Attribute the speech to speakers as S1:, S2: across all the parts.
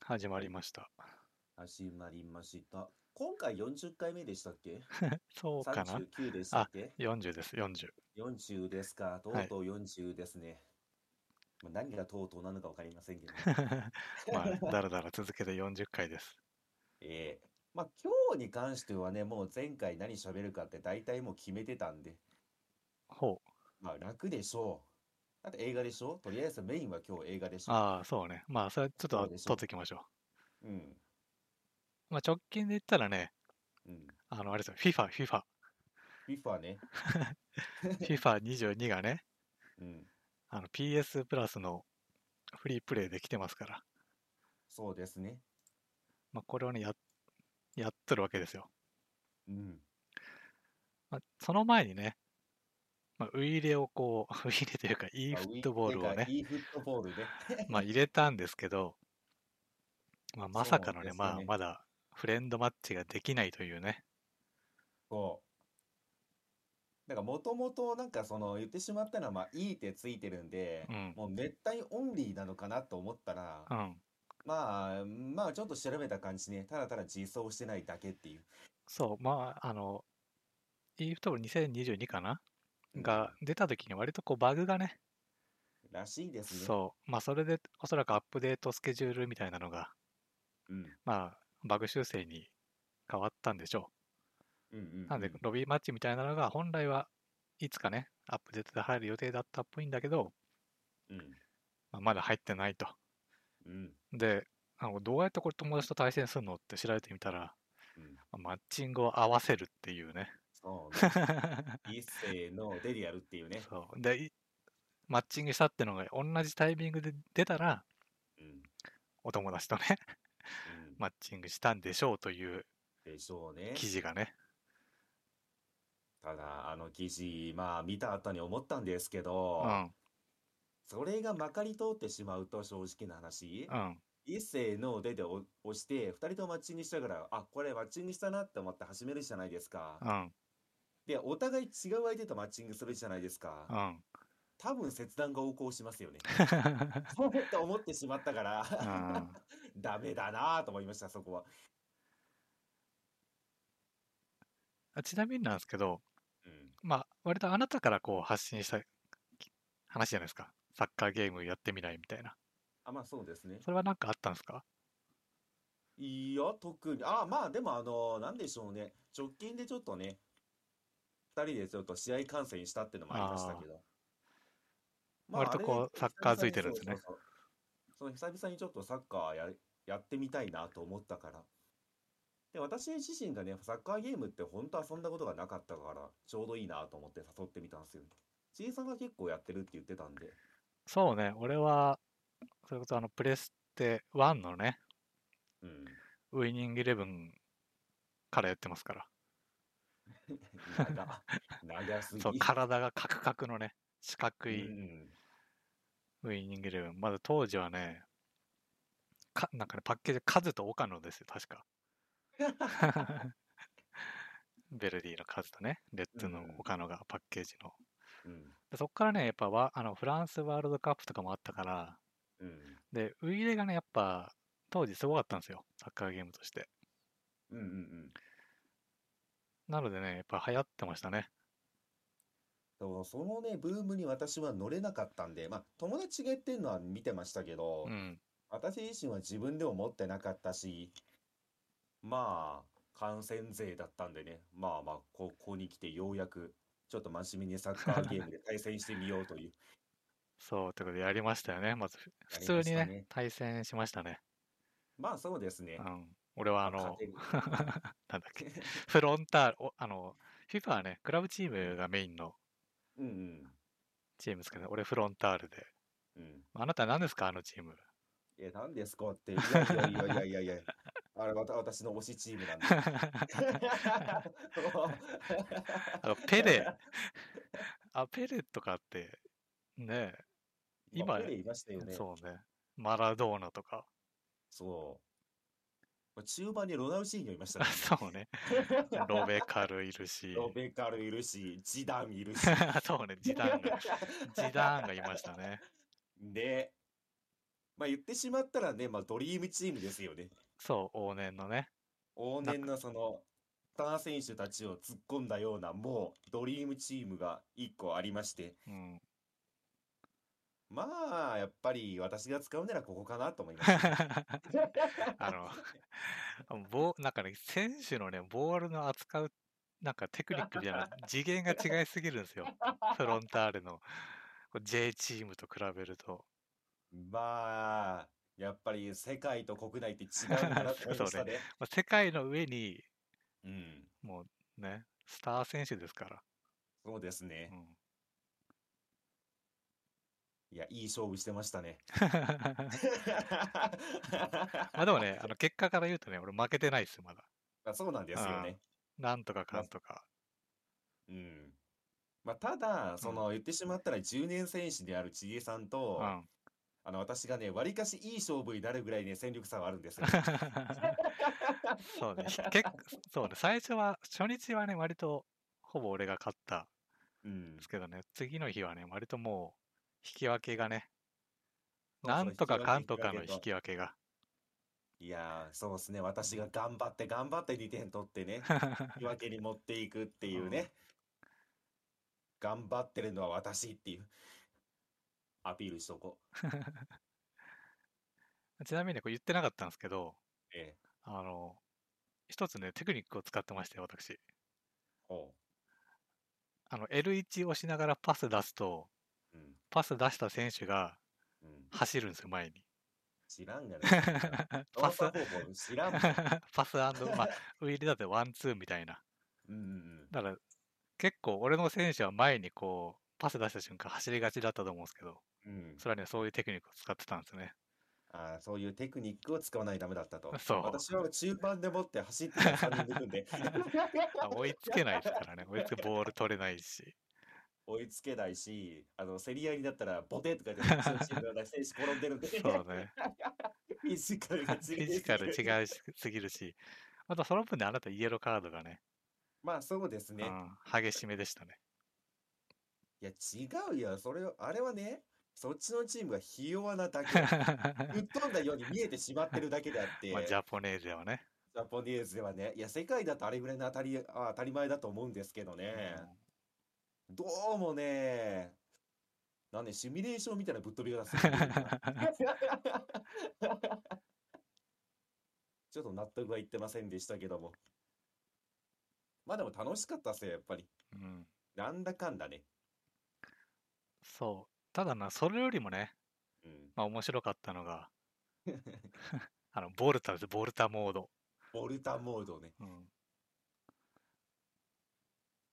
S1: 始ま
S2: は
S1: り
S2: い、
S1: ました。
S2: 始まりました。今回40回目でしたっけ
S1: そうかな
S2: 39でしたっ
S1: あ、
S2: け
S1: 40です、40。
S2: 40ですか。と
S1: は
S2: う
S1: い。
S2: とう40ですね。まあ、何がとうとうなのか分かりませんけど も。
S1: まあ、だらだら続けて40回です。
S2: ええまあ今日に関してはね、もう前回何喋るかって大体もう決めてたんで、
S1: ほう。
S2: まあ楽でしょう。あと映画でしょとりあえずメインは今日映画でしょ
S1: ああ、そうね。まあ、それちょっ
S2: そう
S1: と
S2: でし
S1: 取っ
S2: ょ
S1: ていきましょ
S2: うん。
S1: う。まあ、直近で言ったらね、
S2: うん。
S1: あの、あれですよ、FIFA、FIFA。
S2: FIFA ね。
S1: FIFA22 がね、
S2: うん。
S1: あの PS プラスのフリープレイできてますから、
S2: そうですね。
S1: まあ、これをね、や、やっとるわけですよ。
S2: うん。
S1: まあ、その前にね、まあ、ウイイレをこう、ウイ イレというか e
S2: あ、
S1: フ
S2: ウ
S1: ッ
S2: ィ
S1: トボー
S2: ー
S1: ル
S2: か、
S1: をね、
S2: e フットボールね。
S1: まあ、入れたんですけど、まあ、まさか
S2: そう
S1: のね、
S2: です
S1: まあ、
S2: ね。
S1: まだフレンドマッチができないというね。
S2: そう。なんかもともとなんかその言ってしまったのはまあいいってついてるんで、
S1: うん、
S2: もう滅対オンリーなのかなと思ったら、
S1: うん。
S2: まあまあちょっと調べた感じね、ただただ実装してないだけっていう。
S1: そう、まあ、あの、e フットボール2022かな
S2: う
S1: が
S2: ん。
S1: 出た時に割とこうバグがね、
S2: らしいですね。
S1: そう、まあ、それでおそらくアップデートスケジュールみたいなのが、
S2: うん。
S1: まあ、バグ修正に変わったんでしょ
S2: うんうん
S1: う。なんで、
S2: うん。
S1: ロビーマッチみたいなのが本来はいつかね、アップデートで入る予定だったっぽいんだけど、
S2: うん。
S1: まあ、まだ入ってないと。
S2: うん。
S1: で、あのどうやってこれ友達と対戦するのって調べてみたら、
S2: うん。
S1: マッチングを合わせるっていうね。
S2: そうね。 一世のデリアルっていうね。
S1: そう。で、いマッチングしたってのが同じタイミングで出たら、
S2: うん。
S1: お友達とね、
S2: うん。
S1: マッチングしたんでしょうという
S2: でしょう
S1: 記
S2: ね。
S1: 事がね。
S2: ただあの記事、まあ見た後に思ったんですけ
S1: う
S2: ど、
S1: ん、
S2: それがまかり通ってしまうと正直な話、
S1: うん、
S2: 一斉の出で押押して、二人ともマッチングしたから、あ、これマッチングしたなって思って始めるじゃないですか。
S1: うん、
S2: で、お互い違う相手とマッチングするじゃないですか。
S1: うん。
S2: 多分切断が横行しますよね。そうって思ってしまったから
S1: うん
S2: ダメだなぁと思いました、そこは。
S1: あちなみになんですけど、
S2: うん。
S1: まあ、割とあなたからこう発信した話じゃないですか。サッカーゲームやってみないみたいな。
S2: あ、まあそうですね。
S1: それは何かあったんですか
S2: いや、特に。あ、まあでもあの、なんでしょうね。直近でちょっとね、二人でちょっと試合観戦したってのもありました
S1: ああ
S2: けど。
S1: ー、
S2: ま
S1: 割
S2: ああ
S1: と
S2: れが
S1: こう、
S2: 一個
S1: サッ
S2: 久
S1: カーづい
S2: 々に
S1: てるん
S2: そ
S1: で
S2: う
S1: す
S2: そう
S1: ね。
S2: そう。その久々にちょっとサッカーや、やってみたいなと思ったから。で、私自身がね、サッカーゲームって本当はそんなことがなかったから、ちょうどいいなと思って誘ってみたんですよ。ちいさんが結構やってるって言ってたんで。
S1: そうね、俺は、それこそあの、プレステ1のね、
S2: うん。
S1: ウイニングイレブンからやってますから。
S2: 長、長す
S1: そう、
S2: ぎ。
S1: 体がカクカクのね、四角
S2: う
S1: い
S2: ん。
S1: ウイニングイレブン。まだ当時はね、か、なんかね、パッケージ、カズと岡野ですよ、確 か。ベルディのカズとね、レッ
S2: う
S1: ツの
S2: ん。
S1: 岡野がパッケージの。
S2: うん。
S1: でそっからね、やっぱわあの、フランスワールドカップとかもあったから、
S2: うん。
S1: で、ウイイレがね、やっぱ、当時すごかったんですよ、サッカーゲームとして。
S2: うんうんうん。
S1: なのでね、やっぱ流行ってましたね。
S2: でもそのね、ブームに私は乗れなかったんで、まあ、友達がやってるのは見てましたけ
S1: う
S2: ど、
S1: ん。
S2: 私自身は自分でも持ってなかったし、まあ、感染勢だったんでね、まあまあ、ここに来てようやく、ちょっと真面目にサッカーゲームで対戦してみようと いう、
S1: そう、ということでやりましたよね。まず、ふ
S2: や
S1: 普
S2: りま
S1: 通
S2: し
S1: に
S2: た
S1: ね、
S2: ね。
S1: 対戦しましたね。
S2: まあそうです
S1: う
S2: ね。
S1: ん。俺はあ
S2: まあ
S1: の、
S2: 勝てる。
S1: なんだっけ、フロンターレ、おあの、FIFA はね、クラブチームがメインの
S2: うんうん
S1: チームですけどね、俺フロンターレで。
S2: うん。
S1: あなた何ですか、あのチーム。
S2: え、何ですかって、いやいやいやいやいやいや、あれ、わた私の推しチームなんで。
S1: あの、ペレ、あ、ペレとかって、ねえ、
S2: まあ、
S1: 今、
S2: ペレいましたよね。
S1: そうね、マラドーナとか、
S2: そう。まあ中盤にロナウシーニョいました
S1: あ
S2: からね。
S1: そうね、ロベカルいる
S2: ロ
S1: し、
S2: ベカルいるし、ジダン いるし。
S1: そうね、ジダンが、ジダンがいましたね。
S2: ね。まあ言ってしまったらね、まあドリームチームですよね。
S1: そう、往年のね。
S2: 往年のその、スター選手たちを突っ込んだような、もうドリームチームが1個ありまして、
S1: うん。
S2: まあ、やっぱり私が使うならここかなと思いましたね。
S1: あの、 ボーなんかね、選手のね、ボールの扱う、なんかテクニックみたいな、次元が違いすぎるんですよ。フロンターレのこう J チームと比べると。
S2: まあ、やっぱり世界と国内って違うんだなと思いましたね。
S1: まあ世界の上に、
S2: うん、
S1: もうね、スター選手ですから。
S2: そうです
S1: う
S2: ね。
S1: ん、
S2: いや、いい勝負してましたね。
S1: まあでもね、あの結果から言うとね、俺負けてないです、まだ。
S2: あそうなんですよね。
S1: なんとかかんとか。
S2: うん。まあ、ただ、その言ってしまったら10年選手である千恵さん
S1: う
S2: と、
S1: ん。
S2: あの私がね、わりかしいい勝負になるぐらいね、戦力差はあるん ですよ。
S1: そうね、ひ結構、そうね、最初は、初日はね、割と、ほぼ俺が勝った
S2: うん
S1: んですけどね、次の日はね、割ともう、引き分けがね、
S2: そうそう
S1: なんとかかんとかの
S2: 引き分け
S1: 引き分
S2: と
S1: けが。
S2: いやー、そうですね、私が頑張って頑張って2点 取ってね、引 き分けに持っていくっていうね、頑張ってるのは私っていう、アピールしとこう。
S1: ちなみにね、これ言ってなかったんですけど、
S2: ええ、
S1: あの、一つね、テクニックを使ってましたよ、私。
S2: ほ
S1: あの、L1 を押しながらパス出すと、
S2: う。うん、
S1: パス出した選手が
S2: うん、
S1: 走るんですよ、前に。
S2: 知らんがね、そんな
S1: パ
S2: 操
S1: ス、
S2: 作方法知ら んもん。
S1: パスまあ、ウィリーだってワンツーみたいな。
S2: うんうん
S1: だから、結構俺の選手は前にこう、パス出した瞬間走りがちだったと思うんですけど、
S2: うん、うん。
S1: それはね、そういうテクニックを使ってたんです ね。
S2: ああ、そういうテクニックを使わないとダメだったと。
S1: そう
S2: 私は中盤でもって走ってた3人抜く んで
S1: あ追いつけないですからね、追いつけ、ボール取れないし。
S2: 追いつけないし、あの、競り合いになったらボテッとか言って、うちのチームが選手転んでるんで、
S1: そう ね。
S2: フィジカル
S1: フ
S2: が強い
S1: ィジカル違いすぎるし、あとその分であなたイエローカードがね、
S2: まあそうですね。
S1: うん、激しめで したね。
S2: いや、違うよ。それを、あれはね、そっちのチームがひ弱なだけ。吹っ飛んだように見えてしまってるだけであっ て、
S1: まあ、ジ
S2: ジャ
S1: ャポネーゼはね。
S2: ポニーズではね、いや、世界だとあれぐらいの当たり、あ当たり前だと思うんですけどね。どうもね、なんでシミュレーションみたいなぶっ飛び方するんだよな ちょっと納得はいってませんでしたけども。まあでも楽しかったっすよ、やっぱり。
S1: うんうん
S2: なんだかんだね。
S1: そう。ただな、それよりもね、
S2: うん。
S1: まあ面白かったの が、あの、ボルタです、ボルタモード。
S2: ボルタモードね。
S1: うん。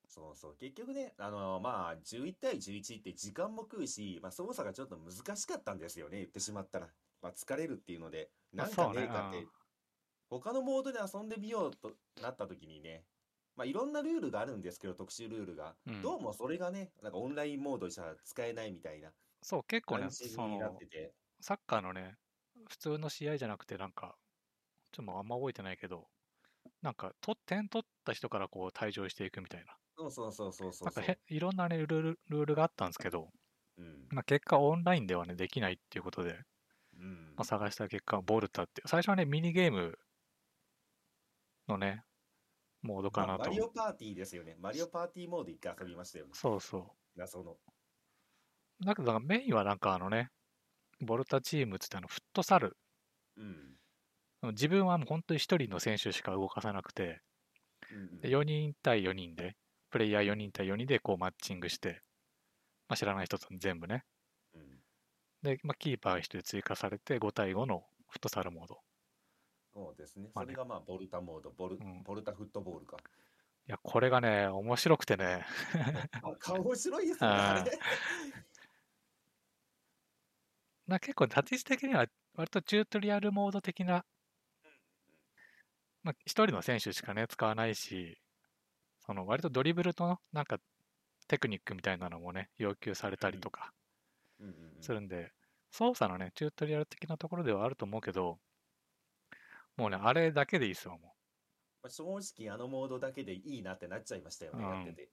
S2: そうそう。結局ね、あのまあ、11対11って時間も食うし、まあ、操作がちょっと難しかったんですよね、言ってしまったら。まあ、疲れるっていうので、
S1: まあ
S2: なんか
S1: そうね
S2: ねえかって
S1: うん、
S2: 他のモードで遊んでみようとなった時にね、まあ、いろんなルールがあるんですけど、特殊ルールが
S1: うん。
S2: どうもそれがね、なんかオンラインモードじゃ使えないみたいな
S1: そう、結構ね、
S2: 感じ
S1: そ
S2: になっ
S1: の
S2: て、て、
S1: サッカーのね、普通の試合じゃなくて、なんか、ちょっともうあんま覚えてないけど、なんか、と点取った人からこう退場していくみたいな。
S2: そうそうそうそうそ
S1: な
S2: うん
S1: か
S2: そう。
S1: へ、いろんなね、ルール、ルールがあったんですけど、
S2: うん。
S1: まあ、結果オンラインではね、できないっていうことで、
S2: うん
S1: まあ、。探した結果、ボルタって、最初はね、ミニゲームのね、モードか
S2: まあ
S1: なと
S2: マ
S1: 思う。
S2: リオパーティーですよね。マリオパーティーモード一回遊びましたよね。
S1: そうそ
S2: 謎の。
S1: う。だけど、なんかメインはなんかあのね、ボルタチームっつってあの、フットサル。
S2: うん。
S1: 自分はもう本当に1人の選手しか動かさなくて、
S2: うんうん
S1: で4人対4人で、プレイヤー4人対4人でこうマッチングして、まあ、知らない人と全部ね。
S2: うん
S1: で、まあ、キーパー1人追加されて、5対5のフットサルモード。
S2: そうですね。
S1: まあ
S2: そ
S1: ね
S2: れがまあ、ボルタモード、ボル
S1: うん、
S2: ボルタフットボールか。
S1: いや、これがね、面白くてね、
S2: あ、 顔面白いですね、あれ。
S1: な結構立ち位置的には割とチュートリアルモード的な、まあ、一人の選手しかね使わないしその割とドリブルとなんかテクニックみたいなのもね要求されたりとか
S2: うんうんうん
S1: するんで、操作のねチュートリアル的なところではあると思うけどもうねあれだけでいいっすわも
S2: まあ正直、あのモードだけでいいなってなっちゃいましたよね、
S1: うん
S2: やってて。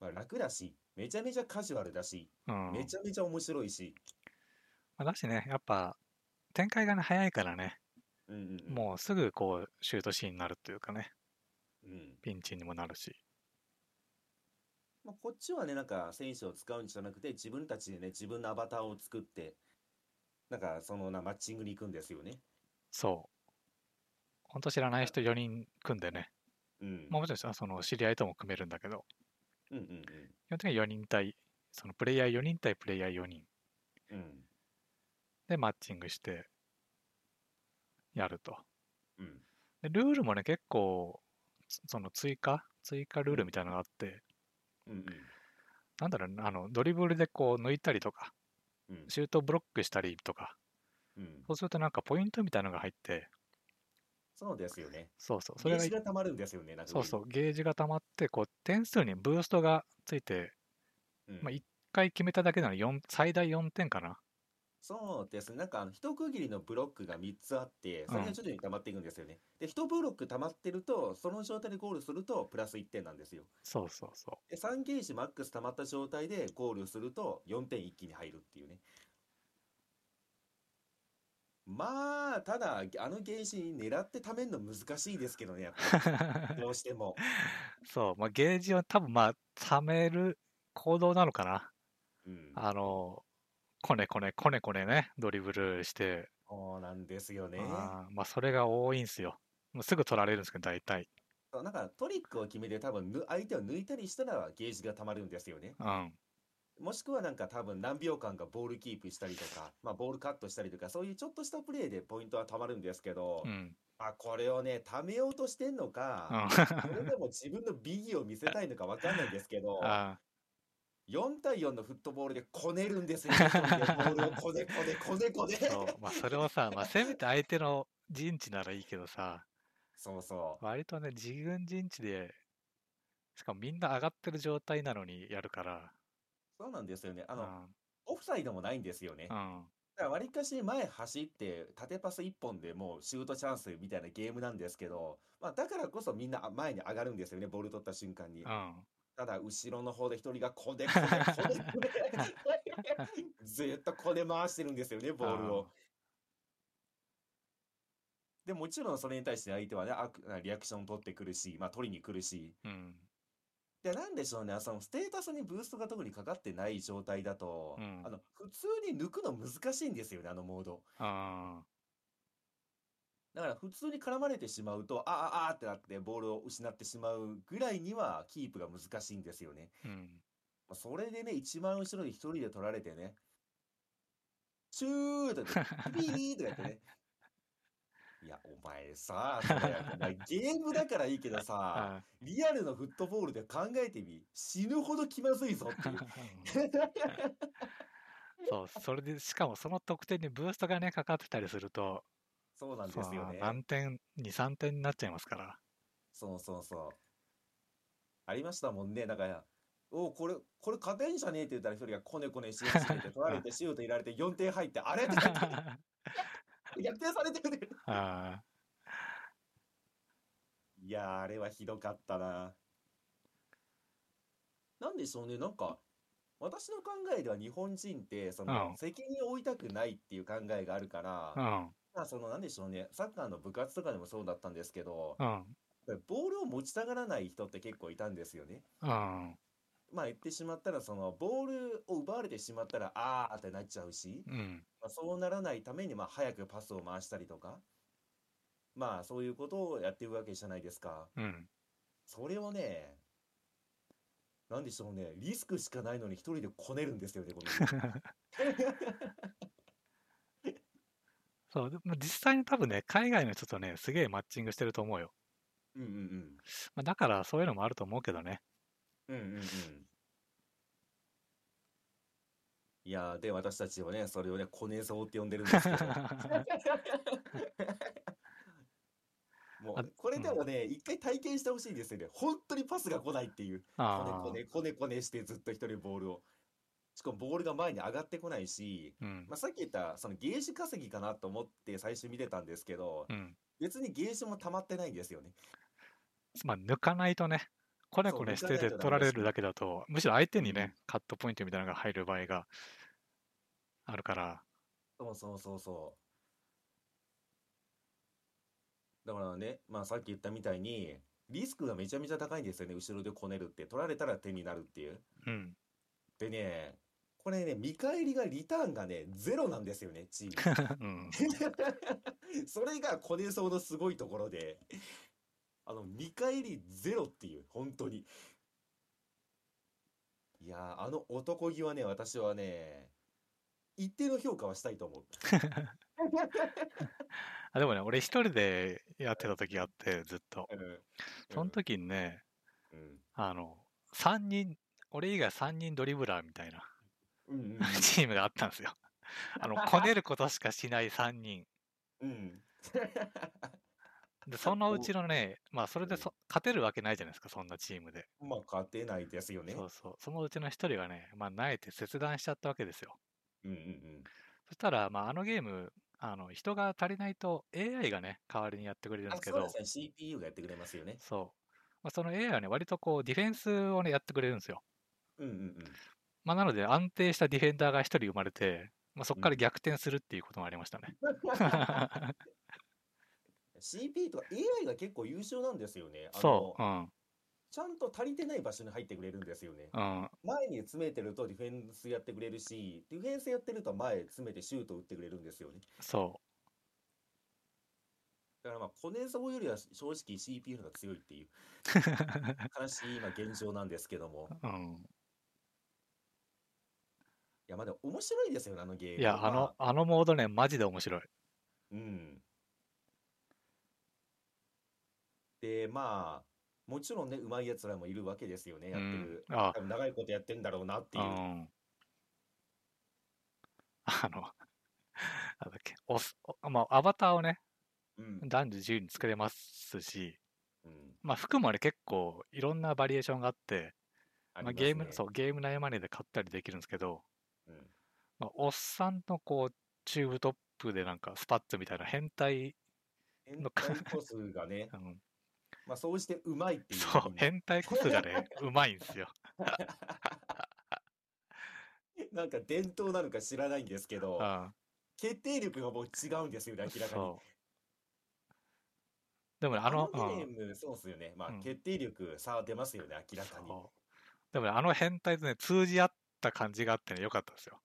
S2: まあ、楽だし、めちゃめちゃカジュアルだし、
S1: う、うん、
S2: めちゃめちゃ面白いし、
S1: まあだしね、やっぱ展開がね、早いからね、
S2: うんうんうん、
S1: もうすぐこう、シュートシーンになるというかね、
S2: うん、
S1: ピンチにもなるし。
S2: まあ、こっちはね、なんか選手を使うんじゃなくて、自分たちでね、自分のアバターを作って、なんかそのなマッチングに行くんですよね。
S1: そう。ほんと知らない人4人組んでね、
S2: うん。
S1: まあ、もちろんその知り合いとも組めるんだけど、
S2: うんうん
S1: 基本的に4人対、そのプレイヤー4人対プレイヤー4人
S2: うん。うん。
S1: でマッチングしてやると。
S2: うん。
S1: でルールもね、結構、つその追加、追加ルールみたいなのがあって、
S2: うん
S1: なんだろうね、あの、ドリブルでこう抜いたりとか、
S2: うん。うん。
S1: シュートブロックしたりとか、
S2: うん。
S1: そうするとなんかポイントみたいなのが入って、
S2: そうですよね。
S1: そうそう、そ
S2: そ
S1: れ
S2: れ
S1: が
S2: が溜まるんですよね。なんか。
S1: そうそうう、ゲージが溜まって、こう、点数にブーストがついて、
S2: うん
S1: まあい1回決めただけなのに四最大4点かな。
S2: そうですね。なんかあの一区切りのブロックが3つあって、それが徐々に溜まっていくんですよね。で、一ブロック溜まってると、その状態でゴールするとプラス1点なんですよ。
S1: そうそうそ
S2: で、3ゲージマックス溜まった状態でゴールすると4点一気に入るっていうね。まあ、ただ、あのゲージ狙って溜めるの難しいですけどね、やっぱ
S1: う
S2: り。。どうしても。
S1: そう、まあ、ゲージは多分まあ、貯める行動なのかな。
S2: うん。
S1: あの、こねこねこねこねね、ドリブルして、
S2: そうなんですよね。
S1: あーまあ、それが多いんすよ。もうすぐ取られるんですけど、大体。
S2: そうなんかトリックを決めて多分ぬ相手を抜いたりしたらゲージが溜まるんですよね。
S1: うん。
S2: もしくはなんか多分何秒間かボールキープしたりとか、まあボールカットしたりとか、そういうちょっとしたプレーでポイントは貯まるんですけど、
S1: うん。
S2: あ、これをね、貯めようとしてんの
S1: う
S2: か、
S1: ん。
S2: それでも自分の美意を見せたいのかわかんないんですけど、
S1: あ
S2: 4対4のフットボールでこねるん ですよ、一人でボールをこねこねこねこね。
S1: ーそう。まあ、それをさ、まあ、せめて相手の陣地ならいいけどさ、
S2: そうそう。
S1: 割とね、自分陣地で、しかもみんな上がってる状態なのにやるから、
S2: そうなんですよね。あ
S1: うん
S2: の、。オフサイドもないんですよね。
S1: うん。
S2: だからわりかし前走って縦パス1本でもうシュートチャンスみたいなゲームなんですけど、まあ、だからこそみんな前に上がるんですよね、ボール取った瞬間に
S1: う。ん。
S2: ただ、後ろの方で一人がこねこねこねこね。 ずっとこね回してるんですよね、ボールを。で、もちろんそれに対して相手はね、アクリアクション取ってくるし、まあ取りに来るし。
S1: うん。
S2: で、なんでしょうね、そのステータスにブーストが特にかかってない状態だと、
S1: うん
S2: あの、普通に抜くの難しいんですよね、あのモード。
S1: うん。
S2: だから普通に絡まれてしまうと、ああああってなってボールを失ってしまうぐらいにはキープが難しいんですよね。
S1: うん。
S2: まあそれでね、一番後ろに一人で取られてね、シューとか言 って、ピーとかやってね。いや、お前さ、それお前ゲームだからいいけ どさ、
S1: あ
S2: リアルのフットボールで考えてみ、死ぬほど気まずいぞ っていう。
S1: そう、それで、しかもその得点にブーストがね、かかってたりすると、
S2: そうなん
S1: そ
S2: で
S1: う
S2: すよね。
S1: 何点、2、3点になっちゃいますから。
S2: そうそうそう。ありましたもんね。だから、おうこれ、これ勝てんじゃねえって言ったら一人がこねこねし始めて、取られてシュート入られて4点入って、あれってなって 逆転されてる。
S1: あ
S2: いやー、あれはひどかったな。なんでしょうね。なんか、私の考えでは日本人って、その、
S1: うん
S2: 責任を負いたくないっていう考えがあるから、
S1: ー
S2: まあ、その、なんでしょうね。サッカーの部活とかでもそうだったんですけど、
S1: うん、うん、
S2: ボールを持ちたがらない人って結構いたんですよね。
S1: うん、
S2: まあ言ってしまったら、そのボールを奪われてしまったら、あーってなっちゃうし、
S1: うん、
S2: まあ、そうならないために、まあ早くパスを回したりとか、まあそういうことをやってるわけじゃないですか。
S1: うん。
S2: それをね、なんでしょうね、リスクしかないのに一人でこねるんですよね、この人
S1: そう、でも実際に多分ね、海外の人とね、すげえマッチングしてると思うよ。
S2: うんうん
S1: まあ、だから、そういうのもあると思うけどね。
S2: うん。うんうんうん。いやーで、私たちはね、それをね、こねそうって呼んでるんですけど。 も
S1: あ
S2: うこれでもね、一回体験してほしいんですよね。本当にパスが来ないっていう。こね
S1: あ
S2: こねこねこねしてずっと一人ボールを。しかもボールが前に上がってこないし、
S1: あ、うん
S2: ま、あ、さっき言ったそのゲージ稼ぎかなと思って最初見てたんですけど、
S1: うん。
S2: 別にゲージも溜まってないんですよね。
S1: まあ、抜かないとね、こねこねし
S2: そう
S1: て
S2: 抜かない
S1: て
S2: とダメ
S1: 取られ
S2: です
S1: るだけだと、むしろ相手にね、カットポイントみたいなのが入る場合があるから、
S2: そうそうそうそう。だからね、まあさっき言ったみたいに、リスクがめちゃめちゃ高いんですよね。後ろでこねるって。取られたら手になるっていう。
S1: うん。
S2: でね、これね、見返りがリターンがね、ゼロなんですよね、チーム。
S1: うん。
S2: それがコネソーのすごいところで、あの、見返りゼロっていう、本当に。いやー、あの男気はね、私はね、一定の評価はしたいと 思う。
S1: あ、でもね、俺一人でやってた時があって、ずっと。
S2: うん
S1: その、時にね、
S2: うん、
S1: あの、三人、俺以外3人ドリブラーみたいな
S2: うん、うん、
S1: チームがあったんですよ。あの、こねることしかしない3人。
S2: うんうん。
S1: で、そのうちのね、まあ、それでそ勝てるわけないじゃないですか、そんなチームで。
S2: まあ、勝てないですよね。
S1: そうそう。そのうちの一人がね、まあ、萎えて切断しちゃったわけですよ。
S2: うん、うん、
S1: そしたら、まあ、あのゲーム、あの、人が足りないと AI がね、代わりにやってくれるん
S2: う
S1: で
S2: ん。あ
S1: す、け
S2: そう
S1: ど
S2: で、すね。CPU がやってくれますよね。
S1: そう。まあ、その AI はね、割とこう、ディフェンスをね、やってくれるんですよ。
S2: う ん、うん、
S1: まあ、なので、安定したディフェンダーが一人生まれて、まあ、そこか
S2: う
S1: ら
S2: ん
S1: 逆転するっていうこともありましたね。
S2: うん。CPU とか AI が結構優秀なんですよね。あの
S1: そう。うん。
S2: ちゃんと足りてない場所に入ってくれるんですよね。
S1: うん。
S2: 前に詰めてるとディフェンスやってくれるし、ディフェンスやってると前詰めてシュート打ってくれるんですよね。
S1: そ
S2: だからまあ、コネソボよりは正直 CPU の方が強いっ ていう、悲しい今現状なんですけども。
S1: う。うん。
S2: いや、まあでも面白いですよね、あのゲーム。
S1: いや、
S2: ま
S1: あの、あのモードね、マジで面白い。
S2: うん。で、まあ、もちろんね、うまいやつらもいるわけですよね、
S1: う
S2: やって
S1: ん
S2: る。。
S1: あ
S2: 多、分長いことやってんだろうなって
S1: う
S2: いう。
S1: ん。 あの、なんだっけ、おす、おまあ、アバターをね、
S2: うん。
S1: 男女自由に作れますし、
S2: うん。
S1: まあ、服もね、結構いろんなバリエーションがあって、
S2: あ
S1: まあ、
S2: り
S1: ゲー
S2: ま
S1: ム、
S2: す
S1: そ
S2: ね。
S1: う、ゲーム内マネーで買ったりできるんですけど、
S2: うん。
S1: まあ、おっさんのこう、チューブトップでなんかスパッツみたいな変態、
S2: 変
S1: のか
S2: 態コスがね
S1: う、ん、
S2: まあ、そうしてうまいっていう
S1: そ
S2: 意
S1: う、
S2: 味
S1: 変態コスがね、うまいんですよ。
S2: なんか伝統なのか知らないんですけど、
S1: うん、
S2: 決定力がもう違うんですよね、明らかに。
S1: そう。でもね、あ
S2: あ
S1: の
S2: の、
S1: う
S2: ゲ
S1: ん、
S2: ーム、そうっすよね。まあ
S1: う、ん
S2: 決定力差出ますよね、明らかに。
S1: そう。でもね、あの変態とね、通じ合った感じがあってね、良かったですよ。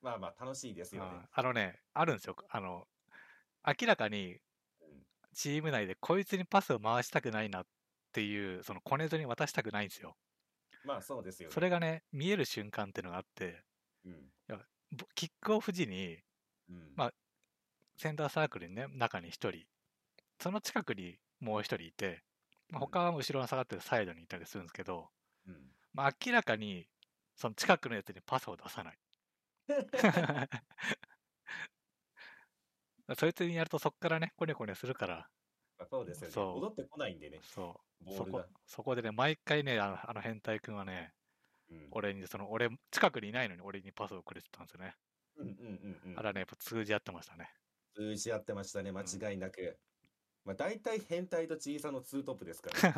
S2: まあまあ、楽しいですよね。
S1: ああのね、あるんですよ。あの、明らかに
S2: うん
S1: チーム内でこいつにパスを回したくないなっていう、そのコネゾに渡したくないんですよ。
S2: まあ、そうですよね。
S1: それがね、見える瞬間っていうのがあって、
S2: うん。
S1: ぼキックオフ時に
S2: うん。
S1: まあセンターサークルにね、中に1人、その近くにもう1人いて、まあ
S2: うん
S1: 他は後ろに下がってるサイドにいたりするんですけど、
S2: うん
S1: まあ、明らかにその近くのやつにパスを出さない。 そいつにやるとそっからね、コネコネするから、
S2: まあそうですよね。
S1: そう
S2: 戻ってこないんでね、
S1: そう。
S2: ボ
S1: そ
S2: ール
S1: こ
S2: が。
S1: そこでね、毎回ね、あのあの変態君はね、
S2: うん。
S1: 俺に、その俺、近くにいないのに俺にパスをくれてたんですよね。
S2: うんうんうんう
S1: あ
S2: ん。
S1: らね、やっぱ通じ合ってましたね。
S2: 通じ合ってましたね、間違いなく。まあ、大体変態と小さのツートップですから。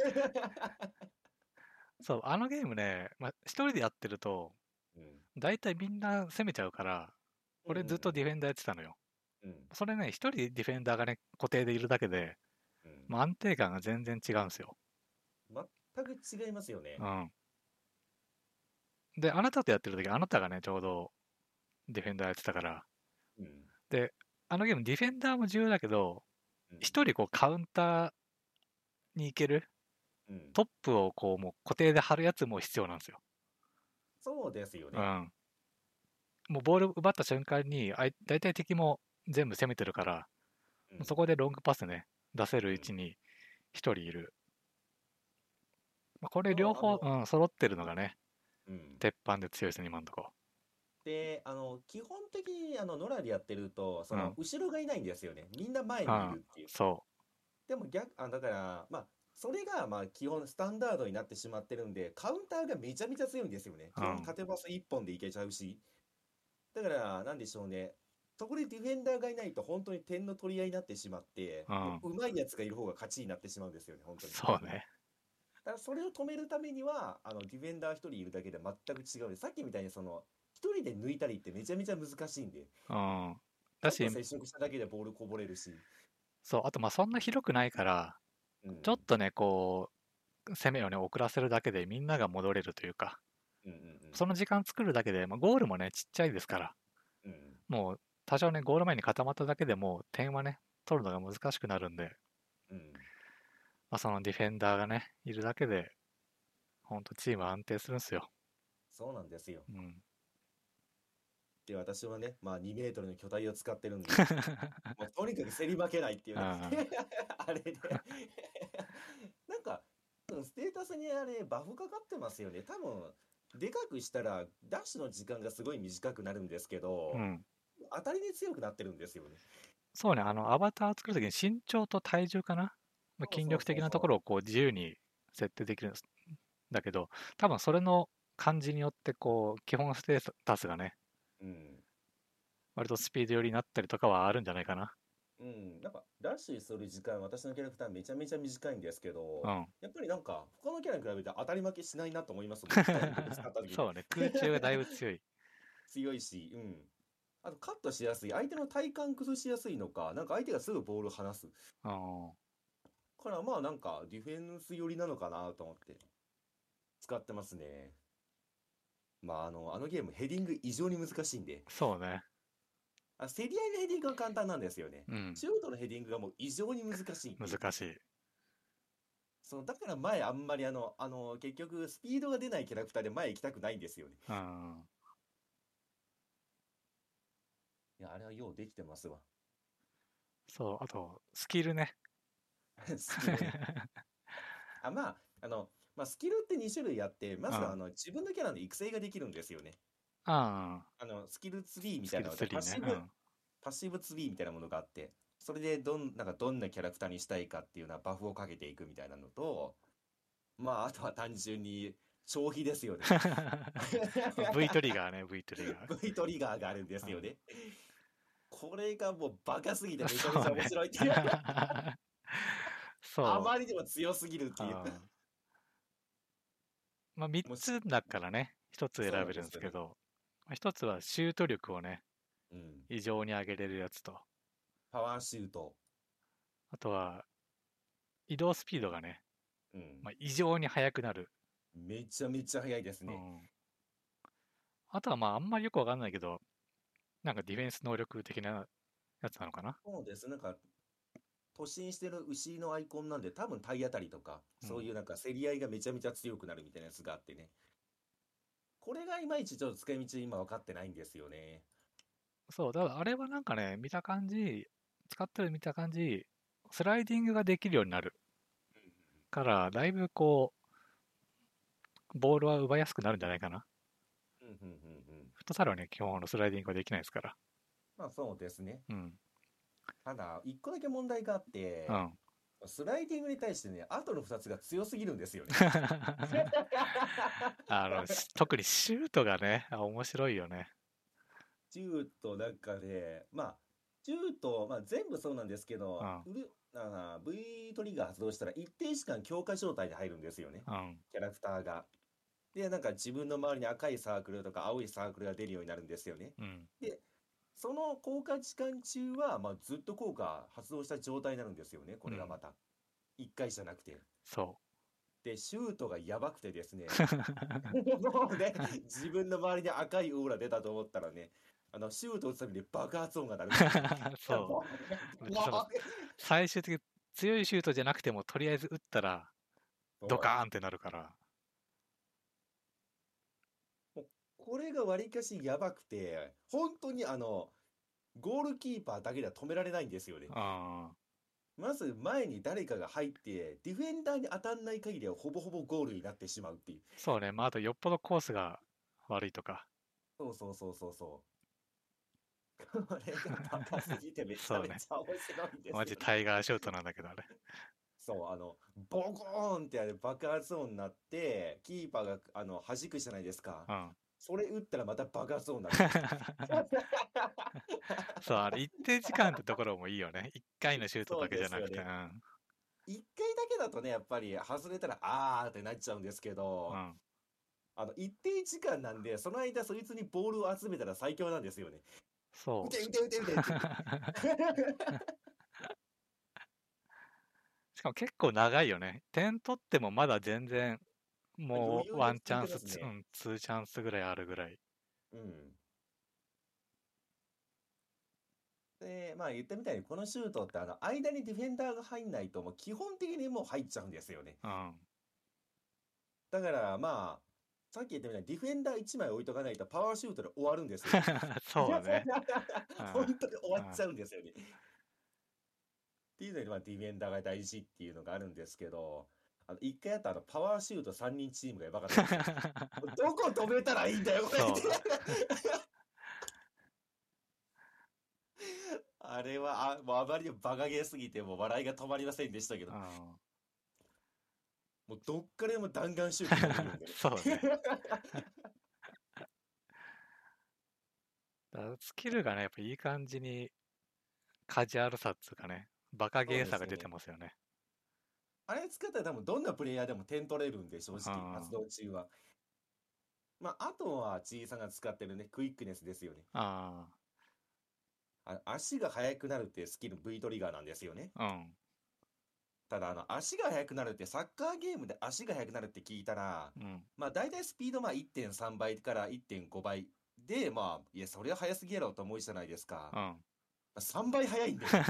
S1: そう、あのゲームね、まあ、一人でやってると、
S2: うん
S1: 大体みんな攻めちゃうから、俺ずっとディフェンダーやってたのよ。
S2: うん
S1: それね、一人ディフェンダーがね、固定でいるだけで、
S2: うん
S1: まあ、安定感が全然違うんですよ。
S2: 全く違いますよね
S1: う。ん。で、あなたとやってる時、あなたがね、ちょうどディフェンダーやってたから、
S2: うん
S1: あのゲームディフェンダーも重要だけど、
S2: うん
S1: 一人こうカウンターに行ける
S2: うん
S1: トップをこうもう固定で張るやつも必要なんですよ。
S2: そうですよ
S1: う
S2: ね。
S1: ん。もうボール奪った瞬間に、あい大体敵も全部攻めてるから、
S2: うん
S1: そこでロングパスね、出せる位置に一人いる。まあこれ
S2: そう
S1: 両方、
S2: あ
S1: うん、揃ってるのがね、
S2: うん
S1: 鉄板で強いですね、今のとこ。
S2: で、あの、基本的に、あの、野良でやってると、そうの
S1: ん、
S2: 後ろがいないんですよね。みんな前にいるっていう。
S1: そ
S2: でも逆、あ、だから、まあ、それが、まあ、基本、スタンダードになってしまってるんで、カウンターがめちゃめちゃ強いんですよね。基
S1: うん
S2: 本、縦パス一本でいけちゃうし。だから、なんでしょうね。そこでディフェンダーがいないと、本当に点の取り合いになってしまって、
S1: うん
S2: もううまいやつがいる方が勝ちになってしまうんですよね、本
S1: う、
S2: 当に。
S1: そうね。
S2: だからそれを止めるためには、あの、ディフェンダー一人いるだけで全く違う。さっきみたいにその、一人で抜いたりってめちゃめちゃ難しいんで、
S1: うん。だし
S2: ちょっと、接触しただけでボールこぼれるし、
S1: そう、あとまあそんな広くないから、
S2: うん
S1: ちょっとね、こう、攻めをね、遅らせるだけでみんなが戻れるというか、
S2: うんうんうん
S1: その時間作るだけで、まあ、ゴールもね、ちっちゃいですから、
S2: うん
S1: もう多少ね、ゴール前に固まっただけでもう点はね、取るのが難しくなるんで、
S2: うん
S1: まあ、そのディフェンダーがね、いるだけで、ほんとチームは安定するんですよ。
S2: そうなんですよ。
S1: うん。
S2: で、私はね、まあ2メートルの巨体を使って るんで、もうとにかく競り負けないっていうね、
S1: あ
S2: あれで、なんか、うんステータスにあれ、バフかかってますよね。多分でかくしたら、ダッシュの時間がすごい短くなるんですけど、
S1: うん。
S2: 当たりに強くなってるんですよね。
S1: そうね、あの、アバター作るときに身長と体重かな、まあ
S2: そうそうそうそう
S1: 筋力的なところをこう自由に設定できるんですだけど、多分それの感じによって、こう、基本ステータスがね、
S2: うん。
S1: 割とスピード寄りになったりとかはあるんじゃないかな。
S2: うん、なんかダッシュする時間、私のキャラクターめちゃめちゃ短いんですけど、
S1: うん。
S2: やっぱりなんか他のキャラに比べて当たり負けしないなと思います もん使った 時
S1: そうね、空中がだいぶ強い。
S2: 強いし、うん。あとカットしやすい、相手の体幹崩しやすいのか、なんか相手がすぐボール離す。
S1: うん。
S2: からまあなんかディフェンス寄りなのかなと思って使ってますね。まああの、あのゲームヘディング異常に難しいんで、
S1: そうね。
S2: あ、競り合いのヘディングは簡単なんですよね。
S1: うん。
S2: シュートのヘディングがもう異常に難しいっていう
S1: 難しい。
S2: そのだから前あんまりあの、あの、結局スピードが出ないキャラクターで前行きたくないんですよね。
S1: うん。
S2: いや、あれはようできてますわ。
S1: そう、あと、スキルね。
S2: スキル ねあ、まあ、あの、まあ、スキルって2種類あって、まず
S1: うん
S2: はあの、自分のキャラの育成ができるんですよね。
S1: あ
S2: あの、スキルツリー
S1: あ、
S2: み
S1: ス
S2: た
S1: キ
S2: い
S1: ル
S2: なの
S1: ツ
S2: で、
S1: リ
S2: パッシ
S1: ー
S2: ブ、
S1: ね。
S2: パッシブツリーみたいなものがあって、それでどん、なんかどんなキャラクターにしたいかっていうようなバフをかけていくみたいなのと、まあ、あとは単純に消費で すよね。
S1: うん。V トリガーね、V トリガー。
S2: V トリガーがあるんですよね。これがもうバカすぎてめちゃめち
S1: そ
S2: ゃ
S1: うね
S2: 面白いっていう。
S1: そう。
S2: あまりにも強すぎるっていう。
S1: うんまあ、3つだからね、1つ選べるんですけ
S2: そ
S1: ど、まあ、1つはシュート力をね、
S2: うん。
S1: 異常に上げれるやつと、
S2: パワーシュート。
S1: あとは移動スピードがね、
S2: うん
S1: まあ、異常に速くなる。
S2: めちゃめちゃ速いです
S1: う
S2: ね。
S1: んあとはまあ、あんまりよくわかんないけど、なんかディフェンス能力的なやつなのかな。
S2: そうです。なんか、突進してる牛のアイコンなんで、多分体当たりとか、
S1: うん
S2: そういうなんか競り合いがめちゃめちゃ強くなるみたいなやつがあってね。これがいまいちちょっと使い道今分かってないんですよね。
S1: そう、だからあれはなんかね、見た感じ、使ってる見た感じ、スライディングができるようになるから、だいぶこう、ボールは奪いやすくなるんじゃないかな。
S2: うんうんうんうん。
S1: フットサルはね、基本あのスライディングはできないですから。
S2: まあそうですね。
S1: うん。
S2: ただ、一個だけ問題があって
S1: う、ん。
S2: スライディングに対してね、後の2つが強すぎるんですよね。
S1: あの、し特にシュートがね、あ面白いよね。
S2: ジュートなんかで、まあ、ジュート、まあ、全部そうなんですけど、
S1: う
S2: うるあー V トリガー発動したら一定時間強化状態に入るんですよね、
S1: うん。
S2: キャラクターが。で、なんか自分の周りに赤いサークルとか青いサークルが出るようになるんですよね。
S1: うん。
S2: その効果時間中は、まあ、ずっと効果発動した状態になるんですよね、これがまた。一回じゃなくて。
S1: そ
S2: で、シュートがやばくてで すね、もうね、自分の周りに赤いオーラ出たと思ったらね、あの、シュート打つたびに爆発音が鳴るんですよ。
S1: う。そう。
S2: う。
S1: その最終的に強いシュートじゃなくても、とりあえず打ったら、 ドカーンってなるから。
S2: これがわりかしやばくて、本当にあの、ゴールキーパーだけでは止められないんですよね。
S1: うん。
S2: まず前に誰かが入って、ディフェンダーに当たんない限りはほぼほぼゴールになってしまうっていう。
S1: そうね。まあ、あと、よっぽどコースが悪いとか。
S2: そうそうそうそう そう。これがバカすぎてめちゃめちゃ面白いんですよ
S1: マジタイガーシュートなんだけど、あれ。
S2: そう、あの、ボコーンってあれ爆発音になって、キーパーがあの弾くじゃないですか
S1: う。 ん。
S2: それ打ったらまた爆発音になる。
S1: そう、あれ、一定時間ってところもいいよね。一回のシュートだけじゃなくて。
S2: そううです
S1: ん。
S2: 一回だけだとね、やっぱり外れたら、あーってなっちゃうんですけど
S1: う、ん。
S2: あの、一定時間なんで、その間そいつにボールを集めたら最強なんですよね。
S1: そ
S2: 打
S1: う
S2: て打て打て打てって言って
S1: しかも結構長いよね。点取ってもまだ全然、も
S2: 余裕
S1: う
S2: で
S1: ワンチャンス、
S2: 続けて
S1: う
S2: ま
S1: ん、ツーチャンスぐらいあるぐらい。
S2: うん。で、まあ言ったみたいに、このシュートって、あの、間にディフェンダーが入んないと、もう基本的にもう入っちゃうんですよね。
S1: うん。
S2: だから、まあ、さっき言ったみたいに、ディフェンダー1枚置いとかないと、パワーシュートで終わるんですよ。
S1: そうね。うん
S2: 本当に終わっちゃうんですよね。っていうのに、まあ、ディフェンダーが大事っていうのがあるんですけど、あの、一回やったらあの、パワーシュート3人チームがやばかったん ですよ。どこ止めたらいいんだよ、これ
S1: そう。
S2: あれは、あ、もうあまりにもバカげすぎて、もう笑いが止まりませんでした け
S1: う
S2: ど、
S1: ん。
S2: もうどっからでも弾丸シュートが出てくるんでね
S1: そうね。 だからスキルがね、やっぱいい感じに、カジュアルさっつうかね、バカゲーさが出てますよね。
S2: あれ使ったら多分どんなプレイヤーでも点取れるんで、正直、
S1: あー
S2: 活動中は。まあ、あとは、ちいさんが使ってるね、クイックネスですよね。
S1: あ
S2: あ足が速くなるっていうスキル V トリガーなんですよね。
S1: あ、うん、
S2: ただ、あの、足が速くなるって、サッカーゲームで足が速くなるって聞いたら、
S1: うん、
S2: まあ、大体スピード、まあ、1.3倍から1.5倍で、まあ、いや、それは速すぎやろと思うじゃないですか
S1: う。 ん。
S2: 3倍速いんですよ。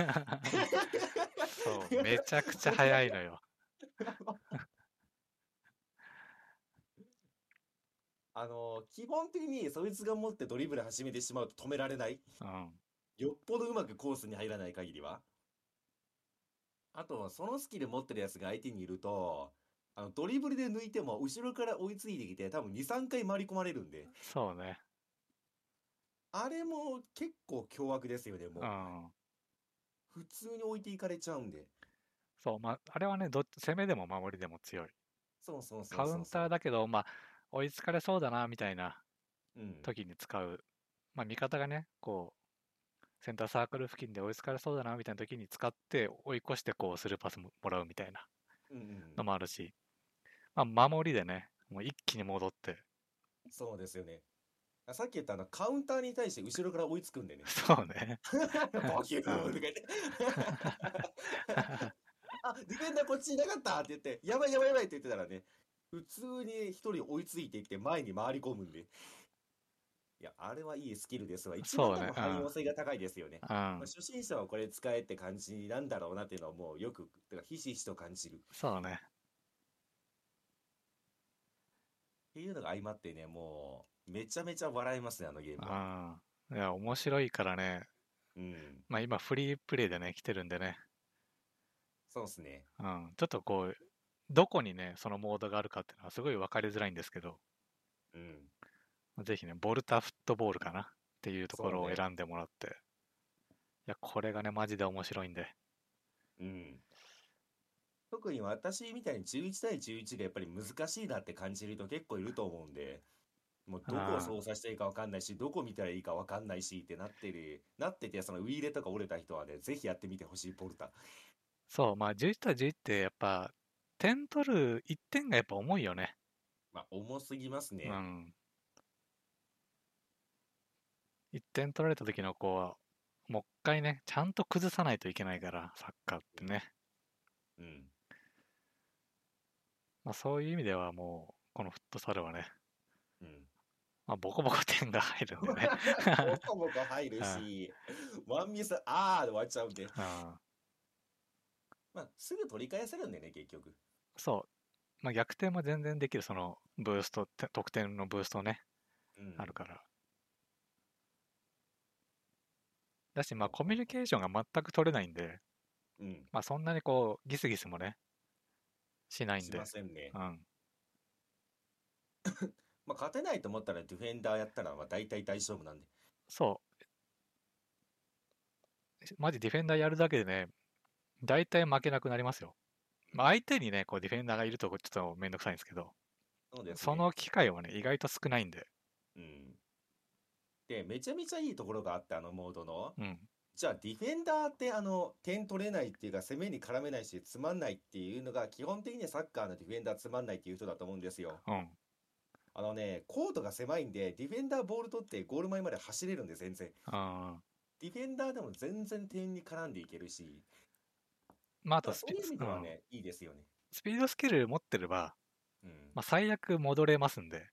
S1: そう、めちゃくちゃ早いのよ。
S2: あの、基本的にそいつが持ってドリブル始めてしまうと止められない。
S1: うん、
S2: よっぽどうまくコースに入らない限りは。あと、そのスキル持ってるやつが相手にいると、あの、ドリブルで抜いても後ろから追いついてきて、多分2、3回回り込まれるんで、
S1: そうね。
S2: あれも結構凶悪ですよね、も
S1: う
S2: う。
S1: ん。
S2: 普通に置いていかれちゃうんで。
S1: そう、まあ、あれはね、どっち攻めでも守りでも強い。
S2: そうそうそう
S1: カ
S2: そう
S1: ウンター
S2: だ。
S1: だけど、まあ、追いつかれそうだな、みたいな
S2: うん。
S1: 時に使う。まあ、味方がね、こう、センターサークル付近で追いつかれそうだな、みたいな時に使って、追い越して、こう、スルーパスももらうみたいな
S2: うんうん
S1: のもあるし、まあ、守りでね、もう一気に戻って、
S2: そうですよね。さっき言ったあの、カウンターに対して後ろから追いつくんでね。
S1: そうね。
S2: バキューンとか言って。あ、ディフェンダーこっちいなかったって言って、やばいやばいやばいって言ってたらね、普通に一人追いついていって前に回り込むんで。いや、あれはいいスキルですわ。一番
S1: そうね
S2: 多分汎用性が高いですよね。
S1: うん
S2: まあ、、初心者はこれ使えって感じなんだろうなっていうのはもうよく、てかひしひしと感じる。っ
S1: そうね。
S2: ていうのが相まってね、もう、めちゃめちゃ笑えますね、あのゲームは。
S1: うん。いや、面白いからね、
S2: うん。
S1: まあ今フリープレイでね、来てるんでね、
S2: そうですね。
S1: うん、ちょっとこう、どこにね、そのモードがあるかっていうのはすごい分かりづらいんですけど、
S2: うん。
S1: ぜひね、ボルタフットボールかなっていうところ
S2: そう
S1: を
S2: ね
S1: 選んでもらって、いや、これがね、マジで面白いんで、
S2: うん特に私みたいに11対11がやっぱり難しいなって感じる人結構いると思うんで、もうどこ
S1: あ
S2: を
S1: ー
S2: 操作していいかわかんないし、どこ見たらいいかわかんないしってなってる、なってて、そのウィーレとか折れた人はね、ぜひやってみてほしい、ポルタ。
S1: そう、まあ11対11ってやっぱ、点取る1点がやっぱ重いよね。
S2: まあ、重すぎますね
S1: う。ん。1点取られた時のこう、もう一回ね、ちゃんと崩さないといけないから、サッカーってね。
S2: うん。
S1: まあ、そういう意味ではもう、このフットサルはね、
S2: うん。
S1: まあ、ボコボコ点が入るんで ね。
S2: ボコボコ入るし、ワンミス、あーで終わっちゃうんで。
S1: うん、
S2: まあ、すぐ取り返せるんでね、結局。
S1: そう。まあ、逆転も全然できる、そのブーストって、得点のブーストね、
S2: うん。
S1: あるから。だし、まあ、コミュニケーションが全く取れないんで、
S2: うん。
S1: まあ、そんなにこう、ギスギスもね、しないん
S2: し
S1: で
S2: ま。せんね。
S1: うん。
S2: まあ、勝てないと思ったらディフェンダーやったら、まあ、大体大丈夫なんで。
S1: そう。マジディフェンダーやるだけでね、大体負けなくなりますよ。まあ、相手にね、こう、ディフェンダーがいると、ちょっとめんどくさいんですけど、
S2: そうですね
S1: その機会はね、意外と少ないんで。
S2: うんで、めちゃめちゃいいところがあって、あのモードの。
S1: うん。
S2: じゃあ、ディフェンダーって、あの、点取れないっていうか、攻めに絡めないし、つまんないっていうのが、基本的にはサッカーのディフェンダーつまんないっていう人だと思うんですよ。
S1: うん。
S2: あのね、コートが狭いんで、ディフェンダーボール取ってゴール前まで走れるんで、全然。
S1: うん。
S2: ディフェンダーでも全然点に絡んでいけるし、
S1: まあ、あ
S2: だか
S1: とス
S2: らそう
S1: ピ,、
S2: いう意味で
S1: う
S2: は
S1: ん、
S2: ね、いいですよね。
S1: スピードスキル持ってれば、
S2: うん。
S1: まあ、最悪戻れますんで、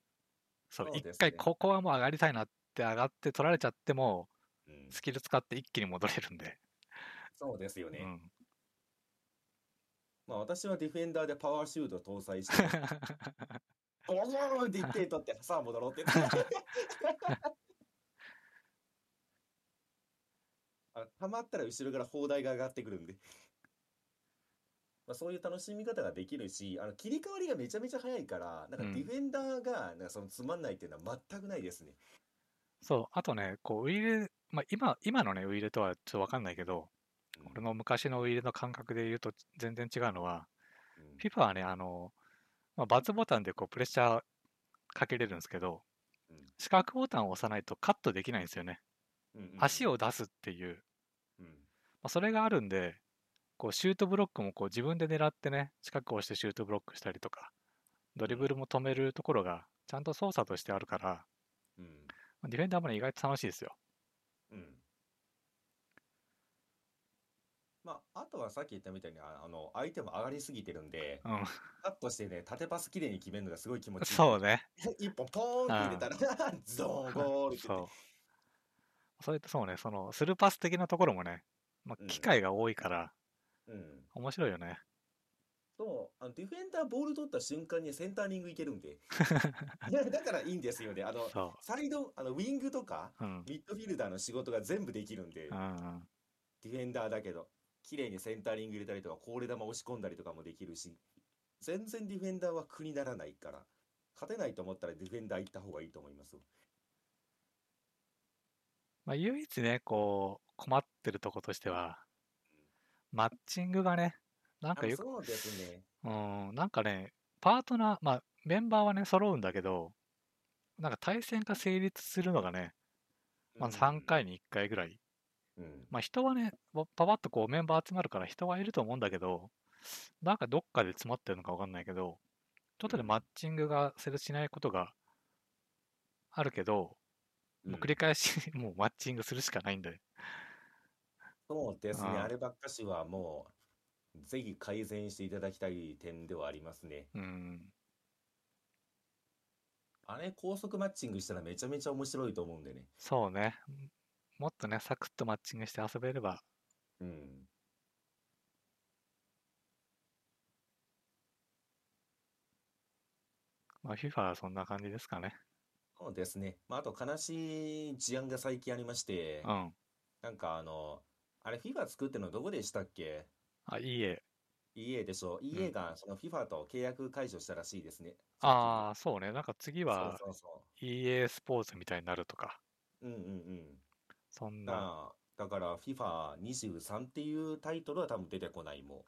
S1: そう、
S2: そう
S1: 一、
S2: ですね
S1: 回ここはもう上がりたいなって上がって取られちゃっても、
S2: うん
S1: スキル使って一気に戻れるんで。
S2: そうですよね。
S1: うん。
S2: まあ私はディフェンダーでパワーシュート搭載して、ゴロゴロって言って取って、さあ戻ろうって。あたまったら後ろから砲台が上がってくるんで。まあそういう楽しみ方ができるし、あの切り替わりがめちゃめちゃ早いから、なんか
S1: うん
S2: ディフェンダーがなんかそのつまんないっていうのは全くないですね。
S1: そう、あとね、こう、ウイイレ、まあ、今、今のね、ウイイレとはちょっとわかんないけど、
S2: うん
S1: 俺の昔のウイイレの感覚で言うと全然違うのは、
S2: うん
S1: FIFA はね、あの、まあ、バツボタンでこうプレッシャーかけれるんですけど
S2: うん、
S1: 四角ボタンを押さないとカットできないんですよね。
S2: うんうん
S1: 足を出すっていう、
S2: うん
S1: まあ、それがあるんで、こうシュートブロックもこう自分で狙ってね、近くを押してシュートブロックしたりとか、ドリブルも止めるところがちゃんと操作としてあるから、
S2: うん
S1: まあディフェンダーもね意外と楽しいですよ。
S2: うんまあ、あとはさっき言ったみたいにああの相手も上がりすぎてるんで、
S1: うん、
S2: カットしてね、縦パス綺麗に決めるのがすごい気持ちいい。
S1: そうね。
S2: 一本ポーンって入れた ら、ゾーンゴールって言っ
S1: そう。
S2: て。
S1: それとそうね、そのスルーパス的なところもね、ま
S2: う
S1: あ、
S2: ん
S1: 機会が多いから
S2: うん。
S1: 面白いよね。
S2: そう、あのディフェンダーボール取った瞬間にセンターリングいけるん で。 いやだからいいんですよね。あの、
S1: そ
S2: サイド、あの、ウィングとか、
S1: う。うん。
S2: ミッドフィルダーの仕事が全部できるんで
S1: う、ん、
S2: ディフェンダーだけど、綺麗にセンターリング入れたりとか、こぼれ球押し込んだりとかもできるし、全然ディフェンダーは苦にならないから、勝てないと思ったらディフェンダー行った方がいいと思います。
S1: まあ、唯一ね、こう、困ってるとことしては、マッチングがね、なんか
S2: あ
S1: よく、
S2: そうですね。
S1: うん、なんかね、パートナー、まあ、メンバーはね、揃うんだけど、なんか対戦が成立するのがね、まあ、
S2: うん
S1: 3。回に1回ぐらい。
S2: うん。
S1: まあ、人はね、パパパッとこうメンバー集まるから人はいると思うんだけど、なんかどっかで詰まってるのかわかんないけど、ちょっとね、
S2: うん
S1: マッチングが成立しないことがあるけど、もう繰り返し もうマッチングするしかないんで、
S2: そうですね、
S1: うん
S2: あればっかしはもう、ぜひ改善していただきたい点ではありますね。
S1: うん、
S2: あれ、高速マッチングしたらめちゃめちゃ面白いと思うんでね。
S1: そうね、もっとね、サクッとマッチングして遊べれば、
S2: うん。
S1: まあ、FIFA はそんな感じですかね。
S2: そうですね。まあ、あと悲しい事案が最近ありまして
S1: う、ん。
S2: なんかあの、あれ、FIFA 作ってるのどこでしたっけ
S1: あ、いいえ。
S2: ?EA でしょ ?EA がその FIFA と契約解除したらしいですね。
S1: ああ、そうね、なんか次
S2: さっ
S1: は
S2: きそうそうそ
S1: EA スポーツみたいになるとか、
S2: う。うんうんうん。
S1: そん
S2: だか
S1: な、
S2: らだから FIFA23 っていうタイトルは多分出てこないも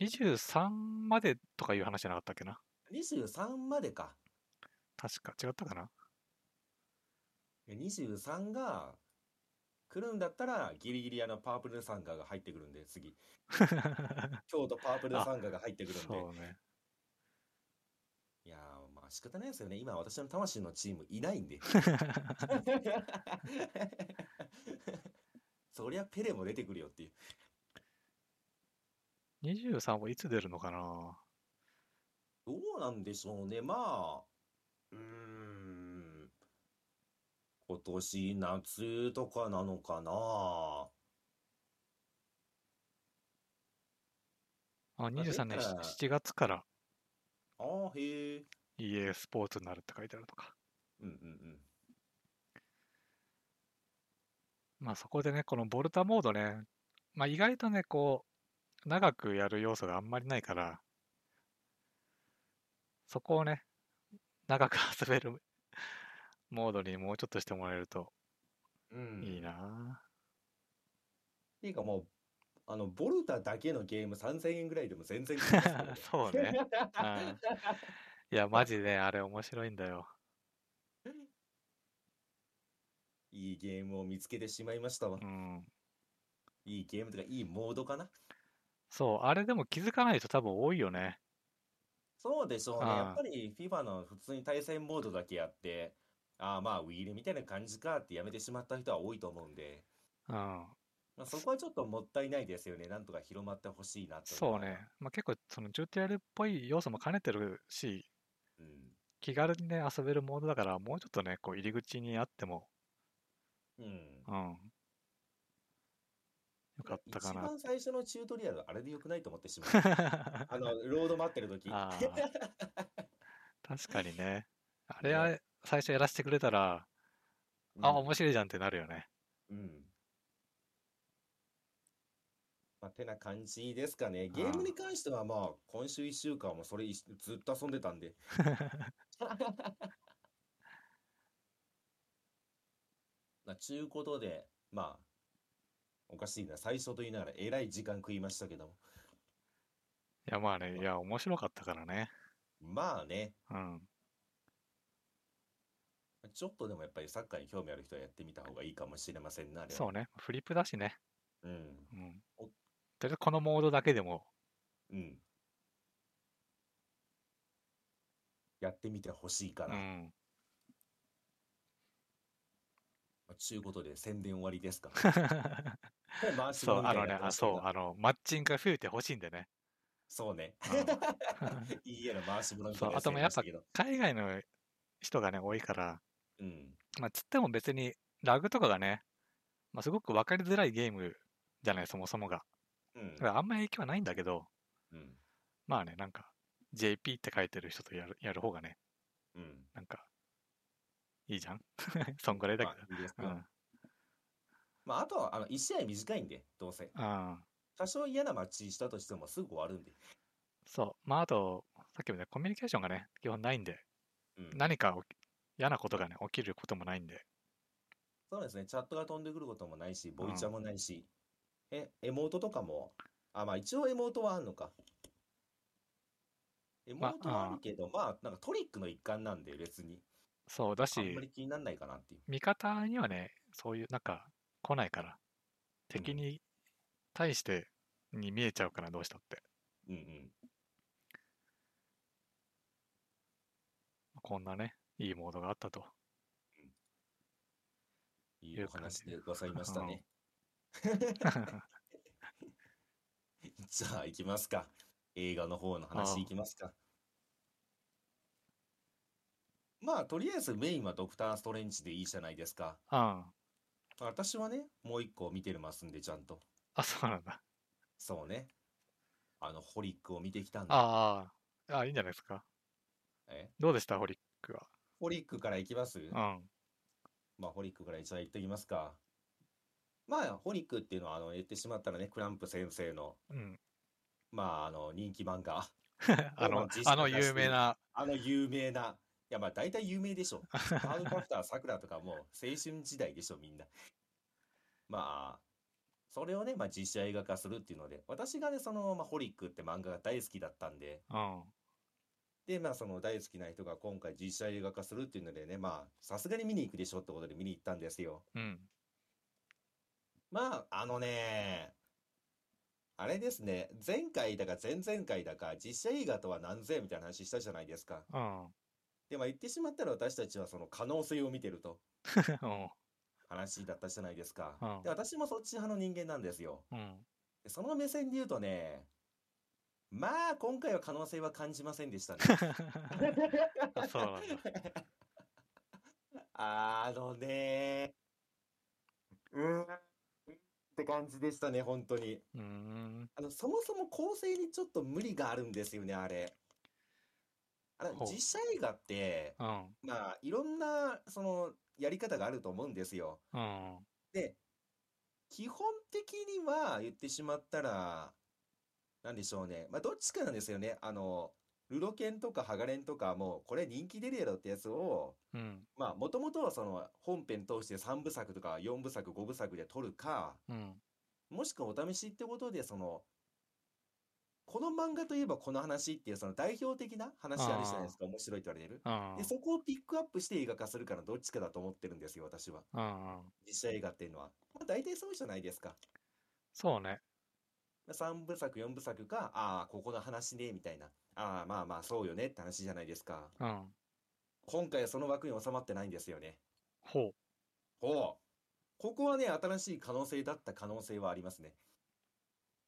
S2: う。
S1: 23までとかいう話じゃなかったっけな。
S2: 23までか。
S1: 確か違ったかな
S2: 23が来るんだったらギリギリあのパープルサンガが入ってくるんで次京都パープルサンガが入ってくるん で
S1: そうね。
S2: いやーまあ仕方ないですよね今私の魂のチームいない んでそりゃペレも出てくるよっていう
S1: 23はいつ出るのかな
S2: どうなんでしょうねまあうーん今年夏とかなのかな
S1: あ、23年
S2: 出たら
S1: 7月から
S2: あーへえ
S1: EA スポーツになるって書いてあるとか。
S2: うんうんうん
S1: まあそこでね、このボルタモードね、まあ意外とね、こう、長くやる要素があんまりないから、そこをね、長く遊べる モードにもうちょっとしてもらえると
S2: うん
S1: いいな
S2: っていうかもう、あの、ボルタだけのゲーム3000円ぐらいでも全然買えますよ
S1: ぁ そうね。うんいや、マジであれ面白いんだよ。
S2: いいゲームを見つけてしまいましたわ
S1: う。ん。
S2: いいゲームとか、いいモードかな。
S1: そう、あれでも気づかない人多分多いよね。
S2: そうでしょうね。やっ
S1: あ
S2: ぱり FIFA の普通に対戦モードだけやって、ああまあウィールみたいな感じかってやめてしまった人は多いと思うんで、
S1: うん。
S2: まあ、そこはちょっともったいないですよね。なんとか広まってほしいなという
S1: そう
S2: のは。
S1: ね。まあ、結構、その、ジューティアルっぽい要素も兼ねてるし、
S2: うん。
S1: 気軽にね、遊べるモードだから、もうちょっとね、こう、入り口にあっても、
S2: うん。
S1: うん、よか
S2: 俺、
S1: ったか
S2: 一
S1: な。
S2: 番最初のチュートリアル、あれで良くないと思って しまいました。あの、ロード待ってる時
S1: ああ、確かにね。あれ
S2: ね。
S1: は、最初やらせてくれたら、
S2: う
S1: あ、
S2: ん。
S1: 面白いじゃんってなるよね。
S2: うん。まあ、てな感じですかね。ゲーム
S1: あ
S2: に関してはまあ、今週1週間もそれ一緒ずっと遊んで たんで。
S1: あ。
S2: まあ、ちゅうことで、まあ、おかしいな。最初と言いながら、えらい時間食いましたけども。
S1: いや、まあね、い
S2: ま、
S1: や、面白かったからね。
S2: まあね、
S1: うん。
S2: ちょっとでもやっぱりサッカーに興味ある人はやってみた方がいいかもしれませんな、あれは。
S1: そうね。フリップだしね。
S2: うん。
S1: うん。
S2: お、
S1: とりあえずこのモードだけでも、
S2: うん。やってみてほしいか
S1: う
S2: ら。
S1: ん。
S2: まあ、ちゅうことで、宣伝終わりで すか。もう回し
S1: そう、
S2: 物み
S1: あ
S2: たい
S1: の
S2: に
S1: ね、
S2: なってま
S1: あ、
S2: したけ
S1: そう、
S2: ど。
S1: あの、マッチングが増えてほしいんでね。
S2: そうね。
S1: うん。
S2: いい家の回し物みた
S1: そ、
S2: いうなや
S1: あ
S2: つ
S1: と
S2: や
S1: もや
S2: りま
S1: っ
S2: した
S1: ぱ
S2: けど。
S1: 海外の人がね、多いから、
S2: うん。
S1: まあ、つっても別にラグとかがね、まあ、すごく分かりづらいゲームじゃない、そもそもが。
S2: う
S1: だ
S2: ん。
S1: からあんまり影響はないんだけど、
S2: うん。
S1: まあね、なんか、JP って書いてる人とやる、やる方がね、
S2: うん。
S1: なんか、いいじゃん そんぐらいだ
S2: ま
S1: け
S2: あ、いいです
S1: ど。う
S2: よ。
S1: ん。
S2: まあ、あとは、あの、1試合短いんで、どうせ。
S1: ああ、
S2: 多少嫌なマッチしたとしてもすぐ終わるんで。
S1: そう。まあ、あと、さっきもね、コミュニケーションがね、基本ないんで、
S2: うん。
S1: 何か起き嫌なことがね、起きることもないんで。
S2: そうですね。チャットが飛んでくることもないし、
S1: う
S2: ボイチャ
S1: ん。
S2: もないし。え、エモートとかも。あ、まあ一応エモートはあるのか。エ
S1: ま
S2: モートはあ
S1: あ、あ
S2: るけど、まあなんかトリックの一環なんで別に、
S1: そうだ
S2: あんま
S1: し、
S2: り気にならないかなっていう。
S1: 味方にはね、そういう、なんか、来ないから、
S2: う
S1: 敵
S2: ん。
S1: に対してに見えちゃうから、どうしたって。
S2: うんうん。
S1: こんなね、いいモードがあったと
S2: いい
S1: い
S2: お
S1: う感
S2: 話
S1: じで。
S2: でございまし
S1: う
S2: た
S1: ん。
S2: ね。 じゃあ行きますか。映画の方の話行
S1: あ
S2: きますか。まあとりあえずメインはドクターストレンジでいいじゃないですか。
S1: あ、うん
S2: 私はね、もう一個見てますんで、ちゃんと。
S1: あ、そうなんだ。
S2: そうね。あの、ホリックを見てきたんで。
S1: ああ、あいいんじゃないですか。
S2: え
S1: どうでした、ホリックは。
S2: ホリックからいきます
S1: うん。
S2: まあ、ホリックから一応言っておきますか。まあ、ホリックっていうのは、あの、言ってしまったらね、クランプ先生の、
S1: うん。
S2: まあ、あの、人気漫画
S1: あ
S2: を、ま
S1: の、
S2: あ、実
S1: あ
S2: 写
S1: の
S2: 化し
S1: 有名
S2: て、
S1: な
S2: あの有名な、いや、まあ、大体有名でしょ。ハードクラフター、さくらとかもう青春時代でしょ、みんな。まあ、それをね、まあ、実写映画化するっていうので、私がね、その、まあ、ホリックって漫画が大好きだったんで、
S1: うん。
S2: で、まあ、その大好きな人が今回実写映画化するっていうのでね、まあ、さすがに見に行くでしょってことで見に行ったんですよ。
S1: うん。
S2: まあ、あのね、あれですね、前回だか前々回だか、実写映画とは何ぜみたいな話したじゃないですか。
S1: うん。うん。
S2: で、まあ、言ってしまったら私たちはその可能性を見てると話だったじゃないですか。
S1: うん。
S2: で、私もそっち派の人間なんですよ。
S1: うん。
S2: でその目線で言うとね、まあ、今回は可能性は感じませんでしたね。
S1: あ、そうなんだ。
S2: あのね、うーんって感じでしたね、本当に。
S1: うーん。
S2: あの、そもそも構成にちょっと無理があるんですよね、あれ。あの、
S1: ほ
S2: 実写映画って、
S1: う。うん。
S2: まあ、いろんな、その、やり方があると思うんですよ。
S1: うん。
S2: で、基本的には、言ってしまったら、なんでしょうね。まあ、どっちかなんですよね。あの、ルロケンとかハガレンとか、もう、これ人気出るやろってやつを、
S1: うん。
S2: まあ、もともとはその、本編通して3部作とか4部作、5部作で撮るか、
S1: うん。
S2: もしくはお試しってことで、その、この漫画といえばこの話っていうその代表的な話あるじゃないで
S1: あ
S2: すか。面白いと言われる。で、
S1: あ。
S2: そこをピックアップして映画化するからどっちかだと思ってるんですよ、私は。
S1: うん。うん。
S2: 実写映画っていうのは。まあ大体そうじゃないですか。
S1: そうね。
S2: 3部作、4部作か、ああ、ここの話ね、みたいな。ああ、まあまあ、そうよねって話じゃないですか。
S1: うん。
S2: 今回はその枠に収まってないんですよね。
S1: ほ
S2: ほう。ここはね、新しい可能性だった可能性はありますね。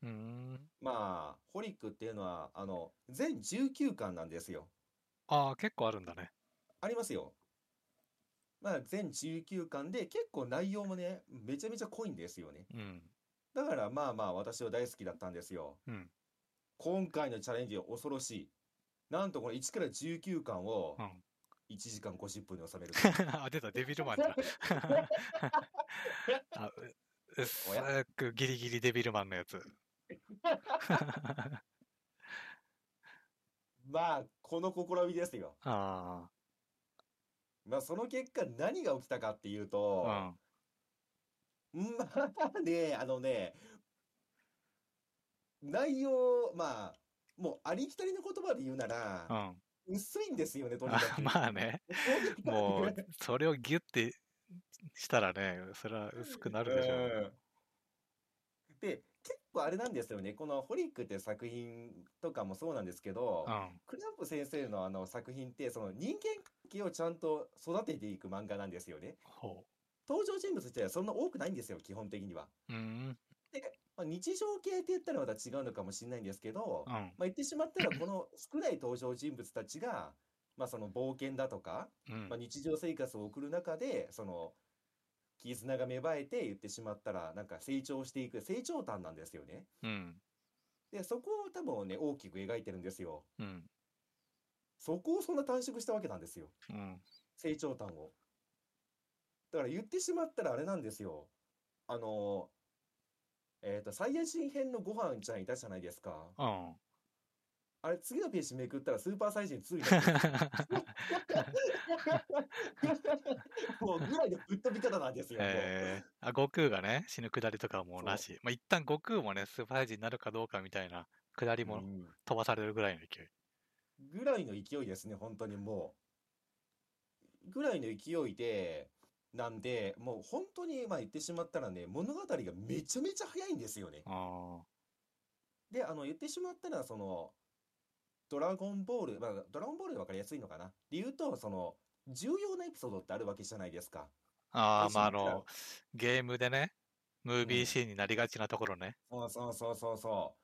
S1: う。うーん。
S2: まあ、ホリックっていうのは、あの、全19巻なんですよ。
S1: ああ、結構あるんだね。
S2: ありますよ。まあ、全19巻で、結構内容もね、めちゃめちゃ濃いんですよね。
S1: うん。
S2: だからまあまあ、私は大好きだったんですよ。
S1: うん。
S2: 今回のチャレンジは恐ろしい。なんとこの1から19巻を
S1: うん。
S2: 1時間50分に収める。
S1: あ、出た、デビルマンだ。 あううっ
S2: おや
S1: さくギリギリデビルマンのやつ。 あ
S2: まあ、この試みですよ。
S1: あ
S2: まあ、その結果何が起きたかっていうと、
S1: ー、
S2: まあね、あのね、内容、まあ、もうありきたりの言葉で言うな
S1: う
S2: ら、
S1: ん、うん。
S2: 薄いんですよね、とにか
S1: あ
S2: く。
S1: まあね、もう、それをギュッてしたらね、それは薄くなるでしょう。
S2: うんで、結構あれなんですよね、このホリックって作品とかもそうなんですけど
S1: う、ん。
S2: クランプ先生のあの作品って、その人間関係をちゃんと育てていく漫画なんですよね。
S1: ほ
S2: 登場人物ってそんな多くないんですよ、基本的には。
S1: う。うん。
S2: まあ、日常系って言ったらまた違うのかもしれないんですけど、
S1: う
S2: まあ、
S1: ん。
S2: 言ってしまったらこの少ない登場人物たちが、まあ、その冒険だとか、
S1: うん
S2: まあ、。日常生活を送る中でその絆が芽生えて言ってしまったらなんか成長していく成長譚なんですよね。
S1: うん。
S2: でそこを多分ね大きく描いてるんですよ。
S1: うん。
S2: そこをそんな短縮したわけなんですよ
S1: うん。
S2: 成長譚を。だから言ってしまったらあれなんですよ。あのえっ、とサイヤ人編のご飯ちゃんいたじゃないですか。
S1: うん。
S2: あれ次のページめくったらスーパーサイジン2になってる もうぐらいのぶっ飛び方なんですよ。もう
S1: えー、あ悟空がね死ぬくだりとかはもうなし、まあ、一旦悟空もねスーパーサイジになるかどうかみたいなくだり
S2: う
S1: も
S2: ん
S1: 飛ばされるぐらいの勢い、
S2: ぐらいの勢いですね、本当にもう。ぐらいの勢いで、なんで、もう本当に、まあ言ってしまったらね、物語がめちゃめちゃ早いんですよね。
S1: あ
S2: で、あの、言ってしまったら、その、ドラゴンボール、まあ、ドラゴンボールで分かりやすいのかな。で言うと、その、重要なエピソードってあるわけじゃないですか。
S1: あー
S2: 私
S1: まああ
S2: も違う
S1: のゲームでねムービ
S2: う
S1: ー
S2: ん
S1: シーンになりがちなところね、
S2: そうそうそうそうそう。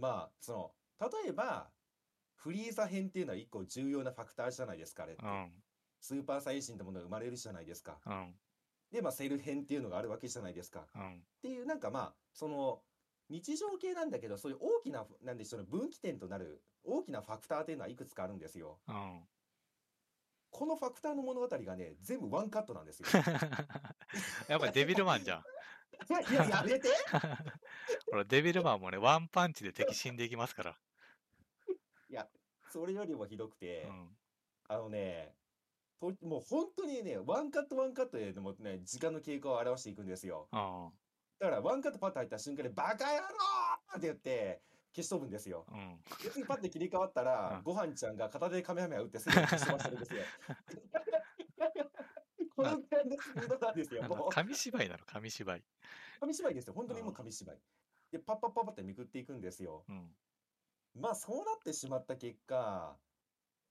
S2: まあ、その、例えば、フリーザ編っていうのは一個重要なファクターじゃないですか、あれって。
S1: うん
S2: スーパーサイヤ人ってものが生まれるじゃないですか。
S1: うん
S2: で、まあ、セル編っていうのがあるわけじゃないですか。っ
S1: うん
S2: ていう、なんかまあ、その、日常系なんだけど、そういう大きな、なんでしょうね、分岐点となる大きなファクターっていうのはいくつかあるんですよ。
S1: うん
S2: このファクターの物語がね、全部ワンカットなんで すよ。
S1: やっぱりデビルマンじゃん
S2: いや、いややめて
S1: ほらデビルマンもねワンパンチで敵死んでいきますから、
S2: いや、それよりもひどくて、
S1: うん、
S2: あのね、ともう本当にね、ワンカットワンカットで、もうね、時間の経過を表していくんですよ。
S1: うん
S2: だから、ワンカットパッと入った瞬間に、バカ野郎って言って、消し飛ぶんですよ。
S1: うん
S2: 別にパッて切り替わった
S1: う
S2: ら
S1: ん、
S2: ご飯ちゃんが片手でカメハメハ打ってす ぐ消し飛ばしてるんですよ。このくらいのスピードなんですよ。
S1: あの
S2: もう、
S1: 紙芝居なの紙芝居
S2: 紙芝居ですよ。本当にもう紙芝居。で、パッパッパッパってめくっていくんですよ。
S1: うん
S2: まあ、そうなってしまった結果、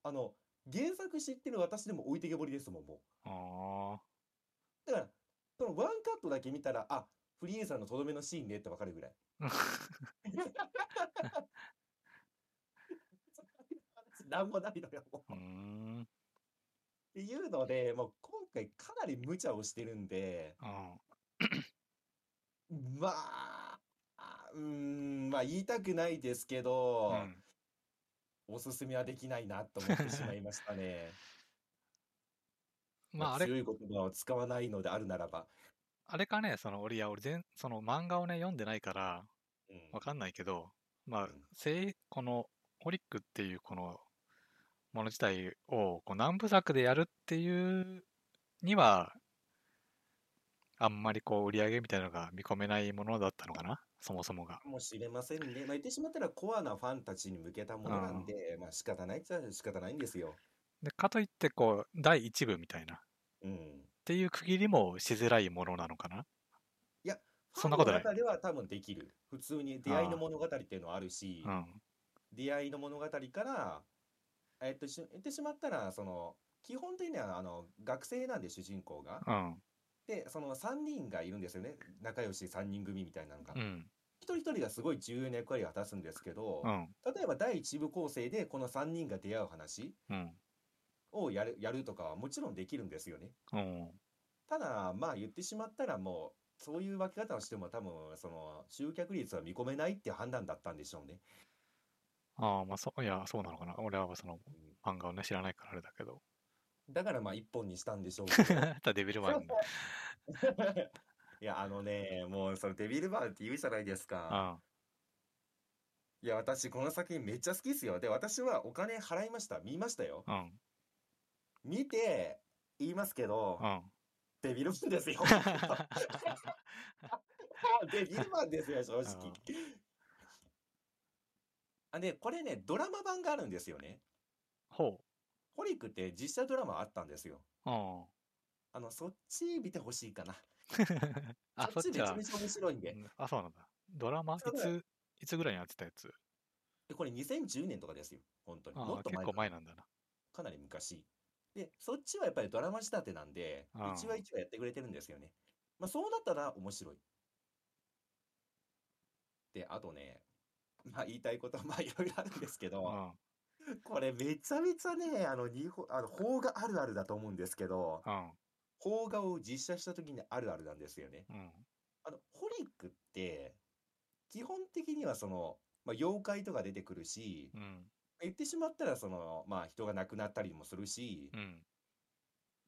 S2: あの、原作知ってる私でも置いてけぼりですもん、もう。
S1: あ
S2: だから、そのワンカットだけ見たら、あ、フリーエさんのとどめのシーンねってわかるぐらい。
S1: ー
S2: なんもないのよ、も
S1: う
S2: う。っ
S1: ん
S2: ていうので、もう今回かなり無茶をしてるんで、
S1: うん
S2: まあ、うーん、まあ言いたくないですけど
S1: う、ん
S2: おすすめはできないなと思ってしまいました ね。
S1: まああれ
S2: 強い言葉を使わないのであるならば。
S1: あれかね、その、俺、いや、俺全、その漫画をね、読んでないから、
S2: うん
S1: わかんないけど、まあ
S2: うん、
S1: せい、この、ホリックっていう、この、もの自体を、こう、何部作でやるっていうには、あんまりこう、売り上げみたいなのが見込めないものだったのかな、そもそもが。
S2: かもしれませんね。まあ、言ってしまったらコアなファンたちに向けたものなんで、まあ仕方ないっちゃ仕方ないんですよ。
S1: で、かといって、こう、第一部みたいな、っ
S2: うん。
S1: ていう区切りもしづらいものなのかな。そんなことない
S2: ファンの中では多分できる。普通に出会いの物語っていうのはあるし、
S1: うん。
S2: 出会いの物語から、えっと、し言ってしまったら、その、基本的にはあの学生なんで主人公が。
S1: うん。
S2: で、その3人がいるんですよね。仲良し3人組みたいなのが。
S1: うん。
S2: 一人一人がすごい重要な役割を果たすんですけど、
S1: うん。
S2: 例えば第一部構成でこの3人が出会う話
S1: うん。
S2: をやるやるとかはもちろんできるんですよね。
S1: うん。
S2: ただまあ言ってしまったらもうそういう分け方をしても多分その集客率は見込めないって判断だったんでしょうね。
S1: ああ、まあそう、いや、そうなのかな。俺はその
S2: うん
S1: 漫画をね、知らないからあれだけど。
S2: だからまあ一本にしたんでしょうけど。
S1: ただデビルマンの。
S2: いやあのねもうそのデビルバーンって言うじゃないです
S1: う
S2: か。
S1: ん。
S2: いや私この作品めっちゃ好きですよ。で私はお金払いました。見ましたよ。
S1: うん。
S2: 見て言いますけど、
S1: うん。
S2: デビルマンですよ。デビルマンですよ、正直。あ、で、これね、ドラマ版があるんですよね。
S1: ほ
S2: ホリックって実写ドラマあったんですよ。
S1: う。うん。
S2: あの、そっち見てほしいかな。
S1: あ、そ
S2: そ
S1: っ
S2: っち
S1: ち
S2: めちゃ
S1: は
S2: め。ちゃ面白いんで。
S1: うんあ、そうなんだ。ドラマい
S2: そうだよ
S1: つ、いつぐらいにやってたやつ
S2: でこれ2010年とかですよ。本当に。も
S1: あ
S2: っ
S1: あ、
S2: と
S1: 結
S2: 前
S1: 構
S2: か。
S1: 前なんだな。
S2: かなり昔。で、そっちはやっぱりドラマ仕立てなんで、
S1: ああ
S2: 一話一話やってくれてるんですよね。まあ、そうなったら面白い。で、あとね、まあ言いたいことはまあいろいろあるんですけ
S1: う
S2: ど、
S1: ん。
S2: これめちゃめちゃね、あの、日本、あの、邦画あるあるだと思うんですけど、
S1: うん。
S2: 邦画を実写した時にあるあるなんですよね。
S1: うん。
S2: あの、ホリックって、基本的にはその、まあ、妖怪とか出てくるし
S1: う、ん。
S2: 言ってしまったらその、まあ、人が亡くなったりもするし
S1: う、ん。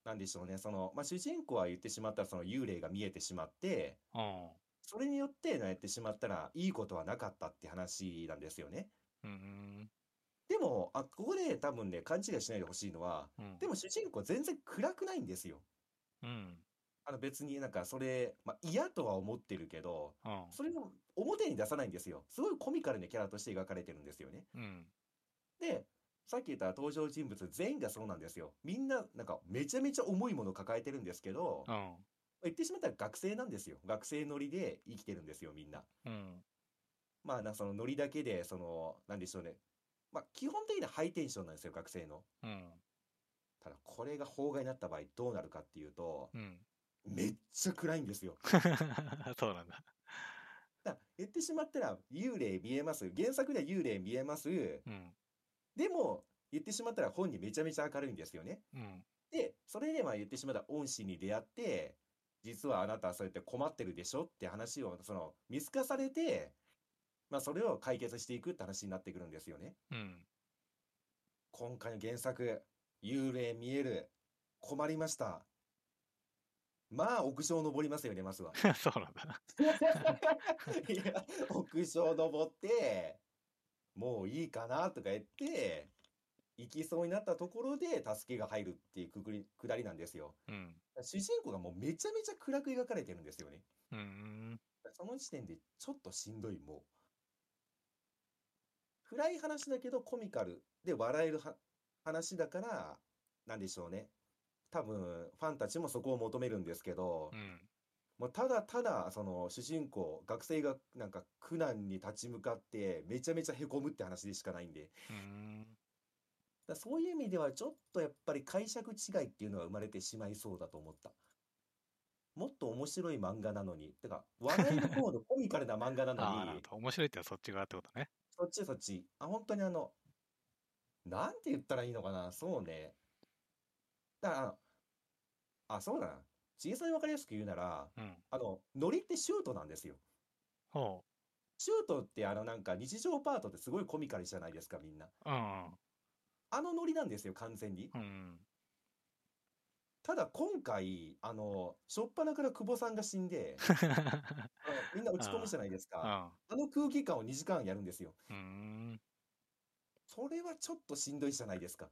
S2: なんでしょうね、その、まあ、主人公は言ってしまったらその幽霊が見えてしまって、
S1: うん。
S2: それによってやってしまったらいいことはなかったって話なんですよね。
S1: うん。
S2: でも、あ、ここで多分ね、勘違いしないでほしいのは、
S1: うん。
S2: でも主人公全然暗くないんですよ。
S1: うん。
S2: あの別になんかそれ、まあ、嫌とは思ってるけど、
S1: うん。
S2: それを表に出さないんですよ。すごいコミカルなキャラとして描かれてるんですよね。
S1: うん。
S2: で、さっき言った登場人物全員がそうなんですよ。みんな、なんかめちゃめちゃ重いものを抱えてるんですけど、
S1: うん。
S2: 言ってしまったら学生なんですよ。学生ノリで生きてるんですよ、みんな。
S1: うん。
S2: まあ、なんかそのノリだけで、その、なんでしょうね。まあ、基本的なハイテンションなんですよ、学生の。
S1: うん。
S2: ただ、これが法外になった場合どうなるかっていうと、
S1: うん。
S2: めっちゃ暗いんですよ。
S1: そうなんだ。
S2: だから言ってしまったら、幽霊見えます。原作では幽霊見えます。
S1: うん。
S2: でも、言ってしまったら本人めちゃめちゃ明るいんですよね。
S1: うん。
S2: で、それでまあ言ってしまったら恩師に出会って、実はあなたはそうやって困ってるでしょって話を、その、見透かされて、まあそれを解決していくって話になってくるんですよね。
S1: うん。
S2: 今回の原作、幽霊見える、困りました。まあ屋上登りますよね、まずは。
S1: そうなんだ。
S2: いや、屋上登って、もういいかなとか言って、行きそうになったところで助けが入るっていうくくり、くだりなんですよ。
S1: うん。
S2: 主人公がもうめちゃめちゃ暗く描かれてるんですよね。
S1: うん。
S2: その時点でちょっとしんどい、もう。暗い話だけどコミカルで笑えるは話だから、なんでしょうね。多分、ファンたちもそこを求めるんですけど、
S1: うん。
S2: もうただただ、その主人公、学生がなんか苦難に立ち向かって、めちゃめちゃ凹むって話でしかないんで。
S1: うん。
S2: だからそういう意味ではちょっとやっぱり解釈違いっていうのが生まれてしまいそうだと思った。もっと面白い漫画なのに、てか、笑える 方のコミカルな漫画な
S1: ああ、な
S2: の
S1: る
S2: に
S1: ほ、ど。面白いってのはそっち側ってことね。
S2: そっちそっち。あ、本当にあの、なんて言ったらいいのかな。そうね。だからあの、あ、そうだな。小さい分かりやすく言うなら、
S1: うん。
S2: あの、ノリってシュートなんですよ。
S1: ほ
S2: シュートってあのなんか日常パートってすごいコミカルじゃないですか、みんな。
S1: う。うん。
S2: あのノリなんですよ、完全に。
S1: うん。
S2: ただ今回、あの、しょっぱなから久保さんが死ん で、あのみんな落ち込むじゃないです
S1: う
S2: か。
S1: ん。
S2: あの空気感を2時間やるんですよ。
S1: うん。
S2: それはちょっとしんどいじゃないですか。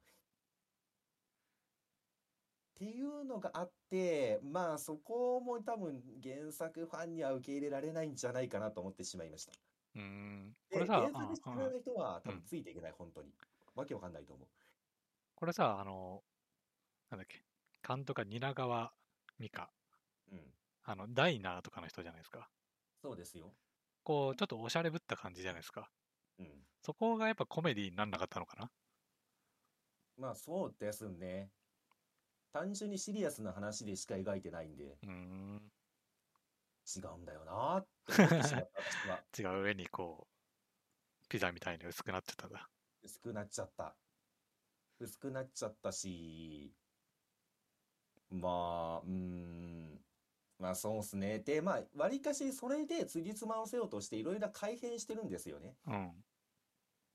S2: っていうのがあって、まあそこも多分原作ファンには受け入れられないんじゃないかなと思ってしまいました。
S1: うん。こ
S2: で、
S1: れ
S2: 原
S1: さ、
S2: 作知
S1: う
S2: ら
S1: んうん
S2: ない人は多
S1: うん
S2: 分ついていけない、本当に。わけわかんないと思う。
S1: これさ、あの、なんだっけ。監督が蜷川美香。
S2: うん。
S1: あの、ダイナーとかの人じゃないですか。
S2: そうですよ。
S1: こう、ちょっとおしゃれぶった感じじゃないですか。
S2: うん。
S1: そこがやっぱコメディになんなかったのかな。
S2: まあそうですね。単純にシリアスな話でしか描いてないんで、
S1: うーん。
S2: 違うんだよなーって思ってしまった私は
S1: 違う上にこう、ピザみたいに薄くなってたんだ。
S2: 薄くなっちゃった。薄くなっちゃったし、まあ、うーん。まあそうっすね。で、まあ、わりかしそれで辻褄を合わせようとしていろいろ改変してるんですよね。
S1: うん。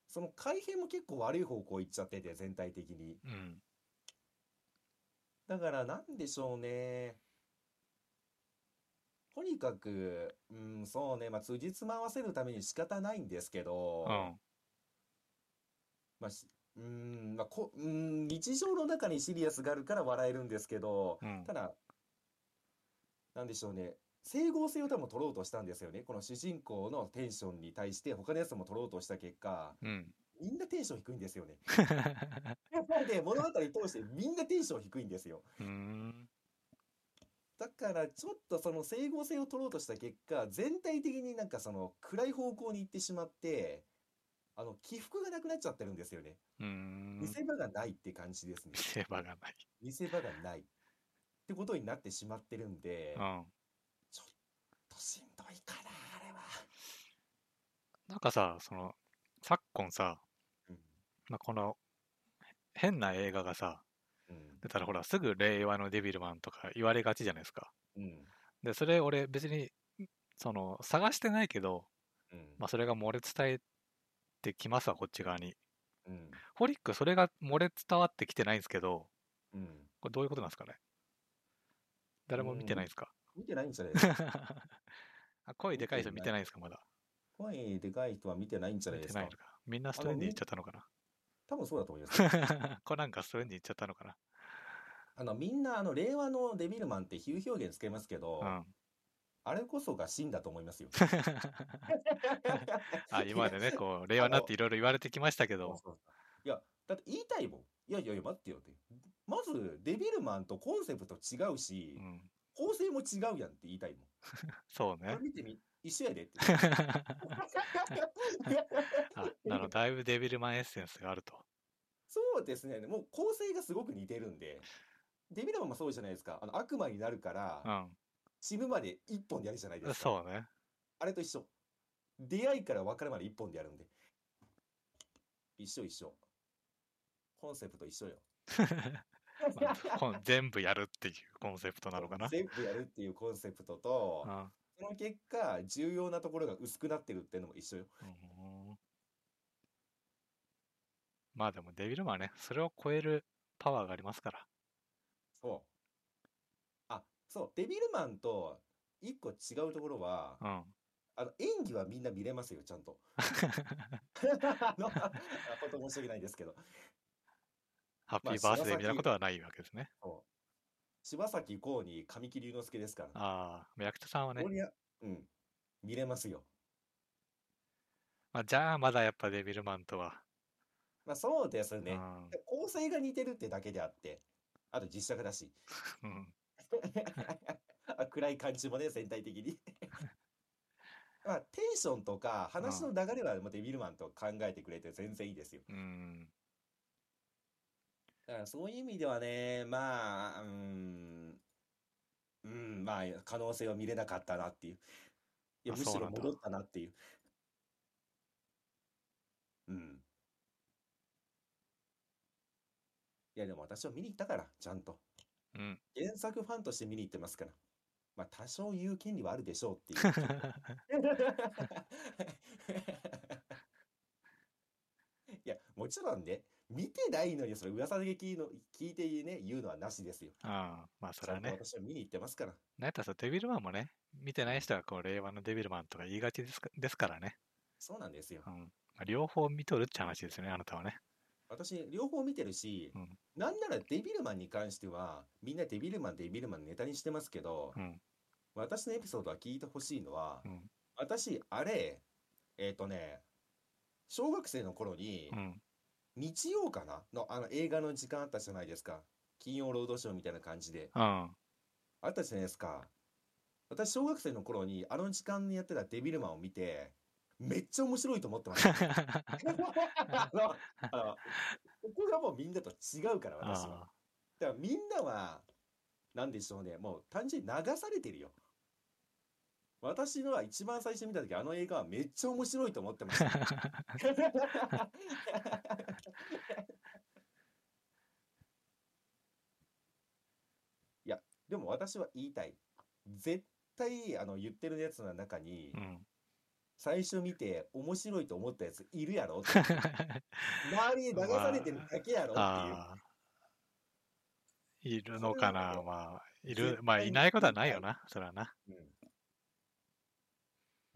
S2: その改変も結構悪い方向行っちゃってて、全体的に。
S1: うん。
S2: だからなんでしょうね。とにかく、うん、そうね、まあ、辻褄合わせるために仕方ないんですけど
S1: う、ん。
S2: まあ、しうん、まあ、こ、うん、日常の中にシリアスがあるから笑えるんですけど、
S1: うん
S2: た。だ、なんでしょうね、整合性を多分取ろうとしたんですよね。この主人公のテンションに対して他のやつも取ろうとした結果、
S1: うん。
S2: みんなテンション低いんですよ ね。で、物語通してみんなテンション低いんですよ。
S1: うーん。
S2: だからちょっとその整合性を取ろうとした結果、全体的になんかその暗い方向に行ってしまって、あの起伏がなくなっちゃってるんですよね。
S1: うーん。
S2: 見せ場がないって感じですね
S1: 見。せ場がない。
S2: 見せ場がないってことになってしまってるんで
S1: う、ん。
S2: ちょっとしんどいかな、あれは。
S1: なんかさ、その、昨今さ、
S2: うん
S1: まあ、この、変な映画がさ、
S2: うん
S1: 出たらほら、すぐ令和のデビルマンとか言われがちじゃないですか。
S2: うん
S1: で、それ俺別に、その、探してないけど、
S2: うん
S1: まあ、それが漏れ伝えてきますわ、こっち側に。
S2: うん
S1: ホリック、それが漏れ伝わってきてないんですけど、
S2: うん
S1: これどういうことなんですかね誰も見てないんですか
S2: 見てないん じゃないですか。
S1: あ声でかい人見てないんですかまだ。
S2: 声でかい人は見てないんじゃない
S1: 見
S2: で
S1: て
S2: す
S1: ない
S2: か
S1: の。か。みんなストレンジ行っちゃったのか
S2: 多分そうだと思います。
S1: な コナンがストレンジ行っちゃったのか
S2: あの、みんな、あの、令和のデビルマンって比喩表現つけますけど、
S1: な。うん。
S2: あれこそが真だと思いますよ。
S1: あ今までね、こう、令和になっていろいろ言われてきましたけ
S2: そう
S1: ど、
S2: そうそういや、だって言いたいもん。いやいやいや、待ってよって。まず、デビルマンとコンセプト違うし
S1: う、ん、
S2: 構成も違うやんって言いたいもん。
S1: そう
S2: こ れ
S1: ね。
S2: 見てみ、一緒やで って。
S1: あなるほど、だいぶデビルマンエッセンスがあると。
S2: そうですね。もう構成がすごく似てるんで。デビルマンもそうじゃないですか。あの悪魔になるから、
S1: う
S2: 死ぬまで一本でやるじゃないで
S1: ん、
S2: すか。
S1: そうね。
S2: あれと一緒。出会いから別れまで一本でやるんで。一緒一緒。コンセプト一緒よ。
S1: まあこん全部やるっていうコンセプトなのかな。
S2: 全部やるっていうコンセプトと、
S1: うん
S2: その結果、重要なところが薄くなってるっていうのも一緒よ。
S1: うんまあでもデビルマンはね、それを超えるパワーがありますから。
S2: そう。あ、そう。デビルマンと一個違うところは、
S1: うん。
S2: あの演技はみんな見れますよ、ちゃ んと。 あの、あ本当申し訳ないですけど。
S1: ハッピ
S2: まあ
S1: ーバースデーみたいなことはないわけですね。
S2: そう柴咲コウに神木隆之介ですから。
S1: ああ、メラクタさんはね
S2: こ、りゃうん。見れますよ。
S1: まあ、じゃあまだやっぱデビルマンとは。
S2: まあそうですね。
S1: うん
S2: 構成が似てるってだけであって、あと実写化だし。
S1: うん
S2: あ暗い感じもね、全体的 に。まあ、テンションとか話の流れはまあデビルマンと考えてくれて全然いいですよ。
S1: うん。
S2: だからそういう意味ではね、まあ、うーん、うん、まあ、可能性は見れなかったなっていう。いや、
S1: あ
S2: むし
S1: そう
S2: ろ
S1: なんだ
S2: 戻ったなっていう。うん。いや、でも私は見に行ったから、ちゃんと。
S1: うん。
S2: 原作ファンとして見に行ってますから。まあ、多少言う権利はあるでしょうっていう。い や、もちろんね、見てないのに、それ噂で聞いの聞いてね、言うのはなしですよ。
S1: ああ、まあそれは
S2: ちゃん
S1: ね
S2: と。私は見に行ってますから。
S1: なんやったらさ、デビルマンもね、見てない人はこう、令和のデビルマンとか言いがちですかですからね。
S2: そうなんですよ
S1: う。ん。まあ、両方見とるって話ですよね、あなたはね。
S2: 私、両方見てるし、
S1: うん
S2: なんならデビルマンに関しては、みんなデビルマン、デビルマンネタにしてますけど、
S1: うん。
S2: 私のエピソードは聞いてほしいのは、
S1: うん
S2: 私、あれ、えっ、とね、小学生の頃に
S1: う、ん。
S2: 日曜かなの、あの映画の時間あったじゃ ないですか。金曜ロードショーみたいな感じで。
S1: うん。
S2: あったじゃないですか。私、小学生の頃に、あの時間にやってたデビルマンを見て、めっちゃ面白いと思ってました。あの、あの、ここがもうみんなと違うから、私は。
S1: あ
S2: だからみんなは、なんでしょうね、もう単純に流されてるよ。私のは一番最初見た時、あの映画はめっちゃ面白いと思ってました。
S1: あ。
S2: いや、でも私は言いたい。絶対、あの、言ってるやつの中に
S1: う、ん。
S2: 最初見て面白いと思ったやついるやろって。周りに流されてるだけやろっていう。
S1: ああ。いるのかな、
S2: そういうのって
S1: まあ、い
S2: 絶
S1: る、
S2: 対
S1: まあ、いないことはない
S2: い
S1: よ
S2: な
S1: な、それはな。
S2: うん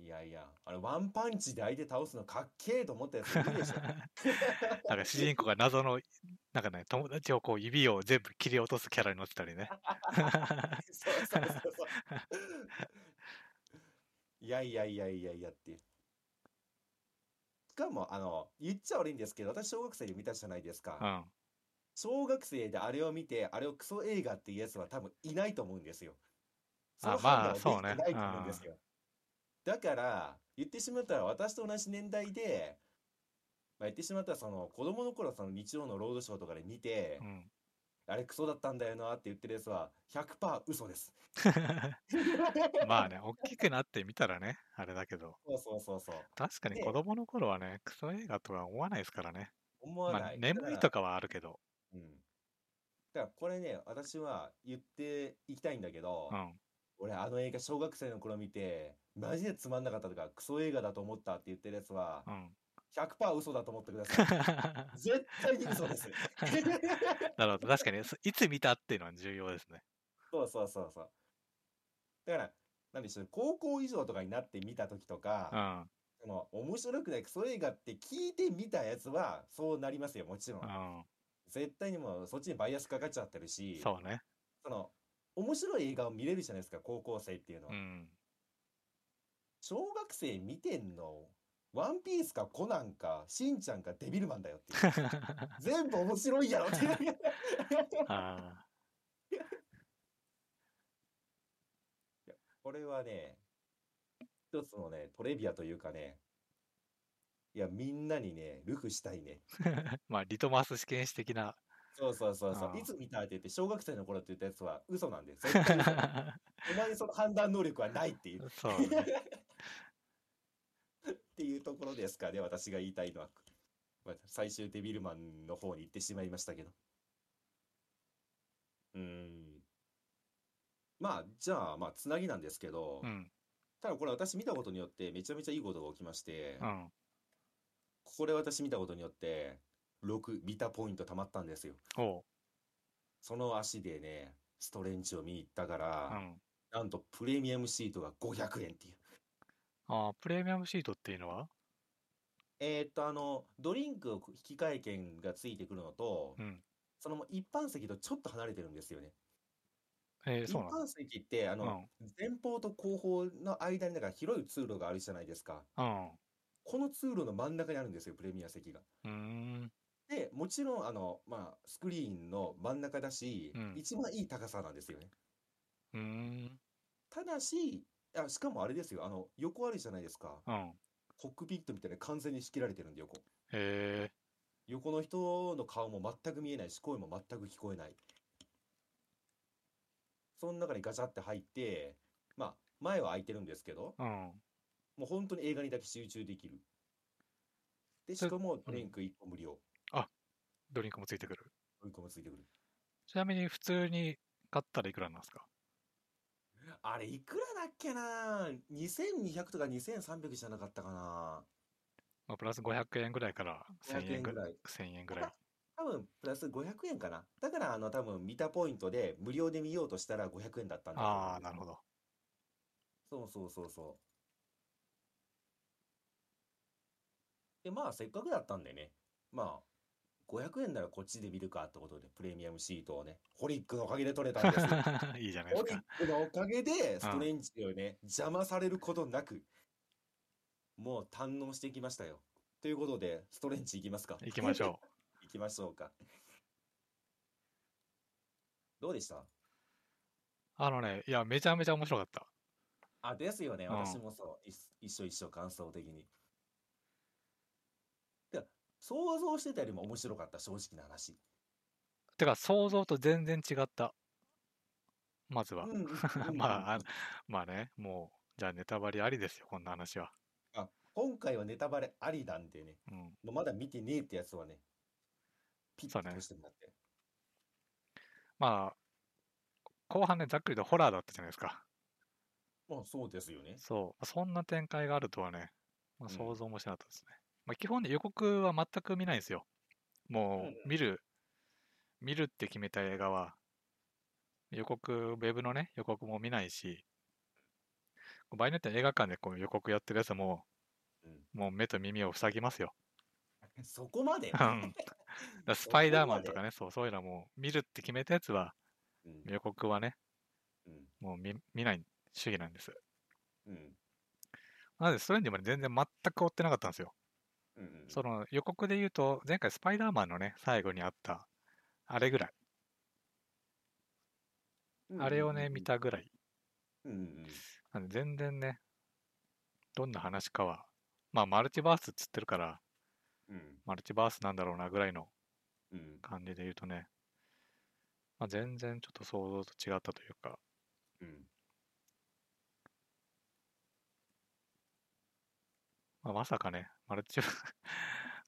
S2: いやいや、あれ、ワンパンチで相手倒すのかっけえと思ったやついるでしょ。
S1: なんか主人公が謎の、なんかね、友達をこう指を全部切り落とすキャラになってたりね。
S2: そうそうそうそう。いやいやいやいやいやっていう。しかも、あの、言っちゃ悪いんですけど、私、小学生で見たじゃないです
S1: う
S2: か。
S1: ん。
S2: 小学生であれを見て、あれをクソ映画っていうやつは多分いないと思うんですよ。その
S1: あまあ
S2: 判断はできて
S1: そうね
S2: ないと思うんですよ。だから、言ってしまったら私と同じ年代で、まあ、言ってしまったらその子供の頃その日曜のロードショーとかで見て、
S1: うん。
S2: あれクソだったんだよなって言ってるやつは100%嘘です。
S1: まあね、大きくなってみたらね、あれだけど、
S2: そうそうそうそう。
S1: 確かに
S2: で
S1: 子供の頃はね、クソ映画とは思わないですからね。
S2: 思わ
S1: ま
S2: な
S1: あ、
S2: い。
S1: 眠い
S2: だ
S1: と
S2: か
S1: かはあるけど、
S2: ら。うん。だからこれね、私は言っていきたいんだけど、
S1: うん。
S2: 俺あの映画小学生の頃見て、マジでつまんなかったとか、クソ映画だと思ったって言ってるやつは
S1: う、 ん。
S2: 100%嘘だと思ってくださ い。絶対に嘘です。
S1: なるほど、確かに、そいつ見たっていうのは重要ですね。
S2: そうそうそうそう。だから、なんでしょう、高校以上とかになって見た時と
S1: う
S2: か、
S1: ん。
S2: その面白くないクソ映画って聞いてみたやつは、そうなりますよ、もちろん
S1: う。ん。
S2: 絶対にもうそっちにバイアスかかっちゃってるし、
S1: そうね。
S2: その、面白い映画を見れるじゃないですか、高校生っていうの
S1: う
S2: は。
S1: ん。
S2: 小学生見てんの、ワンピースかコナンか、しんちゃんかデビルマンだよっていう。 全部面白いやろっていう。
S1: あ
S2: これはね、一つのね、トレビアというかね、いや、みんなにね、ルフしたいね。
S1: ーまあ、リトマス試験紙的 な。
S2: そうそうそうそ
S1: あ
S2: う。
S1: あ
S2: いつ見たって言って、小学生の頃って言ったやつは嘘なんで、絶 対嘘お前にその判断能力はないっていう、っ
S1: そうね。
S2: ていうところですかね、私が言いたいのは。まあ、最終デビルマンの方に行ってしまいましたけど。うーん。まあ、じゃあ、まあ、つなぎなんですけど、
S1: うん。
S2: ただこれ私見たことによって、めちゃめちゃいいことが起きまして、
S1: うん。
S2: これ私見たことによって、6ビタポイント貯まったんですよ。
S1: おう。
S2: その足でね、ストレンチを見に行ったか
S1: う
S2: ら、
S1: ん。
S2: なんとプレミアムシートが500円っていう。
S1: ああ、プレミアムシートっていうのは
S2: えーっと、あの、ドリンクを引き換え券がついてくるのと
S1: う、ん。
S2: その一般席とちょっと離れてるんですよね。
S1: えー、
S2: 一
S1: そうなの
S2: 般席って、あの、前方と後方の間になんか広い通路があるじゃないですか。
S1: うん。
S2: この通路の真ん中にあるんですよ、プレミア席が。
S1: うん。う
S2: で、もちろん、あの、まあ、スクリーンの真ん中だし
S1: うん、
S2: 一番いい高さなんですよね。
S1: ーん。
S2: ただし、あ、しかもあれですよ、あの、横あるじゃないですか。
S1: うん。うん。
S2: コックピットみたいな完全に仕切られてるんで、横。
S1: え
S2: 横の人の顔も全く見えないし、声も全く聞こえない。その中にガチャって入って、まあ、前は空いてるんですけど、
S1: ー、うん。
S2: もう本当に映画にだけ集中できる。で、
S1: そ
S2: し
S1: れ
S2: かもドリンク1個無料。
S1: ドリンクもついてくる。
S2: ドリンクもついてくる。
S1: ちなみに普通に買ったらいくらなんですか
S2: あれ、いくらだっけな ?2200 とか2300じゃなかったかな
S1: まあ、プラス500円ぐらいから1000
S2: ?500 円
S1: 円ぐ
S2: ぐ
S1: らい。
S2: らい。
S1: 1000円ぐらい。
S2: 多分プラス500円かな。だから、あの、多分見たポイントで無料で見ようとしたら500円だったんだと思うんです
S1: あ
S2: よ
S1: あ、なるほど。
S2: そうそうそうそう。で、まあ、せっかくだったんでね、まあ、500円ならこっちで見るかってことで、プレミアムシートをね、ホリックのおかげで取れた んですよ。
S1: いいじゃないで
S2: ホ
S1: す
S2: リッ
S1: か。
S2: クのおかげで、ストレンジをね、邪魔されることなく、もう堪能してきましたよ。ということで、ストレンジ行きますか。
S1: 行きまし ょ
S2: う。行きましょうか。どうでした
S1: う。あのね、いや、めちゃめちゃ面白かった。
S2: あ、ですよね。
S1: うん
S2: 私もそう。いっ一緒一緒、感想的に。で、想像してたよりも面白かった、正直な話。
S1: てか想像と全然違った まずは
S2: うん、うん、うん
S1: ま
S2: うん
S1: ああまあねもうじゃあネタバレありですよこんな話は
S2: あ、今回はネタバレありなんでね、
S1: うん
S2: もうまだ見てねえってやつはね、ピッ
S1: そ
S2: と
S1: うね
S2: 押してもらって。
S1: まあ後半ねざっくりとホラーだったじゃないですか
S2: まあ、そうですよね。
S1: そうそんな展開があるとはね、まあ、
S2: うん
S1: 想像もしなかったですね、まあ、基本で予告は全く見ないんですよも
S2: うん
S1: う見る見るって決めた映画は予告ウェブのね予告も見ないし場合によっては映画館でこう予告やってるやつはもうもう目と耳を塞ぎますよ
S2: うん、そこま
S1: う
S2: で、
S1: んだからスパイダーマンとかね、そう、そういうのはもう見るって決めたやつは、
S2: うん、
S1: 予告はね、
S2: うん、
S1: もう見見ない主義なんです。
S2: うん、
S1: なので、ストレンジもね全然全く追ってなかったんですよ。
S2: うん、うん
S1: その予告で言うと、前回スパイダーマンのね、最後にあった、あれぐらい、
S2: うん
S1: あれをね、見。たぐらい。
S2: うん、うん、うん
S1: なんで全然ね、どんな話かは、まあ、マルチバースっつってるから、
S2: うん、
S1: マルチバースなんだろうなぐらいの
S2: うん、
S1: 感じで言うとね、まあ、全然ちょっと想像と違ったというか、
S2: うん、
S1: まあ、まさかね、マルチバ、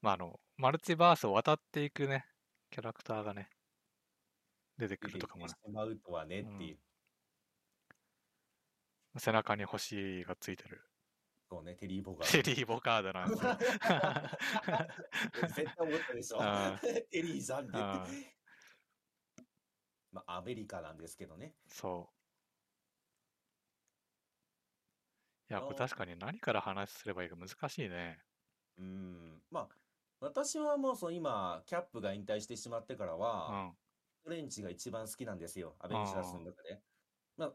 S1: まあ、あの、マルチバースを渡っていくね、キャラクターがね、出てくるとかも
S2: し
S1: ね、
S2: てまうとはねっていう
S1: う、背中に星がついてる、
S2: そうね、テリ ー・ボガ
S1: シェ
S2: ー。
S1: リー・ボカーだなんですよ
S2: 絶対思ったでしょ
S1: あ。
S2: テリーじゃんって
S1: あ
S2: まあ、アメリカなんですけどね。
S1: そう。いや、これ確かに何から話すればいいか難しいね。
S2: うん。まあ、私はもうそう今、キャップが引退してしまってから
S1: う
S2: は、
S1: ん。
S2: ストレンジが一番好きなんですよ。アベンジャーズの中で。まあ、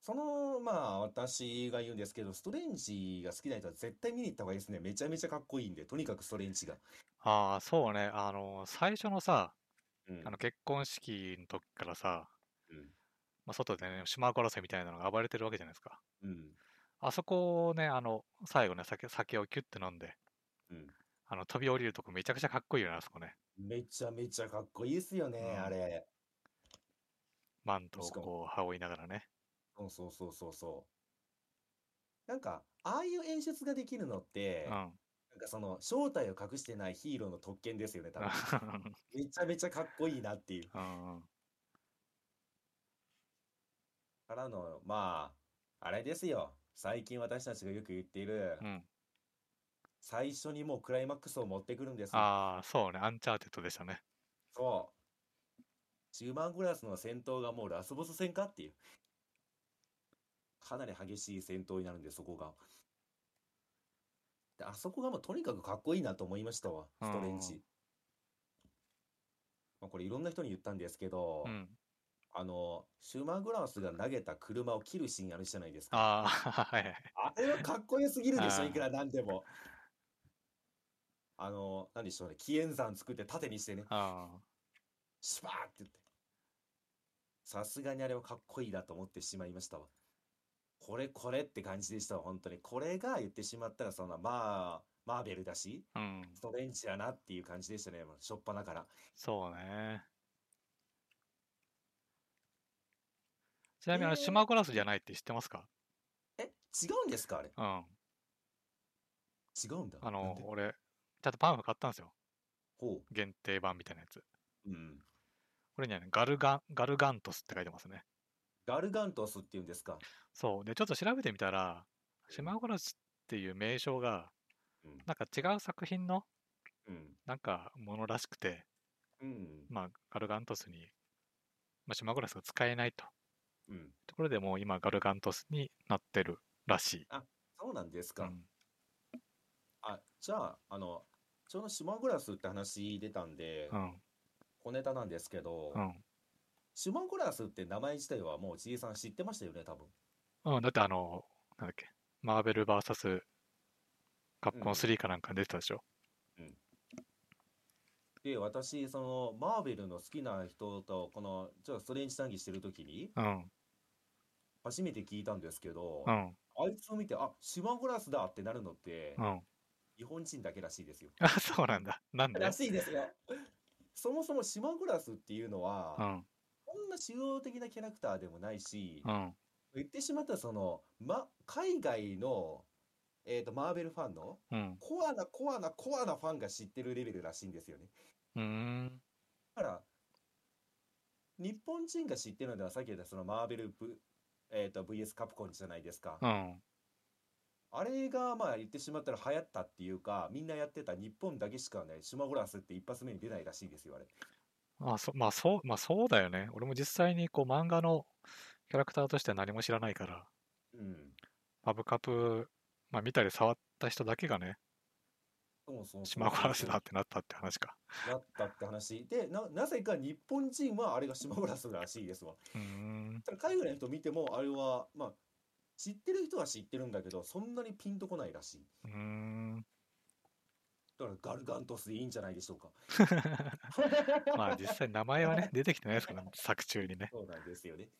S2: その、まあ、私が言うんですけど、ストレンジが好きな人は絶対見に行った方がいいですね。めちゃめちゃかっこいいんで、とにかくストレンジが。
S1: ああ、そうね。あの、最初のさ、
S2: うん
S1: あの結婚式の時からさ、
S2: うん
S1: まあ、外でね、島殺せみたいなのが暴れてるわけじゃないですか。
S2: うん。
S1: あそこをね、あの、最後ね、酒、酒をキュッて飲んで、
S2: うん。
S1: あの、飛び降りるとこめちゃくちゃかっこいいよね、あそこね。
S2: めちゃめちゃかっこいいですよね、
S1: うん
S2: あれ。
S1: マントを
S2: 確かに
S1: こう、羽織りながらね。
S2: そうそうそうそうそう。なんか、ああいう演出ができるのっ
S1: う
S2: て、
S1: ん。
S2: なんかその正体を隠してないヒーローの特権ですよね、多 分。
S1: う
S2: めちゃめちゃかっこいいなっていう。
S1: ん。
S2: からの、まあ、あれですよ。最近私たちがよく言っている
S1: う、ん。
S2: 最初にもうクライマックスを持ってくるんですよ。
S1: ああ、そうね、アンチャーテッドでしたね。
S2: そう。ヒューマングラスの戦闘がもうラスボス戦かっていう。かなり激しい戦闘になるんで、そこが。で、あそこがもうとにかくかっこいいなと思いましたわ、ストレン
S1: う
S2: ジ。まあ、これいろんな人に言ったんですけど
S1: う、ん。
S2: あの、シューマングラスが投げた車を切るシーンあるじゃないですか。
S1: ああ、 はいはい。
S2: あれはかっこよすぎるでしょ、
S1: あー
S2: いくらなんでも。あの、何でしょうね、紀元山作って縦にしてね。
S1: ああ。
S2: シュパーって言って。さすがにあれはかっこいいなと思ってしまいましたわ。これこれって感じでしたわ、本当に。これが言ってしまったら、そんな、まあ、マーベルだし、
S1: うん。
S2: ストレンジやなっていう感じでしたね、しょっぱなから。
S1: そうね。ちなみに、あの、
S2: えー
S1: 島グラスじゃないって知ってますか
S2: え、違うんですかあれ。
S1: うん。あ
S2: 違うんだ。なん
S1: の
S2: で、
S1: 俺、ちゃんとパンフ買ったんですよ。
S2: ほ
S1: 限定版みたいなやつ。
S2: う。うん。
S1: これにはね、ガルガン、ガルガントスって書いてますね。
S2: ガルガントスっていうんですか。そう
S1: そう。で、ちょっと調べてみたら、シマゴラスっていう名称が、
S2: うん
S1: なんか違う作品の、
S2: うん。
S1: なんかものらしくて、
S2: うん。
S1: まあ、ガルガントスに、まあ、シマゴラスが使えないと。
S2: うん。
S1: ところでもう今、ガルガントスになってるらしい。
S2: そうなんです
S1: う
S2: か。
S1: ん。
S2: あ、じゃあ、あの、ちょうどシマグラスって話出たんで
S1: う、ん。
S2: 小ネタなんですけど
S1: う、ん。
S2: シモン・グラスって名前自体はもうちいさん知ってましたよね、多分。
S1: うん、だってあの、なんだっけ、マーベル VS カプコン3かなんかに出てたでしょ。
S2: で、私、その、マーベルの好きな人と、この、ちょっとストレンジ談義してる時に、
S1: うん。
S2: 初めて聞いたんですけど、
S1: うん、
S2: あいつを見て、あ、シマゴラスだってなるのって、
S1: うん。
S2: 日本人だけらしいですよ。
S1: あ、そうなんだ。なんで
S2: らしいですよ。 そもそもシマゴラスっていうのは、
S1: うん、
S2: こんな主要的なキャラクターでもないし、
S1: うん、
S2: 言ってしまったらその、ま、海外の、えーと、マーベルファンの
S1: うん。
S2: コアなコアなコアなファンが知ってるレベルらしいんですよね。
S1: うーん、
S2: だから、日本人が知ってるのではさっき言ったそのマーベル、ブえーと、VS カプコンじゃないですか。
S1: うん、
S2: あれがまあ言ってしまったら流行ったっていうか、みんなやってた日本だけしかね、シマゴラスって一発目に出ないらしいですよ、あれ。
S1: あそまあそうまあそうだよね俺も実際にこう漫画のキャラクターとしては何も知らないから
S2: うん。
S1: マブカップ、まあ、見たり触った人だけがね
S2: そうそうそう
S1: 島
S2: そう
S1: 殺しだってなったって話か
S2: だったって話。で、な、なぜか日本人はあれがシマゴラスらしいですわ。
S1: うーん
S2: ただ海外の人見ても、あれは、まあ、知ってる人は知ってるんだけど、そんなにピンとこないらしい。
S1: うーん
S2: だからガルガントスでいいんじゃないでしょうか。
S1: まあ実際名前はね出てきてないですから作中にね
S2: そうなんですよね。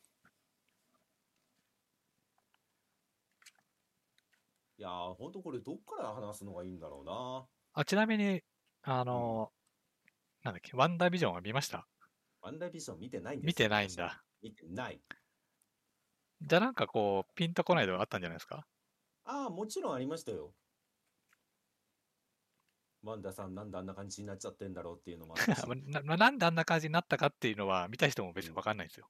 S2: いやー、ほんとこれどっから話すのがいいんだろうな。
S1: あちなみにあのーなんだっけワンダービジョンは見ました
S2: ワンダービジョン見てないんですよ
S1: 見てないん。だ
S2: 私見てない。
S1: じゃあなんかこうピンとこないのがあったんじゃないですか
S2: ああ、もちろんありましたよ。ワンダさんなんであんな感じになっちゃってんだろうっていうのもある し
S1: なななんであんな感じになったかっていうのは見た人も別に分かんないん ですよ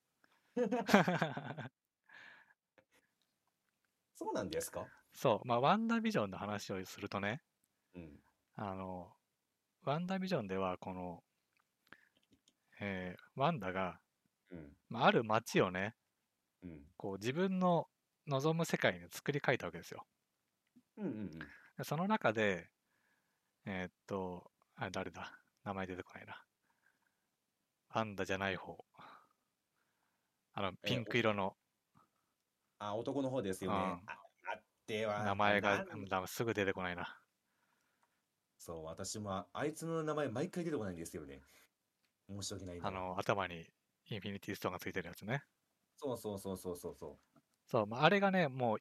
S2: そうなんですか
S1: そう、まあ、ワンダービジョンの話をするとね、
S2: うん。
S1: あの、ワンダービジョンでは、この、えーワンダが、
S2: うん。
S1: まあ、ある街をね、
S2: うん。
S1: こう自分の望む世界に作り変えたわけですよ。
S2: うんうん
S1: でその中で、えーっと、あ、誰だ名前出てこないな。ワンダじゃない方。あの、
S2: え
S1: ピンク色の
S2: あー、男の方ですよね。
S1: うん
S2: ああっては。
S1: 名前が、
S2: なん
S1: だすぐ出てこないな。
S2: そう、私もああいつの名前毎回出てこないんですよね。申し訳ないんだ
S1: あ
S2: よ
S1: の、頭にインフィニティストーンがついてるやつね。
S2: そうそうそうそうそうそ
S1: そう、まあ、あれがね、もう、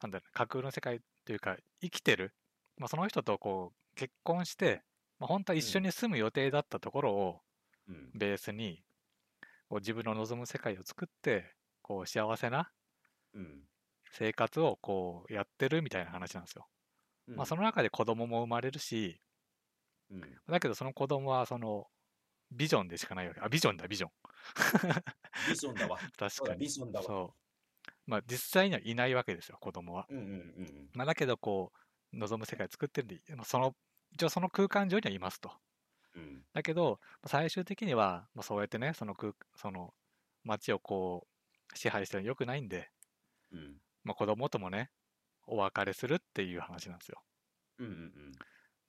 S1: なんだろう、架空の世界というか、生きてる、まあ、その人とこう結婚して、まあ、本当は一緒
S2: うん
S1: に住む予定だったところを
S2: う。うん。
S1: ベースに、こう自分の望む世界を作って、こう幸せな
S2: うん。
S1: 生活をこうやってるみたいな話なんですよ。まあ、そ
S2: の、
S1: の中で子供も生まれるし、
S2: うん。
S1: だけどその子供はそのビジョンでしかないわけ。あ、ビジョンだ、ビジョン。
S2: ビジョンだわ。
S1: 確
S2: そう
S1: か
S2: だ、
S1: に。
S2: ビジョンだわ。
S1: そう。まあ、実際にはいないわけですよ、子供は。
S2: うんうんうん
S1: まあ、だけどこう望む世界作ってるんでまあその一応その空間上にはいますと
S2: うん。うん。
S1: だけどまあ最終的には、まあ、そうやってねその空その街をこう支配してるのよくないんで、
S2: うん。
S1: まあ、子供ともねお別れするっていう話なんですよ
S2: うんうんうん。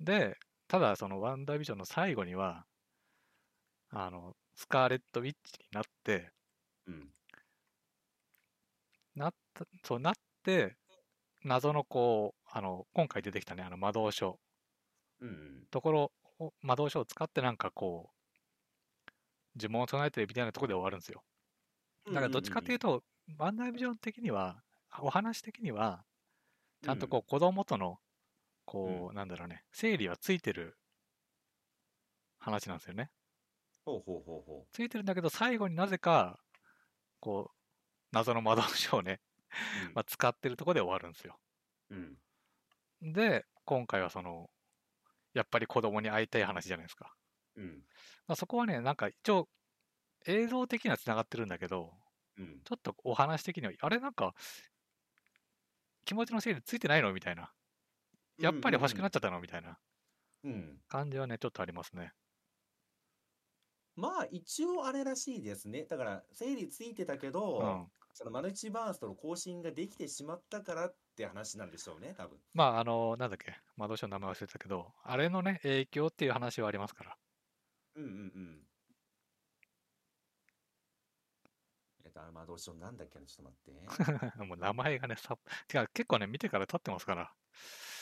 S1: でただそのワンダービジョンの最後にはあのスカーレット・ウィッチになって
S2: うん。
S1: なったそうなって謎のこうあの今回出てきたねあの魔導書
S2: うんうん。
S1: ところを魔導書を使ってなんかこう呪文を唱えてるみたいなところで終わるんですよだからどっちかという
S2: と、
S1: とワンダービジョン的にはあお話的にはちゃんとこう子供とのこうなんだろうね整理はついてる話なんですよね
S2: ほうほうほうほ
S1: ついてるんだけど最後になぜかこう謎の魔導書をね、
S2: う。うん
S1: まあ、使ってるところで終わるんですよ
S2: うん。
S1: で今回はそのやっぱり子供に会いたい話じゃないですか
S2: うん。
S1: まあ、そこはね、なんか一応、映像的にはつながってるんだけど、
S2: うん。
S1: ちょっとお話的には、あれなんか、気持ちの整理ついてないのみたいな。やっぱり欲しくなっちゃったのみたいな
S2: うんうんうん。
S1: 感じはね、ちょっとありますね。
S2: まあ、一応あれらしいですね。だから、整理ついてたけ
S1: う
S2: ど、
S1: ん。
S2: そのマルチバースとの更新ができてしまったからって話なんでしょうね、多分。
S1: まあ、あの、なんだっけ、まあ、どうしよう名前忘れてたけど、あれのね、影響っていう話はありますから。
S2: うんうんうん。えっと、あれ、まあ、どうしよう、なんだっけな、ちょっと待って。
S1: もう名前がね、さ、違う、結構ね、見てから経ってますから。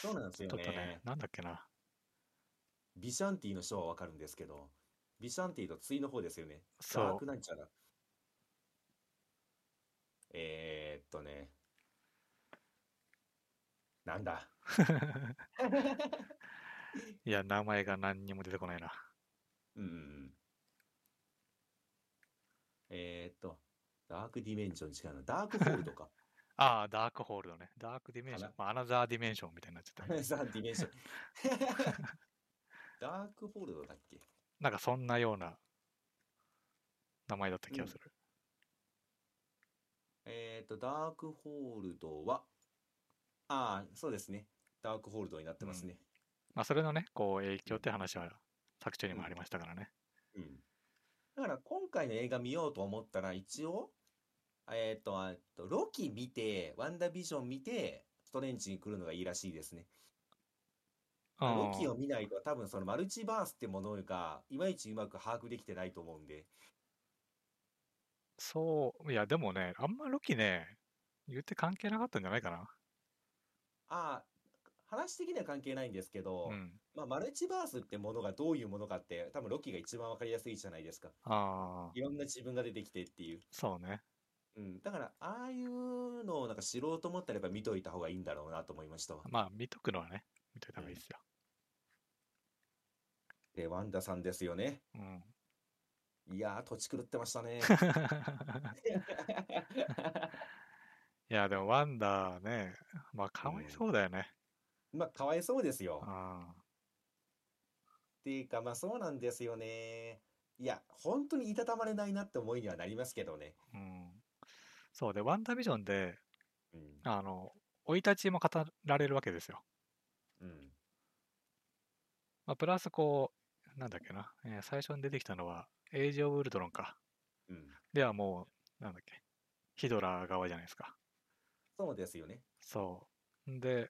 S2: そうなんですよ
S1: ちょっとね
S2: ね、。
S1: なんだっけな。
S2: ビシャンティの章はわかるんですけど、ビシャンティと対の方ですよね。
S1: そう
S2: ダークなんちゃら。えー、っとね、なんだ。
S1: いや、名前が何にも出てこないな。
S2: うんうんうん。えー、っと、ダークディメンジョン違うな。ダークホール ドか。
S1: ああ、ダークホールドね。ダークディメンション
S2: か。
S1: まあ、アナザーディメンションみたいになっちゃ
S2: ダ
S1: っ
S2: ー
S1: た、ね。
S2: クディメ ンション。ダークホールドだっけ
S1: なんかそんなような名前だった気がする。
S2: えーっと、ダークホールドは、ああ、そうですね。ダークホールドになってますね。
S1: まあ、それのね、こう、影響って話は作中にもありましたからね。
S2: うん。だから今回の映画見ようと思ったら一応、えーっと、あえっと、ロキ見て、ワンダービジョン見て、ストレンジに来るのがいいらしいですね。
S1: うん
S2: ロキを見ないと多分そのマルチバースってものがいまいちうまく把握できてないと思うんで。
S1: そう、いや、でもね、あんまロキね、言って関係なかったんじゃないかな。
S2: ああ、話的には関係ないんですけど、
S1: うん。
S2: まあ、マルチバースってものがどういうものかって多分ロキが一番わかりやすいじゃないですか。
S1: ああ、
S2: いろんな自分が出てきてっていう。
S1: そうね。
S2: うん。だからああいうのをなんか知ろうと思ったらやっぱ見といた方がいいんだろうなと思いましたわ。
S1: まあ、見とくのはね、見といた方がいいですよ。
S2: で、ワンダさんですよね。
S1: うん。
S2: いやー、土地狂ってましたね。
S1: いや、でも、ワンダーね、まあ、かわいそうだよね。
S2: まあ、かわいそうですよ。
S1: あ
S2: っていうか、まあそうなんですよね。いや、本当にいたたまれないなって思いにはなりますけどね。
S1: あ、うん。そうで、ワンダービジョンで、
S2: うん。
S1: あの、生い立ちも語られるわけですよ。
S2: うん。
S1: まあ、プラス、こう、なんだっけな、えー最初に出てきたのは、エイジ・オブ・ウルトロンか。
S2: うん。
S1: ではもう、なんだっけ、ヒドラー側じゃないですか。
S2: そうですよね。
S1: そう。んで、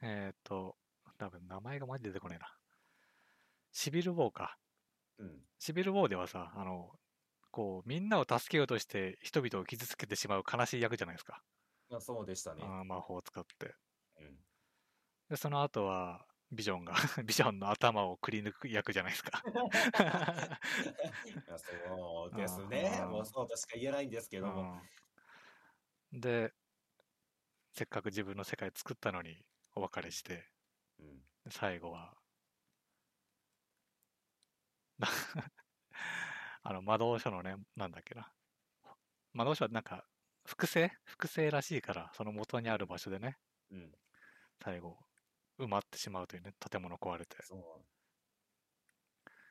S1: えっ、と、多分名前がマジで出てこねえな。シビル・ウォーか。
S2: うん。
S1: シビル・ウォーではさ、あの、こう、みんなを助けようとして人々を傷つけてしまう悲しい役じゃないですか。
S2: まあそうでしたね。
S1: あー魔法を使って。
S2: うん。
S1: で、その後は、ビジョンが、 ビジョンの頭をくり抜く役じゃないです か。
S2: まあそうですね
S1: あ。ー
S2: もうそうとしか言えないんですけども。
S1: うんで、せっかく自分の世界作ったのにお別れして、
S2: うん。
S1: 最後は、な あの、魔導書のね、なんだっけな。魔導書はなんか、複製複製らしいから、その元にある場所でね、
S2: うん。
S1: 最後、埋まってしまうというね、建物壊れて。
S2: そ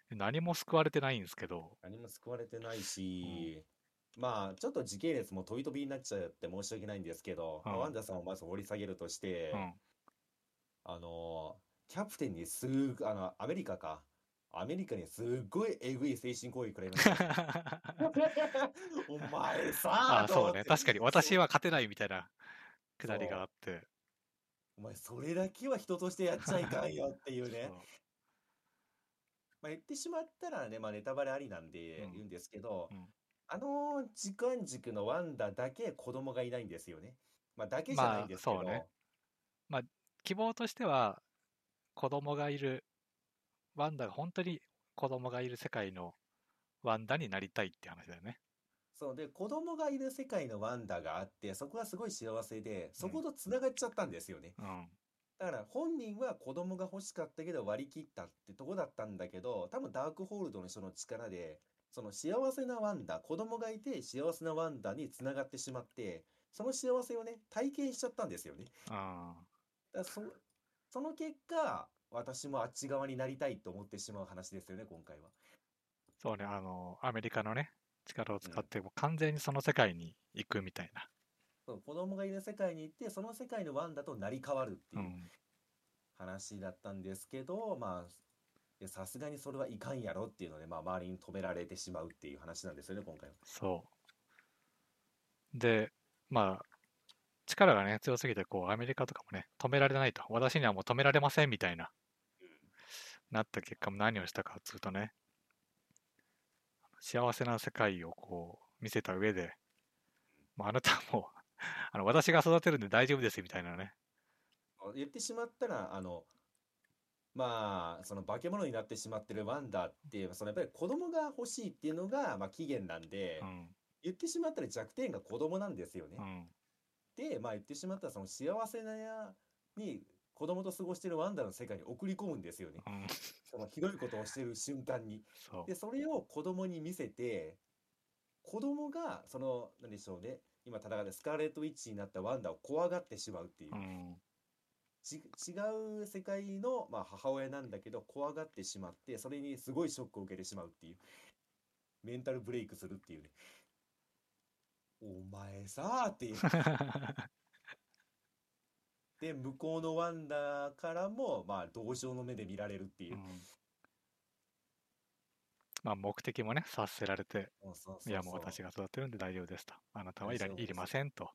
S2: う。
S1: 何も救われてないんですけど、
S2: 何も救われてないし、まあちょっと時系列も飛び飛びになっちゃって申し訳ないんですけど、まあ
S1: うん
S2: ワンダさんをまず掘り下げるとして
S1: う、 ん。
S2: あのーキャプテンにすーぐ、あの、アメリカか。アメリカにすっごいえぐい精神行為食らいま したね。お前さ
S1: あ、
S2: と思
S1: そう
S2: っ
S1: ね。
S2: て
S1: 確かに、私
S2: そう
S1: は勝てないみたいなくだりがあって。
S2: お前それだけは人としてやっちゃいかんよっていうね。
S1: そう
S2: まあ、言ってしまったらね、まあ、ネタバレありなんで
S1: うん
S2: 言うんですけど、
S1: うん
S2: あの時間軸のワンダだけ子供がいないんですよね。まあ、だけじゃないんですけ
S1: まあ
S2: ど、
S1: そうね希望としては子供がいるワンダが本当に子供がいる世界のワンダになりたいって話だよね。
S2: そうで、子供がいる世界のワンダがあって、そこはすごい幸せで、そことつながっちゃったんですよね。
S1: うん。
S2: だから本人は子供が欲しかったけど割り切ったってとこだったんだけど、多分ダークホールドの人の力で、その幸せなワンダ、子供がいて幸せなワンダにつながってしまって、その幸せをね、体験しちゃったんですよね。
S1: あ
S2: だからそ、その結果、私もあっち側になりたいと思ってしまう話ですよね、今回は。
S1: そうね、あの、アメリカのね、力を使ってもう完全にその世界に行くみたいな。
S2: そう、子供がいる世界に行って、その世界のワンダと成り変わるって
S1: う。
S2: いうん話だったんですけど、まあ、いやさすがにそれはいかんやろっていうので、まあ、周りに止められてしまうっていう話なんですよね、今回は。
S1: そう。で、まあ、力がね、強すぎて、こう、アメリカとかもね、止められないと。私にはもう止められませんみたいな、なった結果も何をしたかっつうとね、幸せな世界をこう、見せた上で、もうあなたも、あの、私が育てるんで大丈夫ですみたいなね。
S2: 言ってしまったら、あの、まあ、その化け物になってしまってるワンダって、そのやっぱり子供が欲しいっていうのが、まあ、起源なんで
S1: う、ん。
S2: 言ってしまったら弱点が子供なんですよね
S1: う。ん。
S2: で、まあ言ってしまったらその幸せなやに子供と過ごしてるワンダの世界に送り込むんですよね。
S1: うん。
S2: そのひどいことをしてる瞬間に。
S1: そう
S2: で、。それを子供に見せて、子供がその、なんでしょうね。今戦ってスカーレット・ウィッチになったワンダを怖がってしまうってい
S1: う。
S2: う
S1: ん。
S2: ち違う世界の、まあ、母親なんだけど怖がってしまってそれにすごいショックを受けてしまうっていうメンタルブレイクするっていうねお前さーっていう で向こうのワンダーからもまあ同情の目で見られるっていうう、
S1: んまあ目的もね、察せられて、
S2: そうそうそう
S1: い
S2: い
S1: やもう私
S2: が
S1: が育てるんで大丈夫ですと。あなたはいら
S2: そうそう
S1: いりませんと。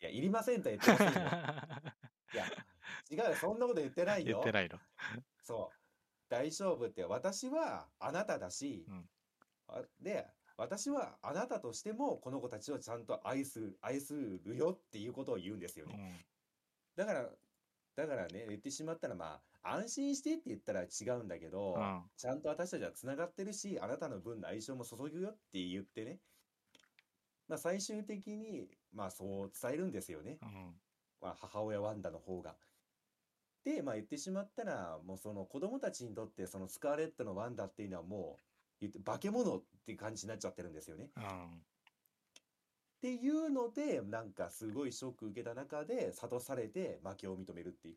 S2: いやいりませんとは言ってませんよいや違うよそんなこと言ってない
S1: 言
S2: よ
S1: ってないの。
S2: そう大丈夫って私はあなただし、
S1: うん
S2: あで私はあなたとしてもこの子たちをちゃんと愛する愛するよっていうことを言うんですよ
S1: う
S2: ね、
S1: ん。
S2: だからだからね言ってしまったらまあ安心してって言ったら違うんだけど、
S1: うん。
S2: ちゃんと私たちはつながってるしあなたの分の愛情も注ぐよって言ってねまあ最終的にまあそう伝えるんですよね、
S1: うん。
S2: まあ、母親ワンダの方が。で、まあ、言ってしまったら、もうその子供たちにとって、そのスカーレットのワンダっていうのはもう、言って化け物って感じになっちゃってるんですよね。
S1: うん。
S2: っていうので、なんかすごいショック受けた中で、諭されて負けを認めるっていう。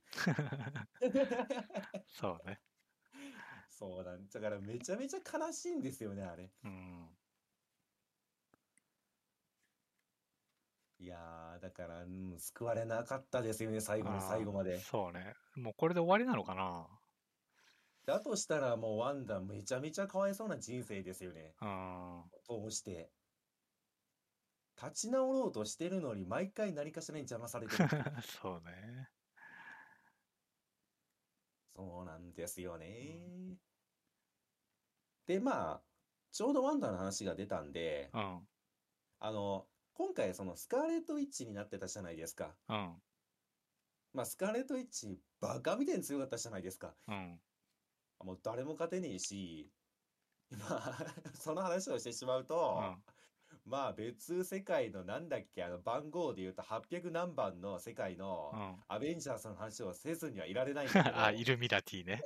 S1: そうね。
S2: そうなんだからめちゃめちゃ悲しいんですよね、あれ。
S1: うん。
S2: いやー、だから、うん、救われなかったですよね、最後の
S1: あー
S2: 最後まで。
S1: そうね。もうこれで終わりなのかな
S2: だとしたらもうワンダめちゃめちゃかわいそうな人生ですよね。
S1: うん。
S2: 通して立ち直ろうとしてるのに毎回何かしらに邪魔され てる
S1: そうね。
S2: そうなんですよね、でまあちょうどワンダの話が出たんで
S1: うん。
S2: あの今回そのスカーレット・ウィッチになってたじゃないですか
S1: うん。
S2: まあスカーレット・ウィッチバカみたいに強かったじゃないですか
S1: うん。
S2: もう誰も勝てねえしまあ その話をしてしまう
S1: う
S2: と、
S1: ん。
S2: まあ別世界のなんだっけあの番号で言うと800何番の世界の、
S1: うん。
S2: アベンジャーズの話をせずにはいられないんだけど、
S1: あ、イルミラティね。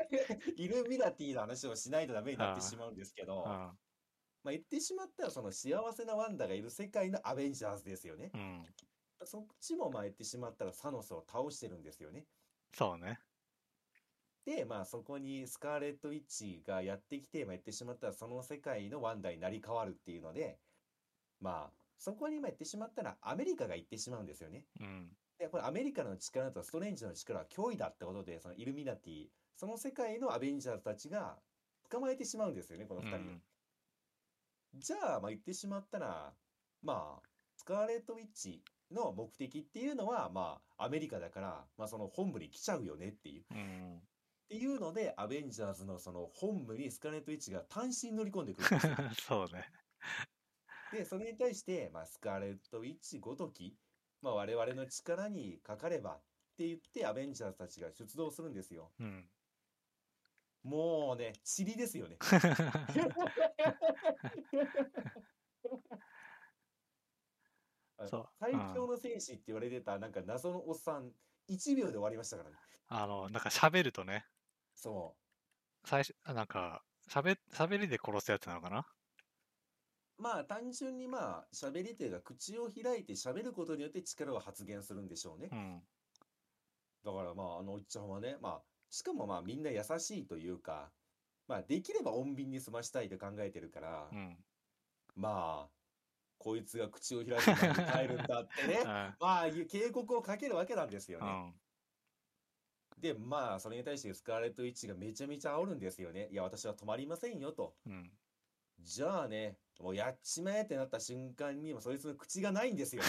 S2: イルミナティの話をしないとダメになって
S1: あー
S2: しまうんですけ
S1: う
S2: ど、ま
S1: ん。
S2: あ、言ってしまったらその幸せなワンダがいる世界のアベンジャーズですよね。
S1: うん。
S2: そっちもまあ言ってしまったらサノスを倒してるんですよね。
S1: そうね。
S2: で、まあそこにスカーレット・ウィッチがやってきて、まあ、言ってしまったらその世界のワンダになり変わるっていうので、まあそこにまあ言ってしまったらアメリカが行ってしまうんですよね。
S1: うん。
S2: で、これアメリカの力とストレンジの力は脅威だってことで、そのイルミナティ、その世界のアベンジャーズたちが捕まえてしまうんですよね、この
S1: う
S2: 二人を。
S1: ん。
S2: じゃあ、まあ言ってしまったら、まあ、スカーレット・ウィッチの目的っていうのは、まあ、アメリカだから、まあその本部に来ちゃうよねっていう。っ
S1: うん。
S2: ていうので、アベンジャーズのその本部にスカーレット・ウィッチが単身乗り込んでくるんです よ。
S1: そうね。
S2: で、それに対して、まあ、スカーレット・ウィッチごとき、まあ、我々の力にかかればって言って、アベンジャーズたちが出動するんですよ。
S1: うん。
S2: もうね、塵ですよね。あ
S1: そう
S2: 最
S1: うん
S2: 強の戦士って言われてた、なんか謎のおっさん、1秒で終わりましたからね。
S1: あの、なんか喋るとね、
S2: そ
S1: 最初、あなんか、喋、喋りで殺すやつなのかな
S2: う。まあ、単純にまあ、喋り手が口を開いて喋ることによって力を発言するんでしょうね
S1: う。ん。
S2: だからまあ、あのおっちゃんはね、まあ、しかもまあ、みんな優しいというか、まあ、できれば穏便に済ましたいと考えてるから、
S1: うん。。
S2: まあ、こいつが口を開いて帰るんだってね
S1: うん
S2: まあ、いう警告をかけるわけなんですよ
S1: う
S2: ね。
S1: ん。
S2: で、まあ、それに対してスカーレット・ウィッチがめちゃめちゃ煽るんですよね。いや、私は止まりませんよと。
S1: うん。
S2: じゃあね、もうやっちまえってなった瞬間に、もうそいつの口がないんですよ。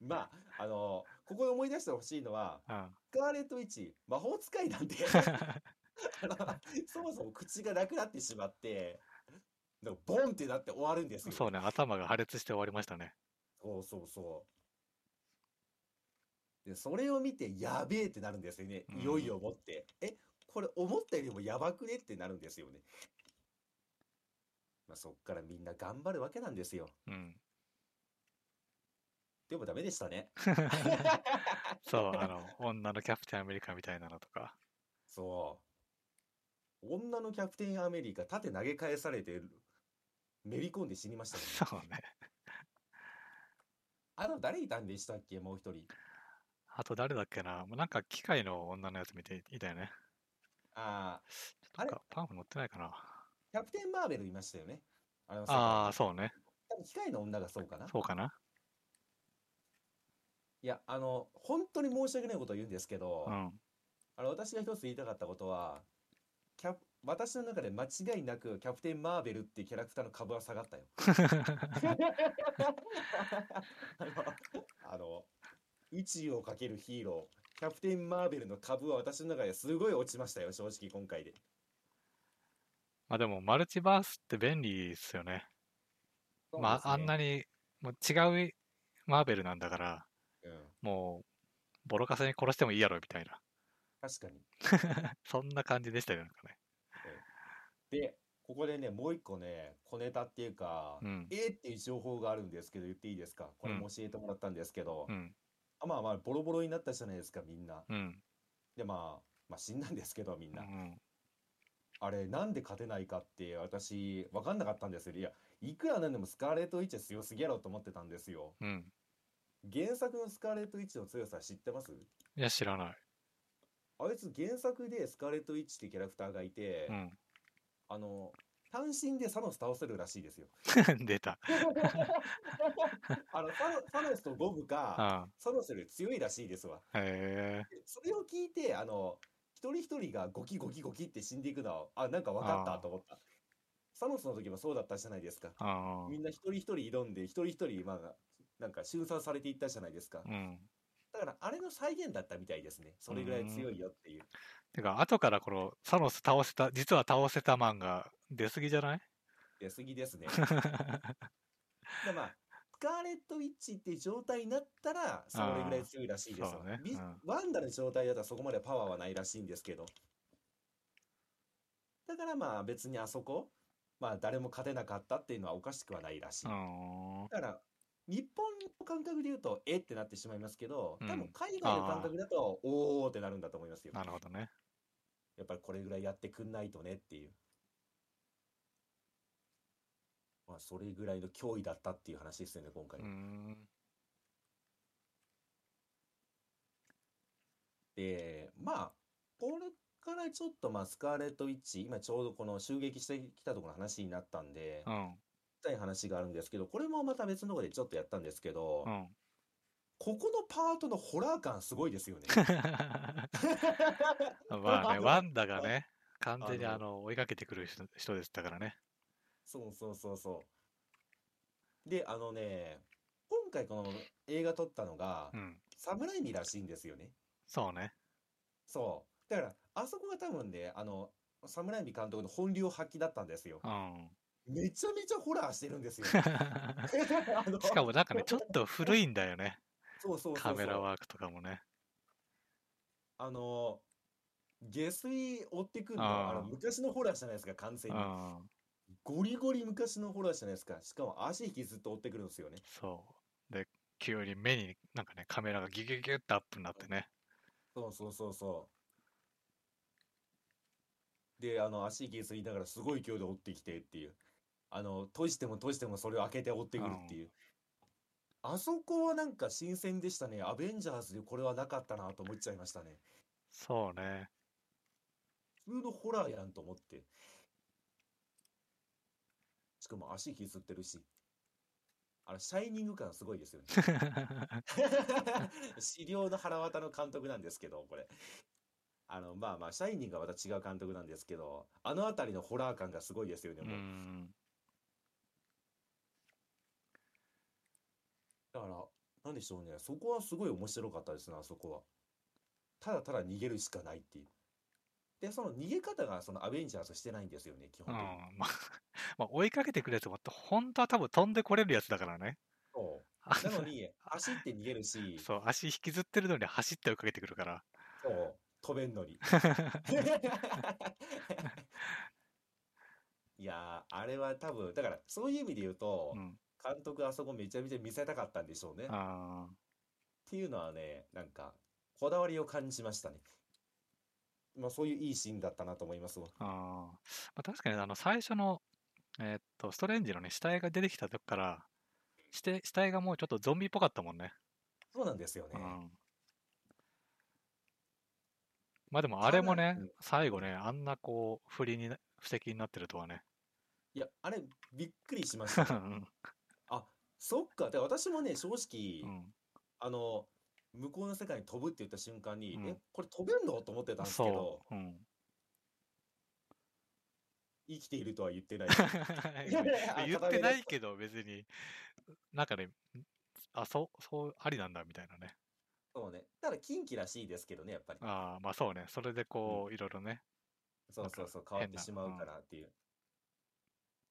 S2: まあ、あの、ここで思い出してほしいのは、
S1: うん。
S2: スカーレット・ウィッチ、魔法使いなんで、あの そもそも口がなくなってしまって、なんかボンってなって終わるんですよ。
S1: そうね、頭が破裂して終わりましたね。
S2: そうそうそう。で、それを見て、やべえってなるんですよね。いよいよ思って。え、これ思ったよりもやばくねってなるんですよね。まあ、そっからみんな頑張るわけなんですよ。
S1: うん。
S2: でもダメでしたね。
S1: そう、あ の、女のキャプテンアメリカみたいなのとか。
S2: そう。女のキャプテンアメリカ、盾投げ返されて、めり込んで死にました ね。
S1: そうね。
S2: あと誰いたんでしたっけもう一人。
S1: あと誰だっけなもうなんか機械の女のやつ見ていたよね。
S2: ああ、
S1: ちょっとかパンフ乗ってないかな
S2: キャプテン・マーベルいましたよね。あの
S1: ああ、
S2: そう
S1: そうね。
S2: か。多分機械の女がそうかな。
S1: そうかな。
S2: いや、あの、本当に申し訳ないことを言うんですけど、
S1: うん。
S2: あの、私が一つ言いたかったことは、キャプ私の中で間違いなくキャプテン・マーベルっていうキャラクターの株は下がったよ。あの、あの宇宙をかけるヒーロー、キャプテン・マーベルの株は私の中ですごい落ちましたよ、正直今回で。
S1: まあでも、マルチバースって便利ですよね。まあ、あんな
S2: に。
S1: に、もう違うマーベルなんだから、
S2: うん、
S1: もう、ボロカスに殺してもいいやろ、みたいな。
S2: 確かに。
S1: そんな感じでしたよね。
S2: で、ここでね、もう一個ね、小ネタっていうか、
S1: うん。
S2: えーっていう情報があるんですけど、言っていいですかこれも教えてもらったんですけど、
S1: うん。
S2: あまあまあ、ボロボロになったじゃないですか、みんな。
S1: うん。
S2: で、まあ、まあ、死んだんですけど、みん
S1: う
S2: な。
S1: ん。
S2: あれ、なんで勝てないかって、私、分かんなかったんですよ。いや、いくらなんでもスカーレット・ウィッチは強すぎやろと思ってたんですよ。
S1: うん。
S2: 原作のスカーレット・ウィッチの強さ知ってます
S1: いや、知らない。
S2: あいつ原作でスカーレット・ウィッチってキャラクターがいて
S1: う、ん。
S2: あの、単身でサノス倒せるらしいです よ。
S1: 出た。
S2: あの、サノサノスとボブか、
S1: あ
S2: サノスより強いらしいですわ。
S1: あ。へえ。
S2: でそれを聞いて、あの、一人一人がゴキゴキゴキって死んでいくのは、あ、なんか分かっ
S1: あ
S2: た
S1: ー
S2: と思った。サノスの時もそうだったじゃないですか。
S1: あ
S2: みんな一人一人挑んで、一人一人、まあ、なんか、瞬殺されていったじゃないですか
S1: あ。。うん。
S2: だから、あれの再現だったみたいですね。それぐらい強いよっていう。
S1: てか、後からこの、サノス倒せた、実は倒せたマンが出過ぎじゃない
S2: 出過ぎですね。で、まあ、スカーレット・ウィッチっていう状態になったら、それぐらい強いらしいです
S1: あー
S2: よ
S1: そうね。
S2: ビ
S1: うん
S2: ワンダの状態だったらそこまでパワーはないらしいんですけど。だからまあ別にあそこ、まあ誰も勝てなかったっていうのはおかしくはないらしい。
S1: う
S2: だ
S1: ん。
S2: から、日本の感覚で言うと、えってなってしまいますけど、
S1: う
S2: 多
S1: ん
S2: 分海外の感覚だと、おーってなるんだと思いますよ。
S1: なるほどね。
S2: やっぱりこれぐらいやってくんないとねっていう。まあ、それぐらいの脅威だったっていう話ですよね、今
S1: う
S2: 回
S1: ー。ん。
S2: で、まあ、これからちょっと、まあ、スカーレット・ウィッチ、今ちょうどこの襲撃してきたところの話になったんで、
S1: う
S2: 聞
S1: ん。
S2: きたい話があるんですけど、これもまた別のところでちょっとやったんですけど
S1: う、ん。
S2: ここのパートのホラー感すごいで すよね。
S1: まあね、
S2: あの
S1: ワンダがね、完全に
S2: あの
S1: あの追いかけてくる人人でしたからね。
S2: そうそうそうそう。で、あのね、今回この映画撮ったのが
S1: う、ん。
S2: サムライミらしいんですよね。
S1: そうね。
S2: そう。だから、あそこが多分ね、あの、サムライミ監督の本領発揮だったんですよ。
S1: うん。
S2: めちゃめちゃホラーしてる んですよ。 あの
S1: しかもなんかね、ちょっと古いんだよね。
S2: そうそうそうそ
S1: カ
S2: う
S1: メラワークとかもね。
S2: あの、下水追ってくん
S1: あー
S2: の、あの、昔のホラーじゃないですか、完
S1: う
S2: 全に。
S1: ん。
S2: ゴリゴリ昔のホラーじゃないですか。しかも足引きずっと追ってくるんですよね。
S1: そう。で、急に目になんかね、カメラがギュギュギュってアップになってね。
S2: そうそうそうそう。で、あの、足引きずりながらすごい勢いで追ってきてっていう。あの、閉じても閉じてもそれを開けて追ってくるっていう。あそこはなんか新鮮でしたね。アベンジャーズでこれはなかったなと思っちゃいましたね。
S1: そうね。
S2: 普通のホラーやんと思って。しかも足引きずってるし。あの、シャイニング感すごいですよね。 資料の腹渡の監督なんですけど、これ。あの、まあまあ、シャイニングはまた違う監督なんですけど、あのあたりのホラー感がすごいですよね、
S1: う
S2: もう。
S1: ん。
S2: だから、なんでしょうね、そこはすごい面白かったですね、あそこは。ただただ逃げるしかないっていう。で、その逃げ方がそのアベンジャーズしてないんですよね、基
S1: うん。
S2: 本的に。
S1: まあ、まあ、追いかけてくるやつも、本当は多分飛んでこれるやつだからね。
S2: そ
S1: あ
S2: う。なのに、走って逃げるし、
S1: そう、足引きずってるのに走って追いかけてくるから。
S2: そう、飛べんのに。いやー、あれは多分、だからそういう意味で言うと
S1: う、ん。
S2: 監督あそこめちゃめちゃ見せたかったんでしょうね。っ
S1: あ
S2: ていうのはね、なんか、こだわりを感じましたね。まあそういういいシーンだったなと思いますわ。
S1: あ、あーまあ。確かに、あの、最初の、えーっと、ストレンジのね、死体が出てきた時から、して死体がもうちょっとゾンビっぽかったもんね。
S2: そうなんですよね
S1: う。ん。まあでも、あれも
S2: か
S1: ね
S2: なり、
S1: 最後ね、あんなこう、不利にな、布石になってるとは ね。
S2: いや、あれ、びっくりしまし
S1: う
S2: たね。
S1: ん。
S2: そっか。で、私もね、正
S1: う
S2: 直、
S1: ん
S2: あの、向こうの世界に飛ぶって言った瞬間に
S1: う、ん
S2: え、これ飛べんのと思ってたんですけど
S1: そ、う。うん。
S2: 生きているとは言ってない。いやいやあ
S1: 言っ
S2: 片
S1: て
S2: 目だ
S1: ないけど別になんかねあそうそうありなんだみたいなね
S2: そうね。ただ、近畿らしいですけどね、やっぱり。
S1: ああまあそうねそれでこういろいろね
S2: そうそうそう、変わ
S1: なんか
S2: ってしまう
S1: 変
S2: か
S1: な
S2: らっていう。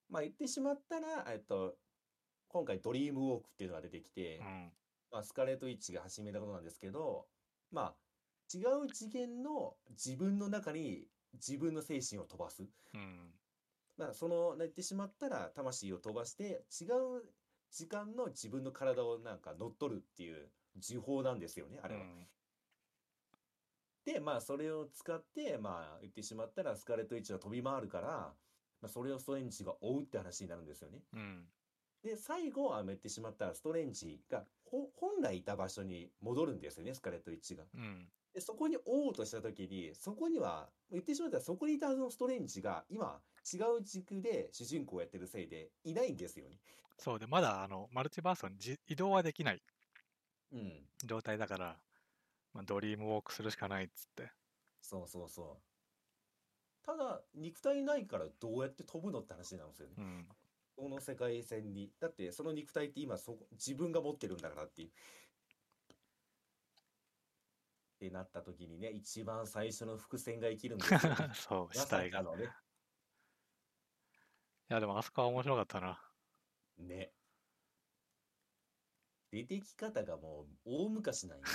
S2: まあ言ってしまったら、えっと、今回ドリームウォークっていうのが出てきて
S1: う、ん
S2: まあ、スカレート・イッチが始めたことなんですけど、まあ違う次元の自分の中に自分の精神を飛ばす。
S1: うん
S2: まあその、言ってしまったら魂を飛ばして、違う時間の自分の体をなんか乗っ取るっていう呪法なんですよね、あ
S1: う
S2: れは。
S1: ん
S2: で、まあ、それを使って、まあ、言ってしまったら、スカレット・イッチは飛び回るから、まあ、それをストレンジが追うって話になるんですよね。
S1: うん
S2: で、最後、あの、言ってしまったら、ストレンジが、ほ、本来いた場所に戻るんですよね、スカレット・イッチが。
S1: うん
S2: で、そこに追おうとしたときに、そこには、言ってしまったら、そこにいたはずのストレンジが、今、違う軸で主人公をやってるせいで、いないんですよね。
S1: そうでまだあのマルチバーストにじ移動はできない
S2: うん。
S1: 状態だから、まあ、ドリームウォークするしかないっつって
S2: そうそうそう。ただ、肉体ないからどうやって飛ぶのって話なんですよね。
S1: うん。
S2: この世界線に。だって、その肉体って今そこ、自分が持ってるんだからっていう。ってなった時にね、一番最初の伏線が生きるんですよね
S1: そう
S2: ま
S1: 死
S2: さ
S1: 体が
S2: か
S1: い
S2: のね。
S1: やでもあそこは面白かったな
S2: ね。出てき方がもう、大昔なんよ。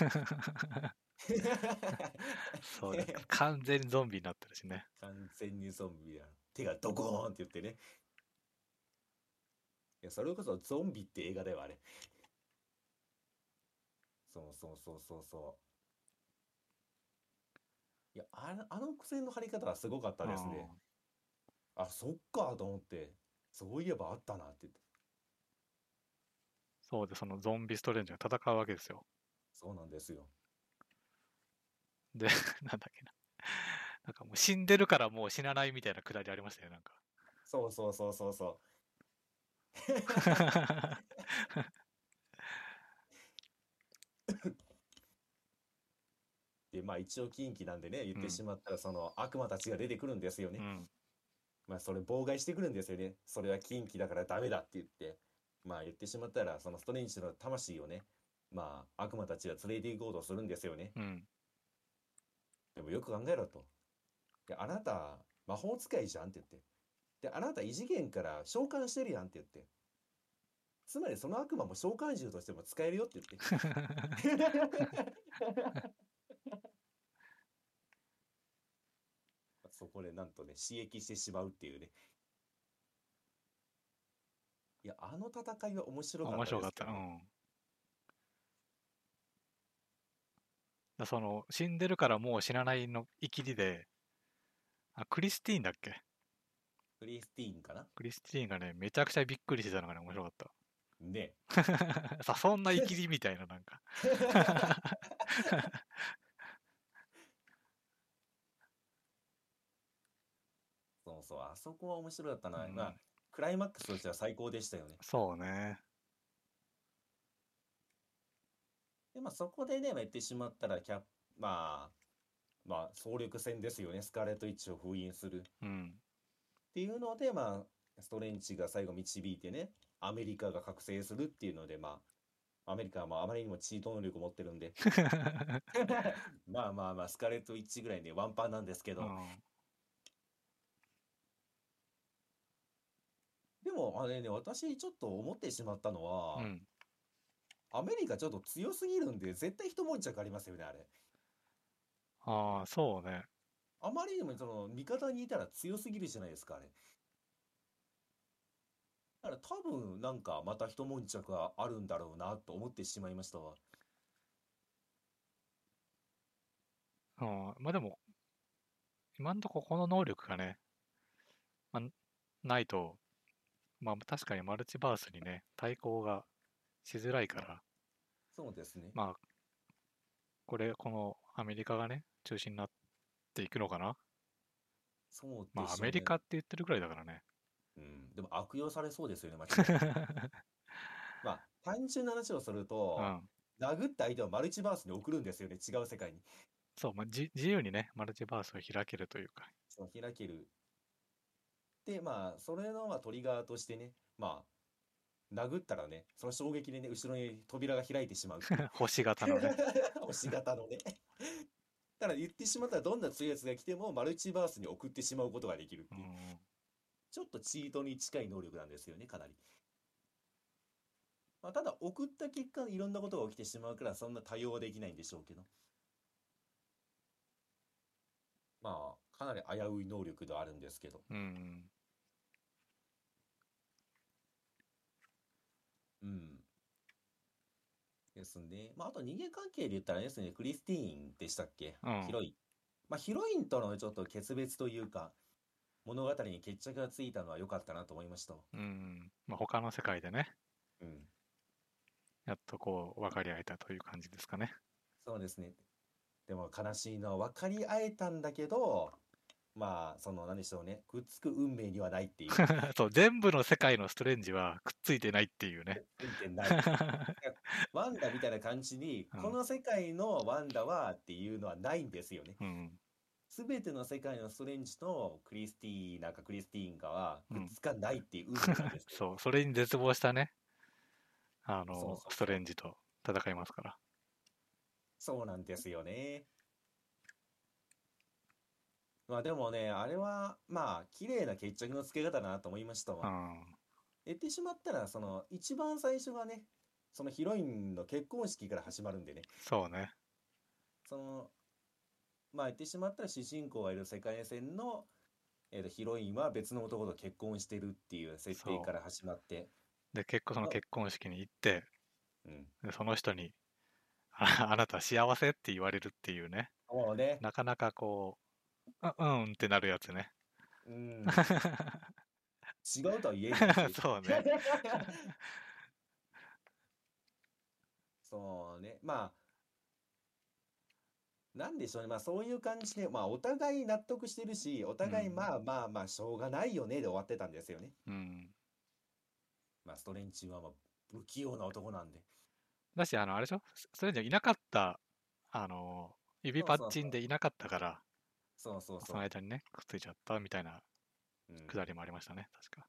S1: そう です完全にゾンビになってるしね
S2: 完全にゾンビや。手がドコーンって言ってね。いや、それこそゾンビって映画だよ、あれ。そうそうそうそうそう。いや、あの、あの苦戦の張り方はすごかったですね。あ、そっかと思って。そういえばあったなって言って。
S1: そうでそのゾンビストレンジが戦うわけですよ
S2: そうなんですよ。
S1: で、なんだっけな。なんかもう死んでるからもう死なないみたいなくだりありましたよ、 なん
S2: そうそうそうそうそう。
S1: か。
S2: で、まあ一応近畿なんでね、言っ
S1: うん
S2: てしまったら、その悪魔たちが出てくるんですよね。
S1: うん。
S2: まあそれ妨害してくるんですよね。それは禁忌だからダメだって言って。まあ言ってしまったら、そのストレンジの魂をね、まあ悪魔たちが連れて行こうとするんですよね。
S1: うん。
S2: でもよく考えろと。で、あなた、魔法使いじゃんって言って。で、あなた異次元から召喚してるやんって言って。つまりその悪魔も召喚獣としても使えるよって言って。 そこでなんとね、刺激してしまうっていうね。いや、あの戦いは面白かった
S1: 面白かった。
S2: ですけ
S1: う
S2: ど
S1: ん。だその、死んでるからもう死なないのいきりで、あ、クリスティーンだっけ
S2: クリスティーンかな
S1: クリスティーンがね、めちゃくちゃびっくりしてたのがね、面白かっ
S2: ね。
S1: た。 さ、そんなイキリみたいな、なんか。
S2: そうそう、あそこは面白かったな。
S1: うん
S2: まあ、クライマックスとしては最高でしたよね。
S1: そうね。
S2: で、まあ、そこでね、まあ、言ってしまったら、キャッ、まあ、まあ、総力戦ですよね。スカーレット・イッチを封印する。っ
S1: うん。
S2: ていうので、まあ、ストレンチが最後導いてね、アメリカが覚醒するっていうので、まあ、アメリカはまあ、あまりにもチート能力を持ってる んで、まあまあまあ、スカーレット・イッチぐらいね、ワンパンなんですけ
S1: う
S2: ど、
S1: ん
S2: でも、あれね、私ちょっと思ってしまったのは
S1: う、ん。
S2: アメリカちょっと強すぎるんで、絶対一悶着ありますよね、あれ。
S1: ああ、そうね。
S2: あまりにもその味方にいたら強すぎるじゃないですか、あれ。だから多分なんかまた一悶着があるんだろうなと思ってしまいましたわ。
S1: うん、まあでも、今んとここの能力がね、まあ、ないと、まあ確かにマルチバースにね、対抗がしづらいから、
S2: そうですね。
S1: まあ、これ、このアメリカがね、中心になっていくのかな。
S2: そうでし
S1: まあ
S2: ょうね
S1: アメリカって言ってるくらいだからね。
S2: うん。でも悪用されそうですよね、 間違いなくまあ、単純な話をすると
S1: う、ん。
S2: 殴った相手をマルチバースに送るんですよね、違う世界に。
S1: そう、まあ、じ自由にね、マルチバースを開けるというか、
S2: その開ける。で、まあ、それのまあトリガーとしてね、まあ、殴ったらね、その衝撃でね、後ろに扉が開いてしまうっていう
S1: 星型 のね。
S2: 星型のね。だから言ってしまったらどんな強いやつが来てもマルチバースに送ってしまうことができるって
S1: う
S2: いう、
S1: ん、
S2: ちょっとチートに近い能力なんですよね、かなり。まあ、ただ送った結果いろんなことが起きてしまうからそんな対応はできないんでしょうけど。まあ、かなり危うい能力ではあるんですけど。
S1: うん。
S2: うん。ですね。まあ、あと人間関係で言ったらですね、クリスティーンでしたっけ
S1: うん
S2: ヒロイン。まあ、ヒロインとのちょっと決別というか、物語に決着がついたのは良かったなと思いました。
S1: うん。まあ、他の世界でね、
S2: うん。
S1: やっとこう、分かり合えたという感じですかね。
S2: そうですね。でも悲しいのは分かり合えたんだけど、まあ、その、なんでしょうね。くっつく運命にはない っていう。くっ
S1: そう、全部の世界のストレンジはくっついてないっていうね。
S2: ついてない。ワンダみたいな感じに、
S1: うん
S2: この世界のワンダはっていうのはないんですよね。
S1: うん。
S2: すべての世界のストレンジとクリスティーナかクリスティーンかは
S1: う
S2: く
S1: ん
S2: っつかないっていう運命なんです よ
S1: そう、それに絶望したね、あ
S2: そうそう
S1: の
S2: そ、う
S1: ストレンジと戦いますから。
S2: そうなんですよね。まあでもね、あれはまあ綺麗な決着のつけ方だなと思いました
S1: う
S2: わ。
S1: ん。
S2: 言ってしまったら、その一番最初がね、そのヒロインの結婚式から始まるんでね、
S1: そうね。
S2: その、まあ言ってしまったら主人公がいる世界線の、えーと、ヒロインは別の男と結婚してるっていう設定
S1: そう
S2: から始まって、
S1: で、結構その結婚式に行って、
S2: うん。
S1: でその人に、ああなた幸せって言われるっていうね、
S2: もうね、
S1: なかなかこう、あうんってなるやつ ね。
S2: うん、違うとは言えな いし。
S1: そうね。
S2: そうね。まあ、なんでしょうね。まあそういう感じで、まあお互い納得してるし、お互い
S1: うん
S2: まあまあまあしょうがないよねで終わってたんですよね。
S1: うん。
S2: まあストレンチはまあ不器用な男なんで。
S1: だし、あの、あれでしょスストレンジがいなかった、あの、指
S2: そう
S1: パ
S2: そう
S1: ッチンでいなかったから、
S2: そうそう
S1: そ
S2: そ
S1: の
S2: う。
S1: 間にね、くっついちゃったみたいな
S2: うん
S1: くだりもありましたね、確か。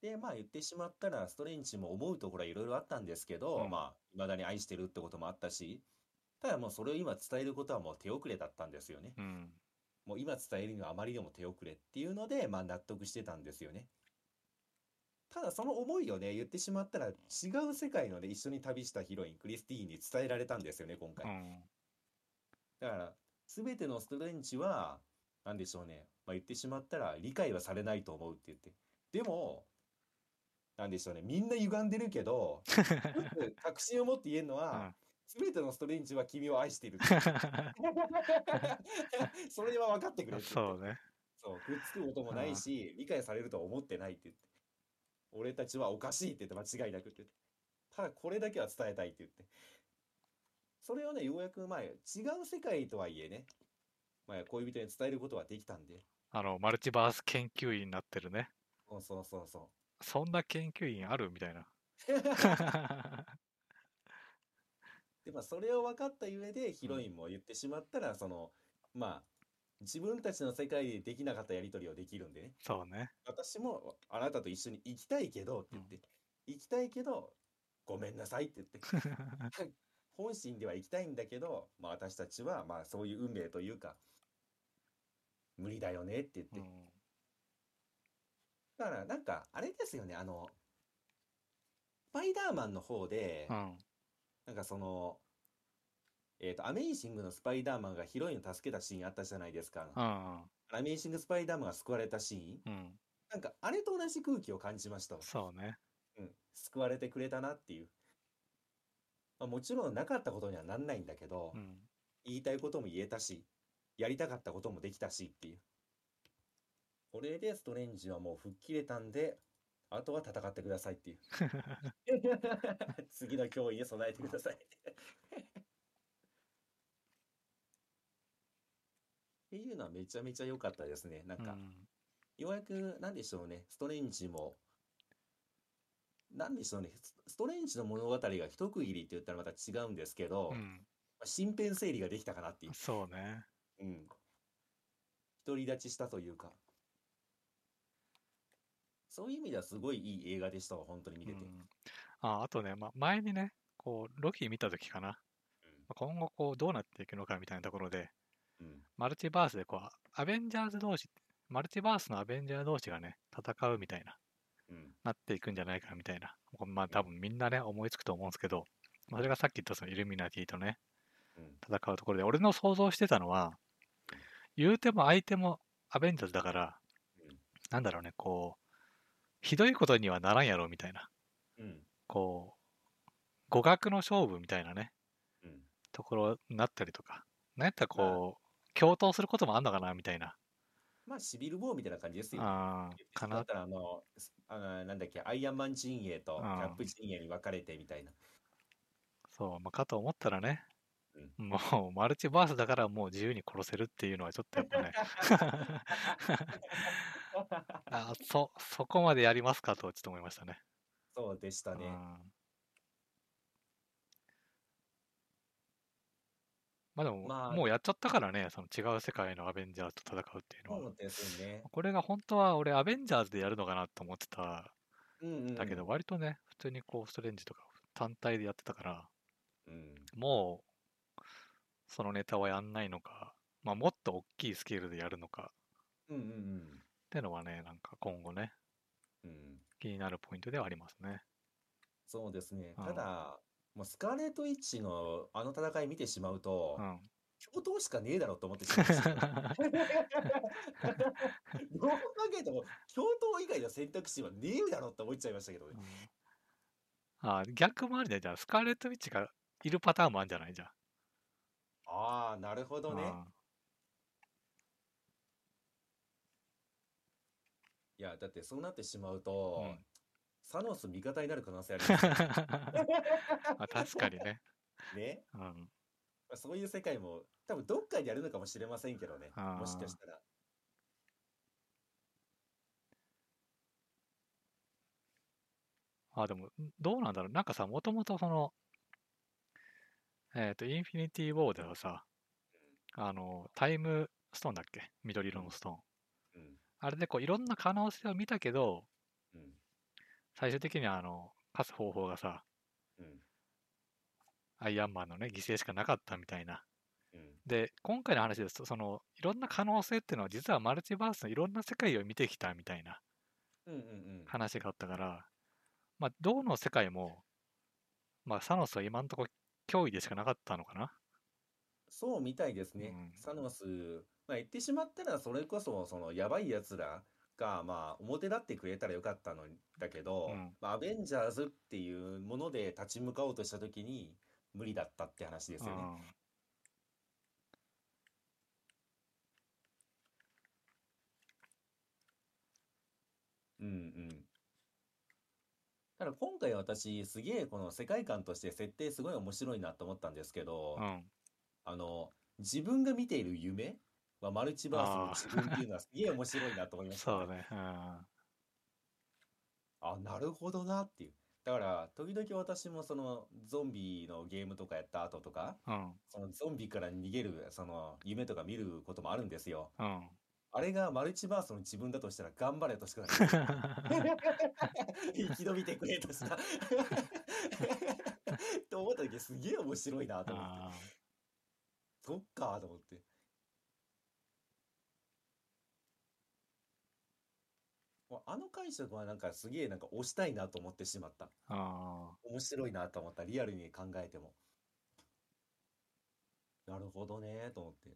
S2: で、まあ言ってしまったら、ストレンチも思うところはいろいろあったんですけど、
S1: うん
S2: まあ、未だに愛してるってこともあったし、ただもうそれを今伝えることはもう手遅れだったんですよね。
S1: うん。
S2: もう今伝えるにはあまりにも手遅れっていうので、まあ納得してたんですよね。ただその思いをね、言ってしまったら違う世界のね、一緒に旅したヒロイン、クリスティーンに伝えられたんですよね、今
S1: う
S2: 回。
S1: ん。
S2: だから、すべてのストレンチは、なんでしょうね。まあ言ってしまったら理解はされないと思うって言って。でも、なんでしょうね。みんな歪んでるけど、一つ確信を持って言えるの
S1: うん
S2: は、すべてのストレンチは君を愛している。 それは分かってくれって言って
S1: そうね。
S2: そう、くっつくこともないし、理解されるとは思ってないって言って。俺たちはおかしいって言って間違いなくって言って。ただこれだけは伝えたいって言って。それをね、ようやく前、違う世界とはいえね、まあ、恋人に伝えることはできたんで。
S1: あの、マルチバース研究員になってるね。
S2: そうそうそうそ
S1: そんな研究員あるみたい な。
S2: う。で、まあ、それを分かった上で、ヒロインも言ってしまったら、その、まあ、自分たちの世界でできなかったやりとりをできるんでね。
S1: そうね。
S2: 私もあなたと一緒に行きたいけどって言って、行きたいけどごめんなさいって言って本心では行きたいんだけど、まあ、私たちはまあそういう運命というか無理だよねって言って、
S1: うん。
S2: だからなんかあれですよねあのスパイダーマンの方で、
S1: うん。
S2: なんかそのえっ、とアメイジングのスパイダーマンがヒロインを助けたシーンあったじゃないですか、
S1: うん。
S2: アメイジングスパイダーマンが救われたシ
S1: う
S2: ーン
S1: ん。
S2: あなんかあれと同じ空気を感じましたわ。
S1: そうね。
S2: うん、救われてくれたなっていう。まあ、もちろんなかったことにはなんないんだけど、
S1: うん。
S2: 言いたいことも言えたし、やりたかったこともできたしっていう。これでストレンジはもう吹っ切れたんで、あとは戦ってくださいっ ていう。次の脅威へ備えてくださいって。っていうのはめちゃめちゃ良かったですね。なん
S1: う
S2: か、
S1: ん
S2: ようやく、なんでしょうね、ストレンジも、なんでしょうね、スストレンジの物語が一区切りって言ったらまた違うんですけど、
S1: う
S2: ま
S1: ん。
S2: あ身辺整理ができたかなっていう。
S1: そうね。
S2: うん。独り立ちしたというか。そういう意味ではすごいいい映画でしたわ、本当に見てて。
S1: うんああとね、ま、前にね、こう、ロキ見たときかな、まあ今後こう、どうなっていくのかみたいなところで、
S2: うん。うん。
S1: マルチバースでこう、アベンジャーズ同士、マルチバースのアベンジャー同士がね、戦うみたいな、
S2: うん。
S1: なっていくんじゃないかみたいな、こうまあ多分みんなね、思いつくと思うんですけど、まあそれがさっき言ったそのイルミナティとね、
S2: うん。
S1: 戦うところで、俺の想像してたのは、言うても相手もアベンジャーズだから
S2: うん、
S1: なんだろうね、こう、ひどいことにはならんやろみたいな、
S2: うん。
S1: こう、互角の勝負みたいなね、
S2: うん。
S1: ところになったりとか、なんやったらこう、共闘することもあんのかなみたいな、
S2: まあ、シビル・ウォーみたいな感じですよ。
S1: あーか
S2: だ
S1: な
S2: っ。たらあの、すあのなんだっけ、アイアンマン陣営と
S1: うん
S2: キャップ陣営に分かれてみたいな。
S1: そう、まあ、かと思ったらね、もうマルチバースだからもう自由に殺せるっていうのはちょっとやっぱね、 あそ、そこまでやりますかとはちょっと思いましたね。
S2: そうでしたね
S1: う。んまあでも、
S2: まあ
S1: もうやっちゃったからね、その違う世界のアベンジャーズと戦うっていうの
S2: そ
S1: は
S2: う。ですね。
S1: これが本当は俺、アベンジャーズでやるのかなと思ってた
S2: うんうんうん
S1: んだけど、、割とね、普通にこう、ストレンジとか単体でやってたから、
S2: うん、
S1: もう、そのネタはやんないのか、まあ、もっと大きいスケールでやるのか
S2: うんうん
S1: っていうのはね、なんか今後ね、
S2: うんうん
S1: 気になるポイントではありますね。
S2: そうですね。
S1: うん
S2: ただ、もうスカーレット・イッチのあの戦い見てしまうと
S1: う、ん。
S2: 共闘しかねえだろうと思ってしまいま したよどう考えても、共闘以外の選択肢はねえだろうと思っちゃいましたけど
S1: う
S2: ね。
S1: んあ逆もあるね。じゃあ、スカーレット・ウィッチがいるパターンもあるんじゃないじゃん。
S2: ああ、なるほどね。
S1: うん
S2: いや、だってそうなってしまうと、
S1: うん
S2: サノス味方になる可能性ありますよ
S1: まあ、確かにね。
S2: ね。
S1: うん。
S2: まあそういう世界も、多分どっかにあるのかもしれませんけどね。
S1: あー
S2: もしかしたら。
S1: あ、でも、どうなんだろう。なんかさ、もともとその、えっ、と、インフィニティ・ウォーではさ、あの、タイムストーンだっけ緑色のストーン。
S2: うん。
S1: あれでこう、いろんな可能性を見たけど、
S2: うん。
S1: 最終的にはあの、勝つ方法がさ、
S2: うん。
S1: アイアンマンのね、犠牲しかなかったみたいな。
S2: うん。
S1: で、今回の話ですと、その、いろんな可能性っていうのは、実はマルチバースのいろんな世界を見てきたみたいな
S2: うんうんうん。
S1: 話があったから、まあ、どの世界も、まあ、サノスは今のところ脅威でしかなかったのかな。
S2: そうみたいですね。
S1: うん
S2: サノス、まあ、言ってしまったらそれこそそのやばいやつらがまあ表立ってくれたらよかったのだけど、
S1: うん
S2: まあ、アベンジャーズっていうもので立ち向かおうとした時に無理だったって話ですよ
S1: う
S2: ね。
S1: ん
S2: うんうん。ただ今回私すげえこの世界観として設定すごい面白いなと思ったんですけど、
S1: うん。
S2: あの自分が見ている夢はマルチバースの自分っていうのはすげえ面白いなと思いましたね
S1: そうね。うん。
S2: あ、なるほどなっていう。だから、時々私もそのゾンビのゲームとかやった後とか、
S1: うん。
S2: そのゾンビから逃げる、その夢とか見ることもあるんですよ。
S1: うん。
S2: あれがマルチバースの自分だとしたら頑張れとしかないです。生き延びてくれとした と思った時すげえ面白いなと思って。
S1: あ
S2: そっかと思って。わあの解釈はなんかすげえなんか推したいなと思ってしまった。
S1: ーあ
S2: 面白いなと思った。リアルに考えても。なるほどねと思って。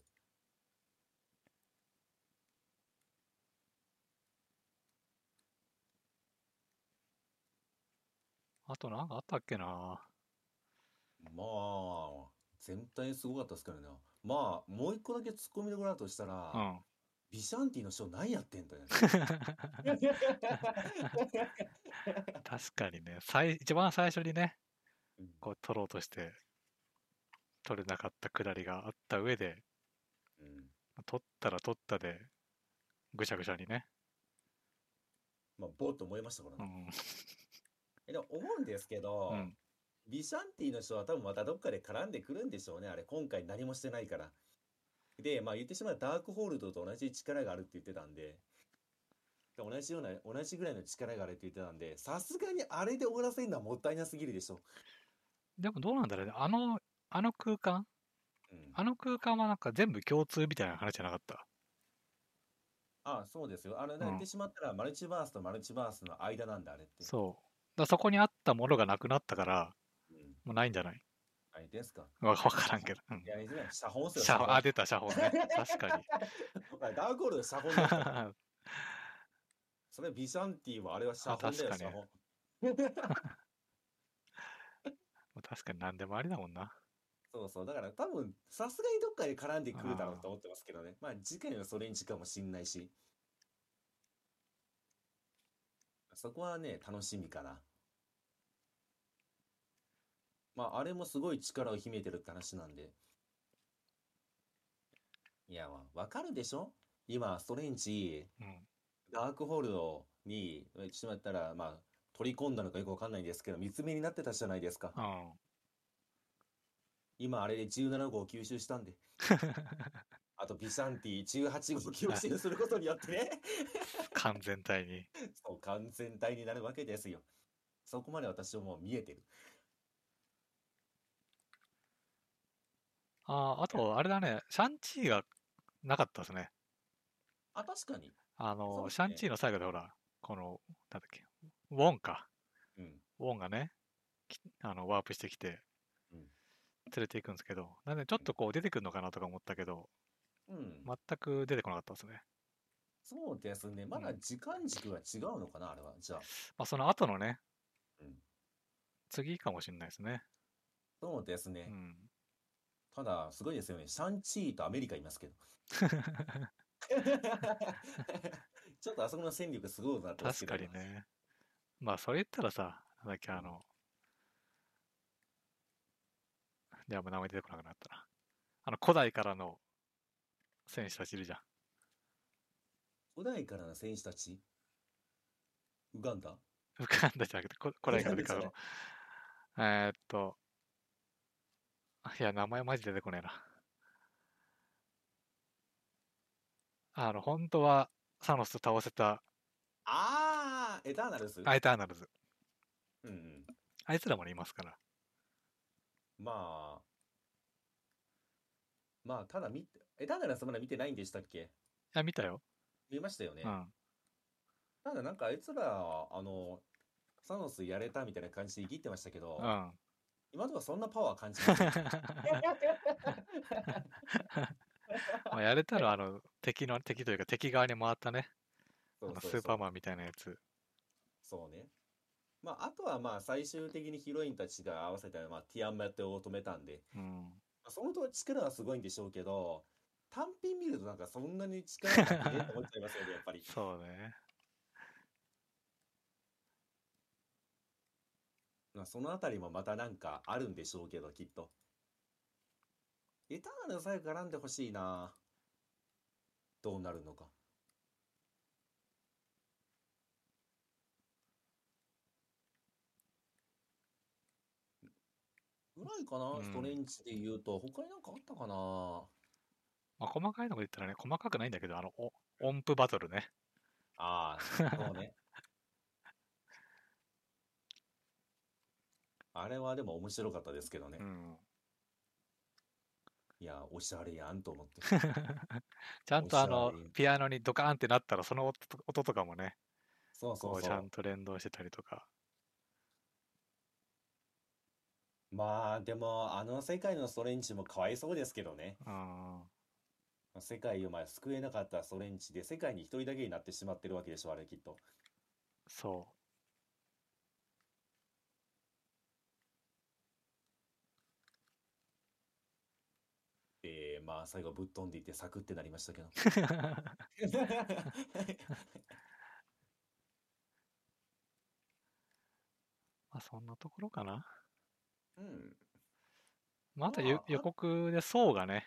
S1: あとなんかあったっけな。
S2: まあ、全体すごかったですからね。まあ、もう一個だけ突っ込みどころだとしたら、
S1: うん。
S2: ビシャンティのショー何やって んだよ。
S1: 確かにね、最一番最初にね、
S2: うん
S1: こう取ろうとして、取れなかったくだりがあった上で、
S2: うん
S1: 取ったら取ったで、ぐしゃぐしゃにね。
S2: まあ、ぼーっと思いましたから
S1: う
S2: ね。
S1: ん。
S2: えでも思うんですけど、
S1: うん、
S2: ビシャンティの人は多分またどっかで絡んでくるんでしょうね。あれ、今回何もしてないから。で、まあ言ってしまえばダークホールドと同じ力があるって言ってたんで、同じような、同じぐらいの力があるって言ってたんで、さすがにあれで終わらせるのはもったいなすぎるでしょ。
S1: でもどうなんだろうね。あの、あの空間
S2: うん、
S1: あの空間はなんか全部共通みたいな話じゃなかった。
S2: ああ、そうですよ。あれ、
S1: ん
S2: 言ってしまったらマルチバースとマルチバースの間なんだ、あれって。
S1: そう。だからそこにあったものがなくなったから、
S2: うん。
S1: もうないんじゃない
S2: あれですか。
S1: わわからんけど。うん
S2: い。や、いずれ、写本っすよ、
S1: シャホ
S2: 写本
S1: あ、出た、シャホね。確か に。
S2: ほらダークホールド写本だからそれビシャンティはあれは写本だよ、
S1: あ確か
S2: 写
S1: に
S2: 本。
S1: 確かに何でもありだもんな。
S2: そうそう。だから多分、さすがにどっかで絡んでくるだろ
S1: あ
S2: う
S1: ー
S2: と思ってますけどね。まあ、次回はそれに時間もしんないし。そこはね、楽しみかな。まあ、あれもすごい力を秘めてるって話なんで。いや、まあわかるでしょ今、ストレンジ、
S1: うん。
S2: ダークホールドに、言ってしまったら、まあ、取り込んだのかよくわかんないんですけど、三つ目になってたじゃないですか。
S1: うん。
S2: 今あれで17号を吸収した んで。あとビシャンティ18号を吸収することによってね、
S1: 完全体に。
S2: そう完全体になるわけですよ。そこまで私はもう見えてる。
S1: ああ、あと、あれだね、シャンチーがなかったですね。
S2: あ、確かに。
S1: あ
S2: そう
S1: の、
S2: です
S1: シャン
S2: ね
S1: チーの最後でほら、この、なんだっけ、ウォンか。
S2: うん。
S1: ウォンがね、きあの、ワープしてきて、
S2: うん
S1: 連れていくんですけど、なんでちょっとこう出てくるのかなとか思ったけど、
S2: うん。
S1: 全く出てこなかったですね。
S2: そうですね。まだ時間軸が違うのかな、あれは。じゃあ。
S1: まあ、その後のね、
S2: うん
S1: 次かもしれないですね。
S2: そうです
S1: う
S2: ね。
S1: ん。
S2: ただ、すごいですよね。シャンチーとアメリカいます けど。ちょっとあそこの戦力すごいなってます
S1: 確
S2: け
S1: か
S2: ど。
S1: にね。まあ、それ言ったらさ、なんだっけ、あの、いや、もう名前出てこなくなったな。あの、古代からの選手たちいるじゃん。
S2: 古代からの選手たち。ウガンダ
S1: 浮かんだじゃなくて、こ古代から出てくるの。えーっと、いや、名前マジ出てこねえな。あの、本当はサノス倒せた
S2: ああ、エターナルス。
S1: アイターナルズ。
S2: うんうん。
S1: あいつらもねいますから。
S2: まあ。まあ、ただ見て、エターナルスまだ見てないんでしたっけ
S1: いや、見たよ。
S2: 見ましたよね。
S1: うん。
S2: ただなんかあいつら、あの、サノスやれたみたいな感じで言い切ってましたけど、
S1: うん。
S2: 今のところそんなパワー感じ ません
S1: まあやれたら、あの、敵の、敵というか敵側に回ったね、あ
S2: そう
S1: の
S2: そう
S1: スーパー
S2: ン。
S1: マンみたいなやつ。
S2: そうね。まあ、あとはまあ、最終的にヒロインたちが合わせて、まあ、ティアンメットを止めたんで、
S1: うん。
S2: まあそのと力はすごいんでしょうけど、単品見るとなんかそんなに力がないねって思っちゃいますよね、やっぱり。
S1: そうね。
S2: まあ、そのあたりもまたなんかあるんでしょうけど、きっと。エターナル最後絡んでほしいな。どうなるのか。ぐらいかな、
S1: うん
S2: ストレンジで言うと、他になんかあったかな。
S1: まあ、細かいのこと言ったらね、細かくないんだけど、あの、お音符バトルね。
S2: ああ、そうね。 あれはでも面白かったですけどね
S1: う。ん。
S2: いや、おしゃれやんと思って。
S1: ちゃんとあ
S2: お
S1: の
S2: しゃれ、
S1: ピアノにドカーンってなったら、その音と音とかもね、
S2: そうそ
S1: こ
S2: う
S1: うち
S2: そ
S1: ゃ。
S2: うん
S1: と連動してたりとか。
S2: まあでもあの世界のストレンチもかわいそうですけどね。
S1: うん。
S2: 世界をまあ救えなかったストレンチで世界に一人だけになってしまってるわけでしょ、あれきっと。
S1: そ
S2: ああ、最後ぶっ飛んでいってサクってなり ましたけど。
S1: まあそんなところかな。
S2: うん、
S1: まあ、あとゆ
S2: まあ
S1: 予告でそうがね。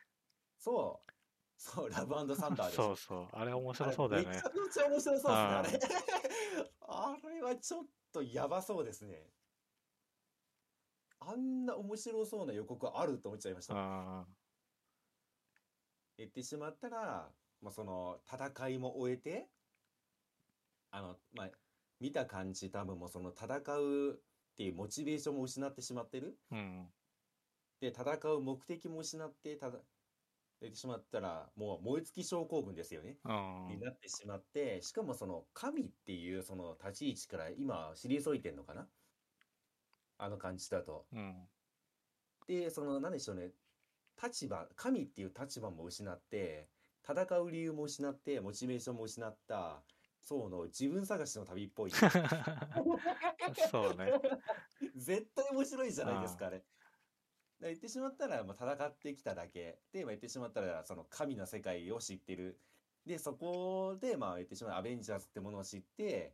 S2: そう。そう、ラブサンダーで す。
S1: そうそう。あれ面白そうだよ
S2: あれめ
S1: ね
S2: ちゃ。くちゃ面白そうですね、あれ。あれはちょっとやばそうですね。あんな面白そうな予告あると思っちゃいまし
S1: う
S2: た。
S1: ん。
S2: 言ってしまったら、まあ、その戦いも終えて、あの、まあ、見た感じ多分もうその戦うっていうモチベーションも失ってしまってる。
S1: うん。
S2: で、戦う目的も失って、ただ、言ってしまったら、もう燃え尽き症候群ですよね。
S1: うん。
S2: になってしまって、しかもその神っていうその立ち位置から今退いてんのかなあの感じだと。
S1: うん。
S2: で、その何でしょうね、立場、神っていう立場も失って、戦う理由も失って、モチベーションも失った、そうの自分探しの旅っぽい。
S1: そうね。
S2: 絶対面白いじゃないですか、あれ。だから言ってしまったら、まあ、戦ってきただけ。で、まあ、言ってしまったら、その神の世界を知ってる。で、そこで、まあ、言ってしまうアベンジャーズってものを知って、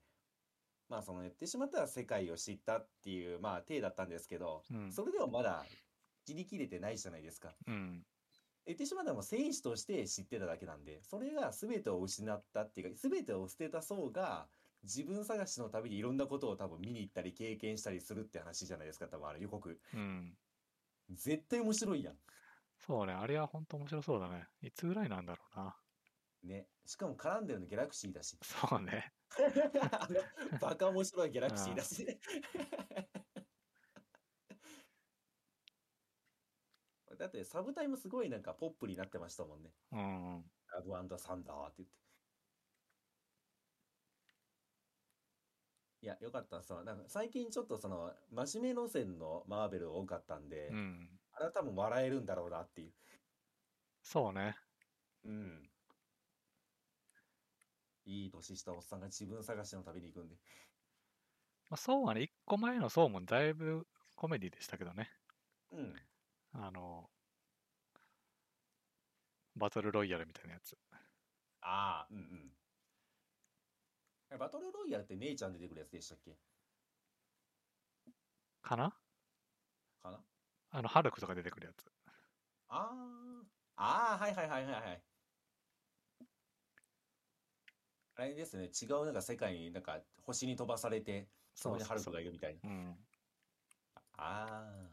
S2: まあ、その言ってしまったら世界を知ったっていう、まあ、体だったんですけど、
S1: うん。
S2: それでもまだ知りきれてないじゃないですか。
S1: うん。
S2: 言ってしまったらもう戦士として知ってただけなんで、それが全てを失ったっていうか、全てを捨てた層が、自分探しの旅でいろんなことを多分見に行ったり経験したりするって話じゃないですか、多分あれ予告。
S1: うん。
S2: 絶対面白いやん。
S1: そうね。あれは本当面白そうだね。いつぐらいなんだろうな。
S2: ね。しかも絡んでるのギャラクシーだし。
S1: そうね。
S2: あのバカ面白いギャラクシーだし。 だってサブタイもすごいなんかポップになってましたもんね。
S1: うん。
S2: ラブサンダーって言って。いや、よかったっすわなんか最近ちょっとその、真面目路線のマーベル多かったんで、
S1: うん。
S2: あれ多分笑えるんだろうなっていう。
S1: そうね。
S2: うん。いい年したおっさんが自分探しの旅に行くんで。
S1: まあ、そうはね、一個前のそうもだいぶコメディでしたけどね。
S2: うん。
S1: あの、バトルロイヤルみたいなやつ。
S2: ああ、うんうんえ。バトルロイヤルって姉ちゃん出てくるやつでしたっけ
S1: かな
S2: かな
S1: あの、ハルクとか出てくるやつ。
S2: ああ、ああ、はいはいはいはいはい。あれですね、違うなんか世界になんか星に飛ばされて、そこにハルクがいるみたいな。
S1: うん。
S2: ああ。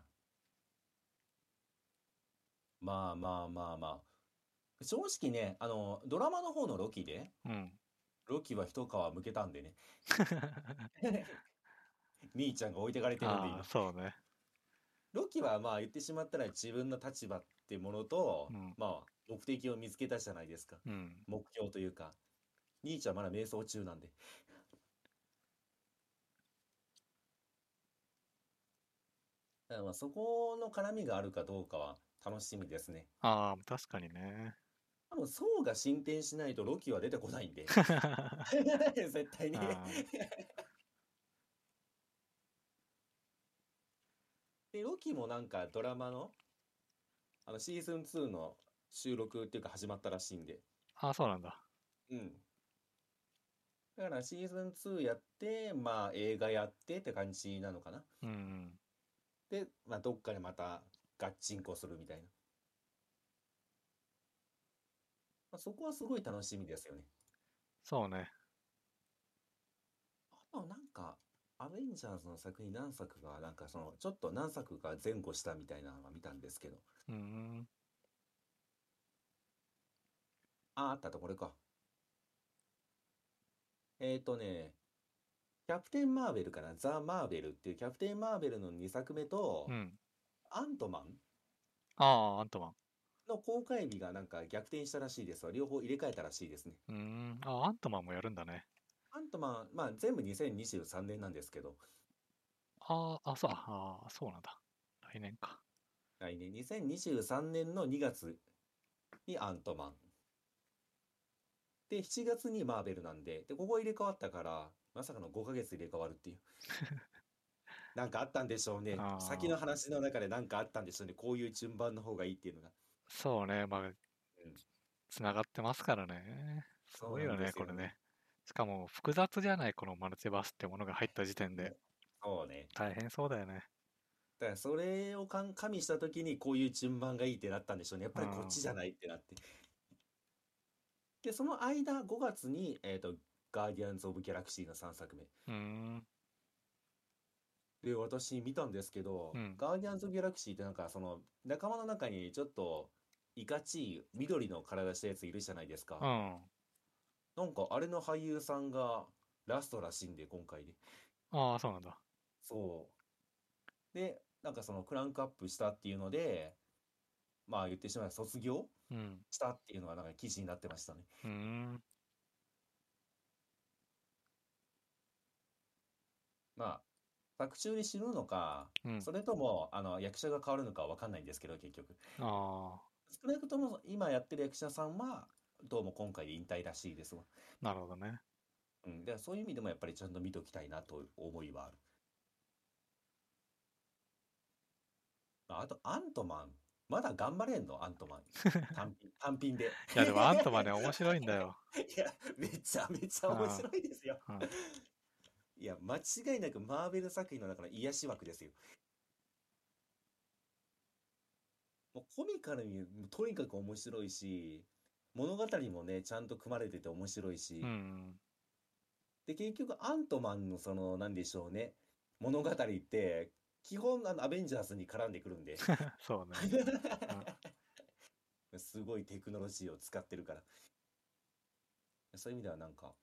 S2: まあまあまあまあ。正直ね、あの、ドラマの方のロキで、
S1: うん。
S2: ロキは一皮むけたんでね。兄ちゃんが置いてかれてるんで
S1: あ
S2: 今
S1: あ、。そうね。
S2: ロキはまあ言ってしまったら自分の立場ってものと、
S1: うん
S2: まあ目的を見つけたじゃないですか。
S1: うん。
S2: 目標というか。兄ちゃんまだ瞑想中なんで。 だからまあそこの絡みがあるかどうかは楽しみですね。
S1: ああ、確かに ね。
S2: 多分、層が進展しないとロキは出てこないんで。
S1: あ
S2: 絶対に。
S1: あ
S2: で、ロキもなんかドラマの、あのシーズン2の収録っていうか始まったらしいんで。
S1: ああ、そうなんだ。
S2: うん。だからシーズン2やって、まあ映画やってって感じなのかな。
S1: うん。
S2: で、まあどっかでまたガッチンコするみたいな。まあ、そこはすごい楽しみですよね。
S1: そうね。
S2: あとなんか、アベンジャーズの作品何作か、なんかその、ちょっと何作か前後したみたいなのは見たんですけど。
S1: うん。
S2: あ、あったとこれか。えっとね、キャプテン・マーベルかな、ザ・マーベルっていうキャプテン・マーベルの2作目と
S1: う、ん。
S2: アントマン
S1: ああ、アントマン。
S2: の公開日がなんか逆転したらしいですわ。両方入れ替えたらしいですね。
S1: うん。ああ、アントマンもやるんだね。
S2: アントマン、まあ全部2023年なんですけど、
S1: ああ、あ、そう、ああ、そうなんだ。来年か。
S2: 来年、2023年の2月にアントマン。で、7月にマーベルなんで、で、ここ入れ替わったから、まさかの5ヶ月入れ替わる っていう。なんかあったんでしょうね
S1: あ。ー
S2: 先の話の中でなんかあったんでしょうね。こういう順番の方がいいっていうのが。
S1: そうね。まあ、つながってますからね。す
S2: そう
S1: ご
S2: ないん
S1: よ
S2: で
S1: ね、
S2: す
S1: こ
S2: よ
S1: れね。しかも複雑じゃない、このマルチバースってものが入った時点で。
S2: そうね。
S1: 大変そうだよね。
S2: だからそれをかん加味した時にこういう順番がいいってなったんでしょうね。やっぱり
S1: う
S2: こ
S1: ん
S2: っちじゃないってなって。で、その間、5月に、えっと、ガーディアンズ・オブ・ギャラクシーの3作目。
S1: うーん。
S2: で、私見たんですけど、
S1: うん
S2: ガーディアンズ・オブ・ギャラクシーってなんかその仲間の中にちょっといかちい緑の体したやついるじゃないですか。
S1: うん。
S2: なんかあれの俳優さんがラストらしいんで、今回で。
S1: ああ、そうなんだ。
S2: そう。で、なんかそのクランクアップしたっていうので、まあ言ってしまえば卒業
S1: うん。
S2: したっていうのがなんか記事になってましたね。
S1: うーん。
S2: まあ、作中に死ぬのか、
S1: うん。
S2: それとも、あの、役者が変わるのかはわかんないんですけど、結局。
S1: あ
S2: 少なくとも今やってる役者さんは、どうも今回で引退らしいですわ。
S1: あ、なるほどね。
S2: うん。で、そういう意味でもやっぱりちゃんと見ときたいなという思いはある。まああと、アントマン。まだ頑張れんのアントマン。単品、単品で。
S1: いや、でもアントマンね、面白いんだよ。
S2: いや、めちゃめちゃ面白いですよ。
S1: うん
S2: いや、間違いなくマーベル作品の中の癒し枠ですよ。もうコミカルにとにかく面白いし、物語もね、ちゃんと組まれてて面白いし、
S1: うん。
S2: で、結局アントマンのその、なんでしょうね、物語って、基本あのアベンジャーズに絡んでくるんで、
S1: そうね。
S2: すごいテクノロジーを使ってるから。そういう意味ではなんか、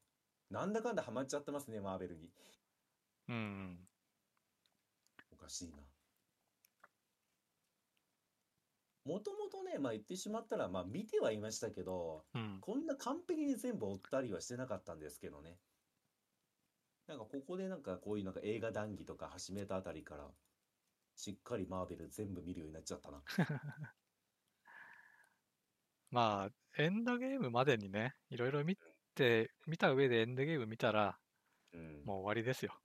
S2: なんだかんだハマっちゃってますね、マーベルに。
S1: うん。
S2: おかしいな。もともとね、まあ言ってしまったら、まあ見てはいましたけど、
S1: うん。
S2: こんな完璧に全部追ったりはしてなかったんですけどね。なんかここでなんかこういうなんか映画談義とか始めたあたりから、しっかりマーベル全部見るようになっちゃったな。
S1: まあ、エンドゲームまでにね、いろいろ見て、見た上でエンドゲーム見たら、
S2: うん。
S1: もう終わりですよ。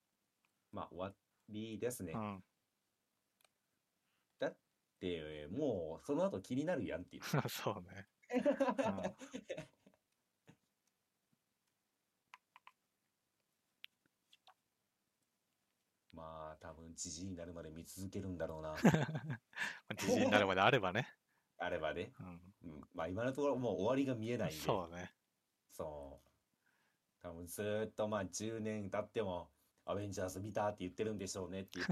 S2: まあ終わりですね
S1: う。ん。
S2: だって、もうその後気になるやんっていう。
S1: そうね。
S2: まあ多分じじいになるまで見続けるんだろうな。
S1: じじいになるまであればね。
S2: あればね。
S1: うん。
S2: うん、まあ今のところもう終わりが見えないんで。
S1: そうね。
S2: そう。多分ずーっとまあ10年経っても、アベンジャーズ見たって言ってるんでしょうね っていう。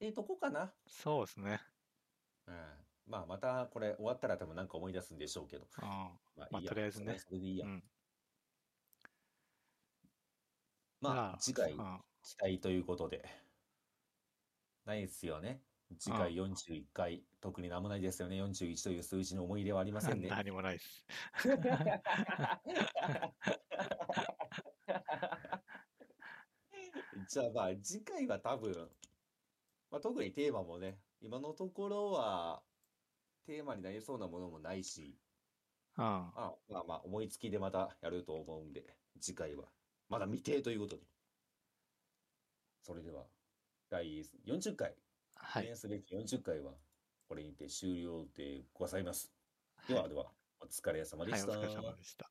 S2: え、どこかな
S1: そうですね。
S2: うん。まあまたこれ終わったら多分なんか思い出すんでしょうけど。
S1: うん。
S2: ま
S1: まあ
S2: いいや
S1: とりあえずね
S2: それはそれでいいや。
S1: うんじゃ
S2: まあ次回
S1: う。ん。
S2: 期待ということで。ないですよね。次回41回、特に何もないですよね。41という数字の思い入れはありませんね。
S1: 何もないです。
S2: じゃあまあ次回は多分、まあ、特にテーマもね、今のところはテーマになりそうなものもないし、
S1: うん。
S2: あまあまあ思いつきでまたやると思うんで、次回はまだ未定ということで。それでは、第40回、
S1: は
S2: 記
S1: い。
S2: 念すべき40回はこれにて終了でございます。ではでは、お疲れ様で
S1: はい、
S2: し
S1: お
S2: た。
S1: 疲れ様でした。